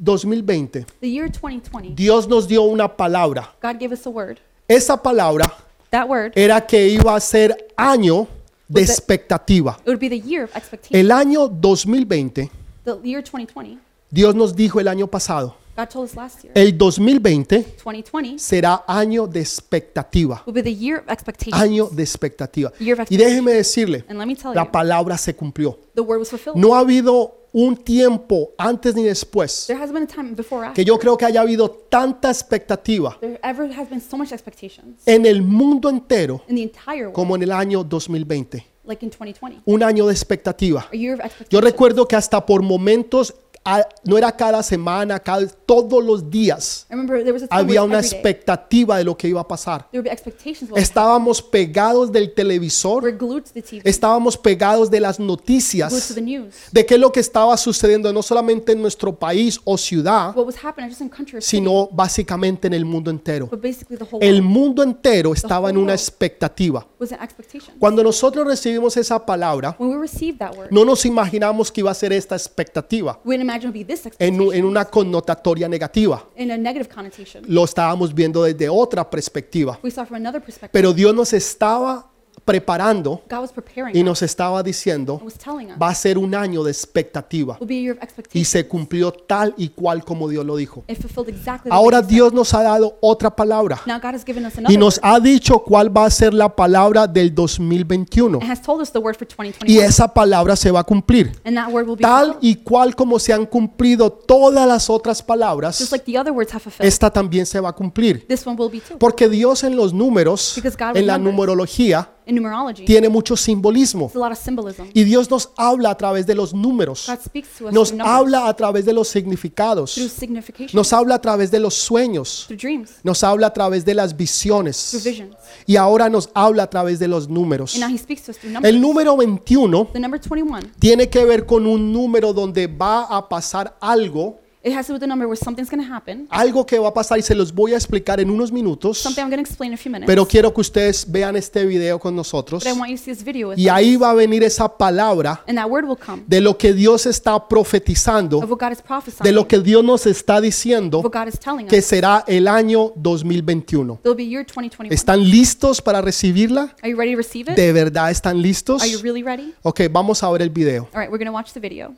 Speaker 1: 2020,
Speaker 2: The year 2020,
Speaker 1: Dios nos dio una palabra.
Speaker 2: God gave us a word.
Speaker 1: Esa palabra
Speaker 2: That word, it
Speaker 1: era que iba a ser año de expectativa.
Speaker 2: would be the year of expectation.
Speaker 1: El año 2020,
Speaker 2: The year 2020,
Speaker 1: Dios nos dijo el año pasado,
Speaker 2: God told us last year,
Speaker 1: el 2020
Speaker 2: 2020
Speaker 1: será año de expectativa.
Speaker 2: will be the year of expectation.
Speaker 1: Año de expectativa. Y déjeme decirle,
Speaker 2: And let me tell you,
Speaker 1: la palabra se cumplió.
Speaker 2: the word was fulfilled.
Speaker 1: No ha habido un tiempo antes ni después
Speaker 2: There has been a time before or
Speaker 1: que
Speaker 2: after.
Speaker 1: yo creo que haya habido tanta expectativa
Speaker 2: There ever has been so much expectations
Speaker 1: en el mundo entero
Speaker 2: in the entire world,
Speaker 1: como en el año 2020.
Speaker 2: like in 2020.
Speaker 1: Un año de expectativa.
Speaker 2: A year of
Speaker 1: Yo
Speaker 2: expectation.
Speaker 1: recuerdo que hasta por momentos, a- no era cada semana, cada, todos los días,
Speaker 2: I remember there was a time
Speaker 1: había
Speaker 2: where
Speaker 1: una
Speaker 2: every day,
Speaker 1: expectativa de lo que iba a pasar.
Speaker 2: there would be expectations. Well,
Speaker 1: Estábamos pegados del
Speaker 2: we're
Speaker 1: televisor,
Speaker 2: glued to the TV,
Speaker 1: estábamos pegados de las
Speaker 2: glued to
Speaker 1: noticias,
Speaker 2: the news.
Speaker 1: de qué es lo que estaba sucediendo no solamente en nuestro país o ciudad,
Speaker 2: What was happening just in country or city,
Speaker 1: sino básicamente en el mundo entero.
Speaker 2: but basically the whole
Speaker 1: El
Speaker 2: world
Speaker 1: mundo entero estaba en una expectativa.
Speaker 2: was an expectation.
Speaker 1: Cuando nosotros recibimos esa palabra,
Speaker 2: When we received that word,
Speaker 1: no nos imaginamos que iba a ser esta expectativa
Speaker 2: we didn't imagine it would be this
Speaker 1: en,
Speaker 2: expectation
Speaker 1: u- en una connotatoria negativa.
Speaker 2: in a negative connotation.
Speaker 1: Lo estábamos viendo desde otra perspectiva.
Speaker 2: We saw from another perspective.
Speaker 1: Pero Dios nos estaba preparando
Speaker 2: God was preparing
Speaker 1: y
Speaker 2: us
Speaker 1: nos estaba diciendo,
Speaker 2: and was telling us
Speaker 1: va a ser un año de expectativa.
Speaker 2: will be a year of
Speaker 1: Y
Speaker 2: expectation.
Speaker 1: se cumplió tal y cual como Dios lo dijo.
Speaker 2: It fulfilled exactly the way
Speaker 1: Ahora
Speaker 2: he said.
Speaker 1: Dios nos ha dado otra palabra
Speaker 2: Now God has given us
Speaker 1: y
Speaker 2: another
Speaker 1: nos
Speaker 2: word
Speaker 1: ha dicho cuál va a ser la palabra del 2021.
Speaker 2: and has told us the word for
Speaker 1: Y
Speaker 2: 2021.
Speaker 1: esa palabra se va a cumplir.
Speaker 2: And that word will be
Speaker 1: Tal
Speaker 2: fulfilled.
Speaker 1: y cual como se han cumplido todas las otras
Speaker 2: Just
Speaker 1: palabras,
Speaker 2: like the other words have fulfilled,
Speaker 1: esta también se va a cumplir.
Speaker 2: this one will be too.
Speaker 1: Porque Dios en los números,
Speaker 2: Because God
Speaker 1: en la
Speaker 2: remembers.
Speaker 1: numerología,
Speaker 2: In numerology,
Speaker 1: tiene mucho simbolismo.
Speaker 2: it's a lot of symbolism.
Speaker 1: Y Dios nos habla a través de los números.
Speaker 2: God speaks to us
Speaker 1: Nos
Speaker 2: through numbers,
Speaker 1: habla a través de los
Speaker 2: through
Speaker 1: significados.
Speaker 2: signification,
Speaker 1: Nos habla a través de los sueños.
Speaker 2: through dreams,
Speaker 1: Nos habla a través de las
Speaker 2: through
Speaker 1: visiones.
Speaker 2: visions.
Speaker 1: Y ahora nos habla a través de los números.
Speaker 2: And now he speaks to us through numbers.
Speaker 1: El número 21
Speaker 2: The number 21,
Speaker 1: tiene que ver con un número donde va a pasar algo,
Speaker 2: it has to do with the number where something's going to happen.
Speaker 1: algo que va a pasar y se los voy a explicar en unos minutos,
Speaker 2: Something I'm going to explain in a few minutes.
Speaker 1: pero quiero que ustedes vean este video con nosotros
Speaker 2: But I want you to see this video with
Speaker 1: y
Speaker 2: us.
Speaker 1: ahí va a venir esa palabra
Speaker 2: And that word will come
Speaker 1: de lo que Dios está
Speaker 2: of
Speaker 1: profetizando,
Speaker 2: what God is prophesying,
Speaker 1: de lo que Dios nos está
Speaker 2: of
Speaker 1: diciendo
Speaker 2: what God is telling
Speaker 1: que
Speaker 2: us.
Speaker 1: será el año 2021.
Speaker 2: There'll be year 2021.
Speaker 1: ¿Están listos para recibirla?
Speaker 2: Are you ready to receive it?
Speaker 1: ¿De verdad están listos?
Speaker 2: Are you really ready?
Speaker 1: Ok, vamos a ver el video.
Speaker 2: All right, we're going to watch the video.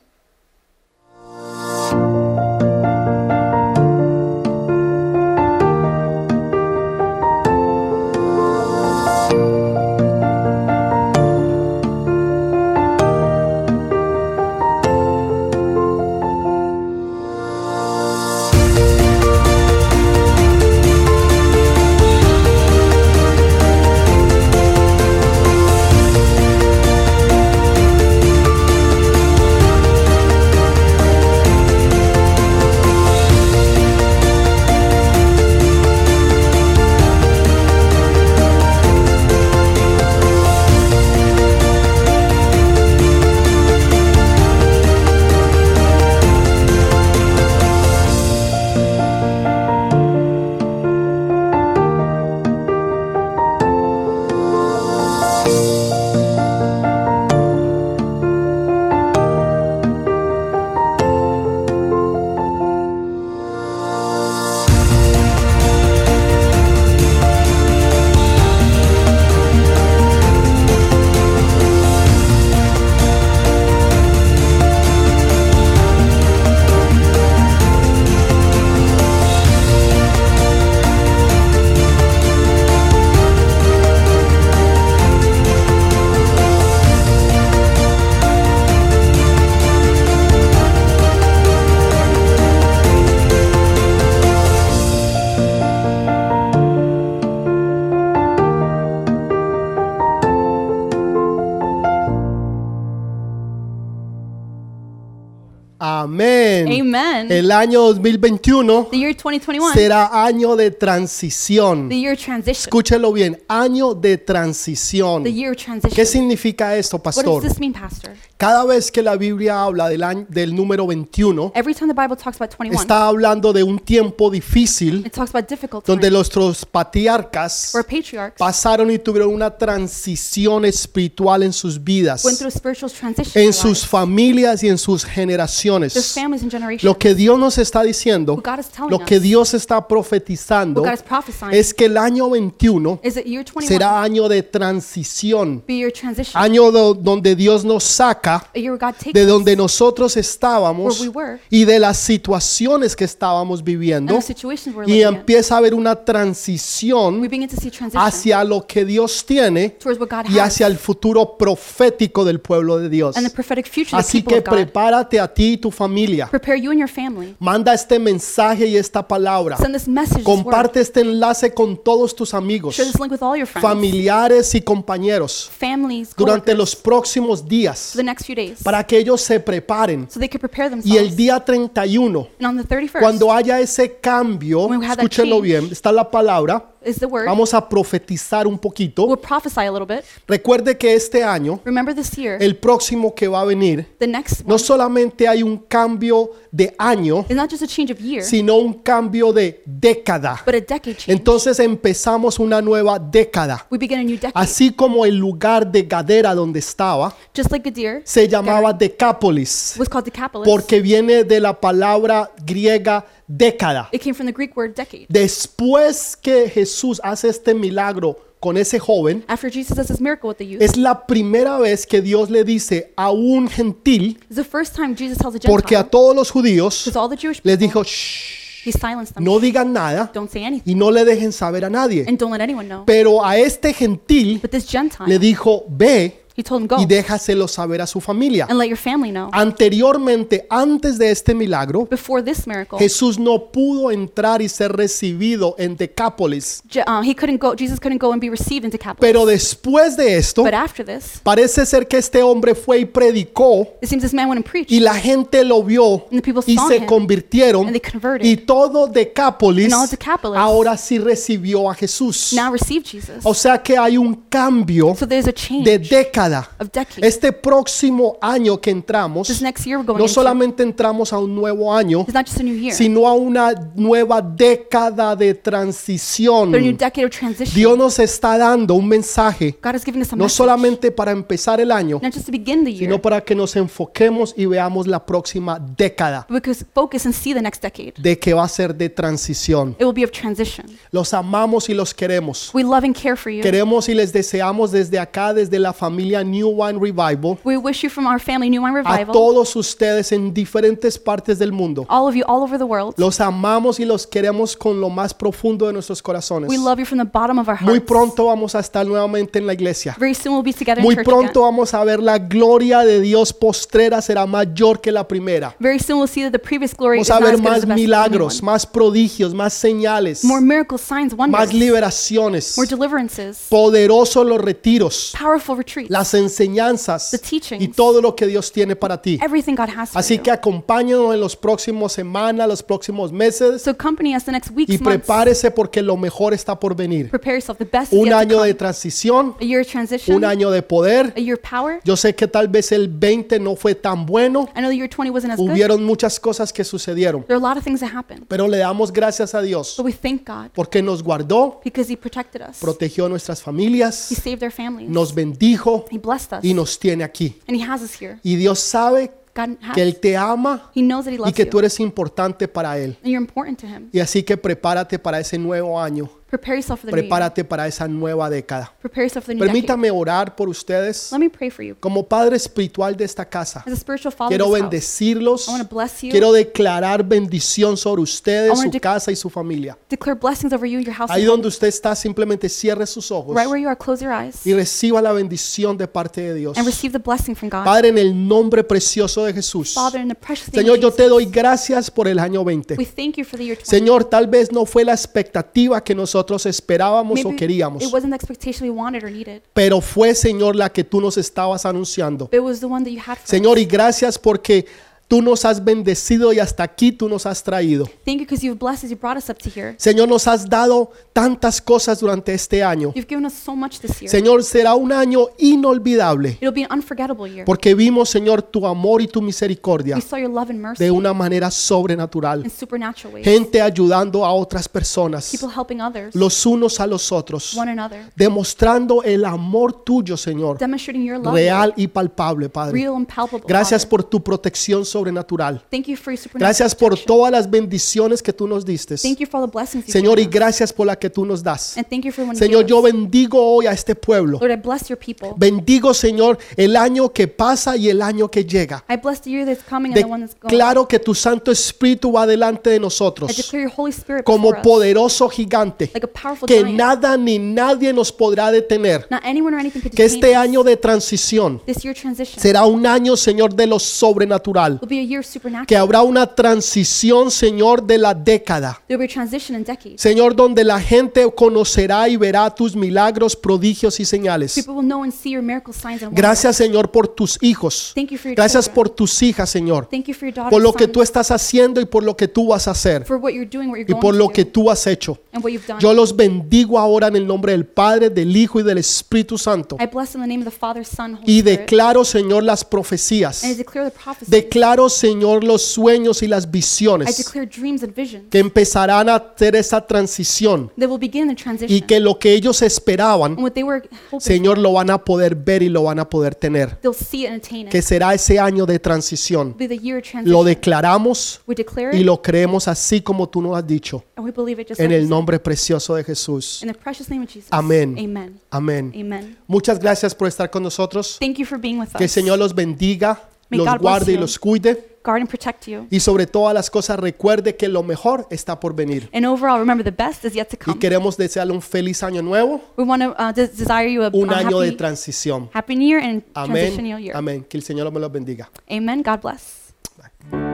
Speaker 2: 2021,
Speaker 1: El año 2021
Speaker 2: the year 2021,
Speaker 1: será año de transición.
Speaker 2: the year of transition,
Speaker 1: Escúchelo bien, año de
Speaker 2: the
Speaker 1: transición.
Speaker 2: year of
Speaker 1: ¿Qué
Speaker 2: transition.
Speaker 1: significa esto,
Speaker 2: What does
Speaker 1: pastor?
Speaker 2: this mean, Pastor?
Speaker 1: Cada vez que la Biblia habla del, año- del número 21,
Speaker 2: Every time the Bible talks about 21,
Speaker 1: está hablando de un tiempo difícil
Speaker 2: it talks about difficult
Speaker 1: donde
Speaker 2: times,
Speaker 1: nuestros patriarcas
Speaker 2: where patriarchs
Speaker 1: pasaron y tuvieron una transición espiritual en sus vidas,
Speaker 2: went through spiritual transition in
Speaker 1: en
Speaker 2: their lives,
Speaker 1: sus familias y en sus
Speaker 2: their
Speaker 1: generaciones.
Speaker 2: families and generations.
Speaker 1: Lo que Dios nos está diciendo,
Speaker 2: What God is telling
Speaker 1: lo que
Speaker 2: us,
Speaker 1: Dios está profetizando,
Speaker 2: what God is prophesying,
Speaker 1: es que el año 21
Speaker 2: is that year 21
Speaker 1: será año de transición,
Speaker 2: be your transition,
Speaker 1: año do- donde Dios nos saca
Speaker 2: a year where God takes
Speaker 1: de
Speaker 2: us
Speaker 1: donde nosotros estábamos
Speaker 2: Where we were.
Speaker 1: y de las situaciones que estábamos
Speaker 2: and
Speaker 1: viviendo
Speaker 2: the situations we're
Speaker 1: y
Speaker 2: living in.
Speaker 1: empieza a haber una
Speaker 2: We
Speaker 1: transición
Speaker 2: begin to see transition
Speaker 1: hacia lo que Dios tiene
Speaker 2: towards what God
Speaker 1: y
Speaker 2: has
Speaker 1: hacia el futuro profético del pueblo de Dios.
Speaker 2: and the prophetic future of the
Speaker 1: Así
Speaker 2: people
Speaker 1: que
Speaker 2: of God.
Speaker 1: prepárate a ti y tu familia.
Speaker 2: Prepare you and your family.
Speaker 1: Manda este mensaje y esta palabra.
Speaker 2: Send this message, this word.
Speaker 1: Comparte este enlace con todos tus amigos,
Speaker 2: Share this link with all your friends,
Speaker 1: familiares y compañeros
Speaker 2: families,
Speaker 1: durante
Speaker 2: coworkers,
Speaker 1: los próximos días
Speaker 2: for the next few days
Speaker 1: para que ellos se preparen.
Speaker 2: so they can prepare
Speaker 1: Y el
Speaker 2: themselves.
Speaker 1: día 31,
Speaker 2: And on the 31st
Speaker 1: cuando haya ese cambio,
Speaker 2: When we have that
Speaker 1: escúchenlo
Speaker 2: change.
Speaker 1: bien, está la palabra,
Speaker 2: is the word.
Speaker 1: vamos a profetizar un
Speaker 2: We'll
Speaker 1: poquito.
Speaker 2: prophesy a little bit.
Speaker 1: Recuerde que este año,
Speaker 2: Remember this year,
Speaker 1: el próximo que va a venir,
Speaker 2: the next
Speaker 1: no
Speaker 2: one
Speaker 1: solamente hay un cambio de año,
Speaker 2: is not just a change of year,
Speaker 1: sino un cambio de década.
Speaker 2: but a decade change.
Speaker 1: Entonces empezamos una nueva década.
Speaker 2: we begin a new decade.
Speaker 1: Así como el lugar de Gadera donde estaba
Speaker 2: just like Gadir
Speaker 1: se llamaba Decápolis,
Speaker 2: was called Decapolis.
Speaker 1: porque viene de la palabra griega década.
Speaker 2: it came from the Greek word decade.
Speaker 1: Después que Jesús hace este milagro con ese joven,
Speaker 2: After Jesus does his miracle with the youth,
Speaker 1: es la primera vez que Dios le dice a un gentil,
Speaker 2: it's the first time Jesus tells a
Speaker 1: porque a
Speaker 2: Gentile,
Speaker 1: todos los judíos
Speaker 2: because all the Jewish
Speaker 1: les
Speaker 2: people,
Speaker 1: dijo, "Shh,
Speaker 2: he silenced them.
Speaker 1: no digan nada
Speaker 2: don't say anything
Speaker 1: y no le dejen saber a nadie.
Speaker 2: and don't let anyone know.
Speaker 1: Pero a este gentil
Speaker 2: But this Gentile,
Speaker 1: le dijo, ve
Speaker 2: he told him, go
Speaker 1: y déjaselo saber a su familia.
Speaker 2: and let your family know.
Speaker 1: Anteriormente, antes de este milagro,
Speaker 2: Before this miracle,
Speaker 1: Jesús no pudo entrar y ser recibido en Decápolis.
Speaker 2: Je- uh, he couldn't go. Jesus couldn't go and be received into Decapolis.
Speaker 1: Pero después de esto,
Speaker 2: but after this,
Speaker 1: parece ser que este hombre fue y predicó
Speaker 2: it seems this man went and preached.
Speaker 1: y la gente lo vio
Speaker 2: And the people
Speaker 1: y
Speaker 2: saw
Speaker 1: se
Speaker 2: him,
Speaker 1: convirtieron
Speaker 2: and they converted.
Speaker 1: y todo Decápolis
Speaker 2: And all Decápolis
Speaker 1: ahora sí recibió a Jesús.
Speaker 2: now received Jesus.
Speaker 1: O sea que hay un cambio
Speaker 2: so there's a change
Speaker 1: de década.
Speaker 2: of decade.
Speaker 1: Este próximo año que entramos,
Speaker 2: this next year we're going
Speaker 1: no
Speaker 2: into.
Speaker 1: solamente entramos a un nuevo año,
Speaker 2: it's not just a new year,
Speaker 1: sino a una nueva década de
Speaker 2: but a new
Speaker 1: transición.
Speaker 2: decade of transition.
Speaker 1: Dios nos está dando un mensaje,
Speaker 2: God has given us a
Speaker 1: no
Speaker 2: message,
Speaker 1: solamente para empezar el año,
Speaker 2: not just to begin the year,
Speaker 1: sino para que nos enfoquemos y veamos la próxima década
Speaker 2: but because focus and see the next decade.
Speaker 1: de que va a ser de transición.
Speaker 2: It will be of transition.
Speaker 1: Los amamos y los queremos.
Speaker 2: We love and care for you.
Speaker 1: Queremos y les deseamos desde acá, desde la familia New Wine Revival,
Speaker 2: we wish you from our family New Wine
Speaker 1: a
Speaker 2: Revival,
Speaker 1: todos ustedes en diferentes partes del mundo.
Speaker 2: all of you all over the world.
Speaker 1: Los amamos y los queremos con lo más profundo de nuestros corazones.
Speaker 2: We love you from the bottom of our hearts.
Speaker 1: Muy pronto vamos a estar nuevamente en la iglesia.
Speaker 2: Very soon we'll be together in
Speaker 1: Muy
Speaker 2: church
Speaker 1: pronto
Speaker 2: again.
Speaker 1: vamos a ver la gloria de Dios postrera será mayor que la primera.
Speaker 2: Very soon we'll see that the previous glory
Speaker 1: Vamos
Speaker 2: is
Speaker 1: a
Speaker 2: not
Speaker 1: ver
Speaker 2: as good as
Speaker 1: más
Speaker 2: the best of the new
Speaker 1: milagros,
Speaker 2: one.
Speaker 1: más prodigios, más señales,
Speaker 2: More miracles, signs, wonders.
Speaker 1: más liberaciones.
Speaker 2: More deliverances.
Speaker 1: Poderosos los retiros,
Speaker 2: Powerful retreats.
Speaker 1: las enseñanzas
Speaker 2: The
Speaker 1: y
Speaker 2: teachings.
Speaker 1: todo lo que Dios tiene para ti.
Speaker 2: Everything God has for
Speaker 1: Así
Speaker 2: you.
Speaker 1: que acompáñanos en los próximos semanas, los próximos meses
Speaker 2: so accompany us the next
Speaker 1: y
Speaker 2: weeks, months.
Speaker 1: prepárese porque lo mejor está por venir.
Speaker 2: Prepare yourself. The best is
Speaker 1: Un
Speaker 2: yet to
Speaker 1: año de
Speaker 2: come.
Speaker 1: transición,
Speaker 2: A year of transition.
Speaker 1: un año de poder.
Speaker 2: A year of power.
Speaker 1: Yo sé que tal vez el 20 no fue tan bueno,
Speaker 2: I know the year 20 wasn't as good.
Speaker 1: hubieron muchas cosas que sucedieron,
Speaker 2: There are a lot of things that happened.
Speaker 1: pero le damos gracias a Dios
Speaker 2: But we thank God
Speaker 1: porque nos guardó,
Speaker 2: because He protected us.
Speaker 1: protegió nuestras
Speaker 2: he
Speaker 1: familias,
Speaker 2: saved our families.
Speaker 1: nos bendijo
Speaker 2: he blessed us.
Speaker 1: y nos tiene aquí.
Speaker 2: and He has us here.
Speaker 1: Y Dios sabe
Speaker 2: God has.
Speaker 1: que Él te ama
Speaker 2: he knows that He
Speaker 1: y
Speaker 2: loves
Speaker 1: que tú
Speaker 2: you.
Speaker 1: eres importante para Él.
Speaker 2: And you're important to Him.
Speaker 1: Y así que prepárate para ese nuevo año,
Speaker 2: Prepare yourself for the new year.
Speaker 1: prepárate para esa nueva década.
Speaker 2: Prepare yourself for the new decade.
Speaker 1: Permítame orar por ustedes
Speaker 2: Let me pray for you.
Speaker 1: como padre espiritual de esta casa.
Speaker 2: As a spiritual father,
Speaker 1: Quiero
Speaker 2: of this house,
Speaker 1: bendecirlos.
Speaker 2: I wanna bless you.
Speaker 1: Quiero declarar bendición sobre
Speaker 2: I
Speaker 1: ustedes,
Speaker 2: wanna
Speaker 1: su
Speaker 2: dec-
Speaker 1: casa y su familia.
Speaker 2: declare blessings over you and your house.
Speaker 1: Ahí
Speaker 2: and home.
Speaker 1: donde usted está, simplemente cierre sus ojos
Speaker 2: right where you are, close your eyes
Speaker 1: y reciba la bendición de parte de Dios.
Speaker 2: and receive the blessing from God.
Speaker 1: Padre, en el nombre precioso de Jesús.
Speaker 2: Father, in the precious name
Speaker 1: Señor,
Speaker 2: of
Speaker 1: yo
Speaker 2: Jesus,
Speaker 1: te doy gracias por el año 20.
Speaker 2: we thank you for the year 20.
Speaker 1: Señor, tal vez no fue la expectativa que nosotros esperábamos o
Speaker 2: Maybe
Speaker 1: queríamos,
Speaker 2: it wasn't the expectation we wanted or needed,
Speaker 1: pero fue, Señor, la que tú nos estabas anunciando.
Speaker 2: but it was the one that you had for us.
Speaker 1: Señor, y gracias porque Tú nos has bendecido y hasta aquí tú nos has traído.
Speaker 2: Thank you because you've blessed us. You brought us up to here.
Speaker 1: Señor, nos has dado tantas cosas durante este año.
Speaker 2: You've given us so much this year.
Speaker 1: Señor, será un año inolvidable
Speaker 2: It'll be an unforgettable year.
Speaker 1: porque vimos, Señor, tu amor y tu misericordia
Speaker 2: We saw your love and mercy
Speaker 1: de una manera sobrenatural.
Speaker 2: in supernatural ways.
Speaker 1: Gente ayudando a otras personas,
Speaker 2: People helping others,
Speaker 1: los unos a los otros,
Speaker 2: one another,
Speaker 1: demostrando el amor tuyo, Señor,
Speaker 2: demonstrating your love,
Speaker 1: real y palpable, Padre.
Speaker 2: real and palpable.
Speaker 1: Gracias
Speaker 2: Father.
Speaker 1: por tu protección sobrenatural.
Speaker 2: Thank you for your supernatural
Speaker 1: Gracias por
Speaker 2: protection.
Speaker 1: todas las bendiciones que tú nos diste.
Speaker 2: Thank you for all the blessings you've
Speaker 1: Señor, y
Speaker 2: given us.
Speaker 1: gracias por la que tú nos das.
Speaker 2: And thank you for when you
Speaker 1: Señor,
Speaker 2: give
Speaker 1: yo
Speaker 2: us.
Speaker 1: bendigo hoy a este pueblo.
Speaker 2: Lord, I bless your people.
Speaker 1: Bendigo, Señor, el año que pasa y el año que llega.
Speaker 2: I bless the year that's coming and the one that's going.
Speaker 1: Declaro que tu Santo Espíritu va delante de
Speaker 2: I
Speaker 1: nosotros
Speaker 2: declare your Holy Spirit
Speaker 1: como
Speaker 2: before us,
Speaker 1: poderoso gigante.
Speaker 2: like a powerful
Speaker 1: Que
Speaker 2: giant.
Speaker 1: nada ni nadie nos podrá detener.
Speaker 2: Not anyone or anything could
Speaker 1: Que
Speaker 2: detain
Speaker 1: este
Speaker 2: us.
Speaker 1: año de transición
Speaker 2: This year transition
Speaker 1: será un año, Señor, de lo sobrenatural.
Speaker 2: will be a year of
Speaker 1: Que
Speaker 2: supernatural.
Speaker 1: habrá una transición, Señor, de la década.
Speaker 2: There will be a transition in decades.
Speaker 1: Señor, donde la gente conocerá y verá tus milagros, prodigios y señales.
Speaker 2: People will know and see your miracle signs and wonders.
Speaker 1: Gracias, Señor, por tus hijos.
Speaker 2: Thank you for your
Speaker 1: Gracias
Speaker 2: children.
Speaker 1: por tus hijas, Señor.
Speaker 2: Thank you for your daughter,
Speaker 1: Por lo que
Speaker 2: son,
Speaker 1: tú estás haciendo y por lo que tú vas a hacer.
Speaker 2: for what you're doing, what you're
Speaker 1: Y
Speaker 2: going
Speaker 1: por lo
Speaker 2: to
Speaker 1: que
Speaker 2: do,
Speaker 1: tú has hecho.
Speaker 2: and what you've done.
Speaker 1: Yo los bendigo ahora en el nombre del Padre, del Hijo y del Espíritu Santo.
Speaker 2: I bless in the name of the Father, Son, Holy
Speaker 1: Y
Speaker 2: Spirit.
Speaker 1: declaro, Señor, las profecías.
Speaker 2: And I declare the prophecy.
Speaker 1: Declaro, Señor, los sueños y las
Speaker 2: I
Speaker 1: visiones
Speaker 2: declare dreams and visions
Speaker 1: que empezarán a hacer esa transición
Speaker 2: that will begin the
Speaker 1: y
Speaker 2: transition.
Speaker 1: que lo que ellos esperaban
Speaker 2: and what they were hoping,
Speaker 1: Señor, lo van a poder ver y lo van a poder tener.
Speaker 2: they'll see it and attain it.
Speaker 1: Que será ese año de transición.
Speaker 2: It'll be the year of transition.
Speaker 1: Lo declaramos
Speaker 2: we declare
Speaker 1: y
Speaker 2: it,
Speaker 1: lo creemos así como tú nos has dicho.
Speaker 2: and we believe it just
Speaker 1: En
Speaker 2: like
Speaker 1: el
Speaker 2: you said.
Speaker 1: nombre precioso de Jesús.
Speaker 2: In the precious name of Jesus.
Speaker 1: Amén.
Speaker 2: Amen.
Speaker 1: Amén.
Speaker 2: Amen.
Speaker 1: Muchas gracias por estar con nosotros.
Speaker 2: Thank you for being with us.
Speaker 1: Que el Señor los bendiga,
Speaker 2: May
Speaker 1: los
Speaker 2: God bless
Speaker 1: guarde y
Speaker 2: you.
Speaker 1: los cuide.
Speaker 2: Guard and protect you.
Speaker 1: Y sobre todas las cosas recuerde que lo mejor está por venir.
Speaker 2: And overall, remember the best is yet to
Speaker 1: Y
Speaker 2: come.
Speaker 1: queremos desearle un feliz año nuevo,
Speaker 2: We want to uh, des- desire you a,
Speaker 1: un
Speaker 2: a
Speaker 1: año de
Speaker 2: happy,
Speaker 1: transición.
Speaker 2: happy new year and
Speaker 1: Amén.
Speaker 2: transitional year.
Speaker 1: Amén. Que el Señor me los bendiga.
Speaker 2: Amen. God bless.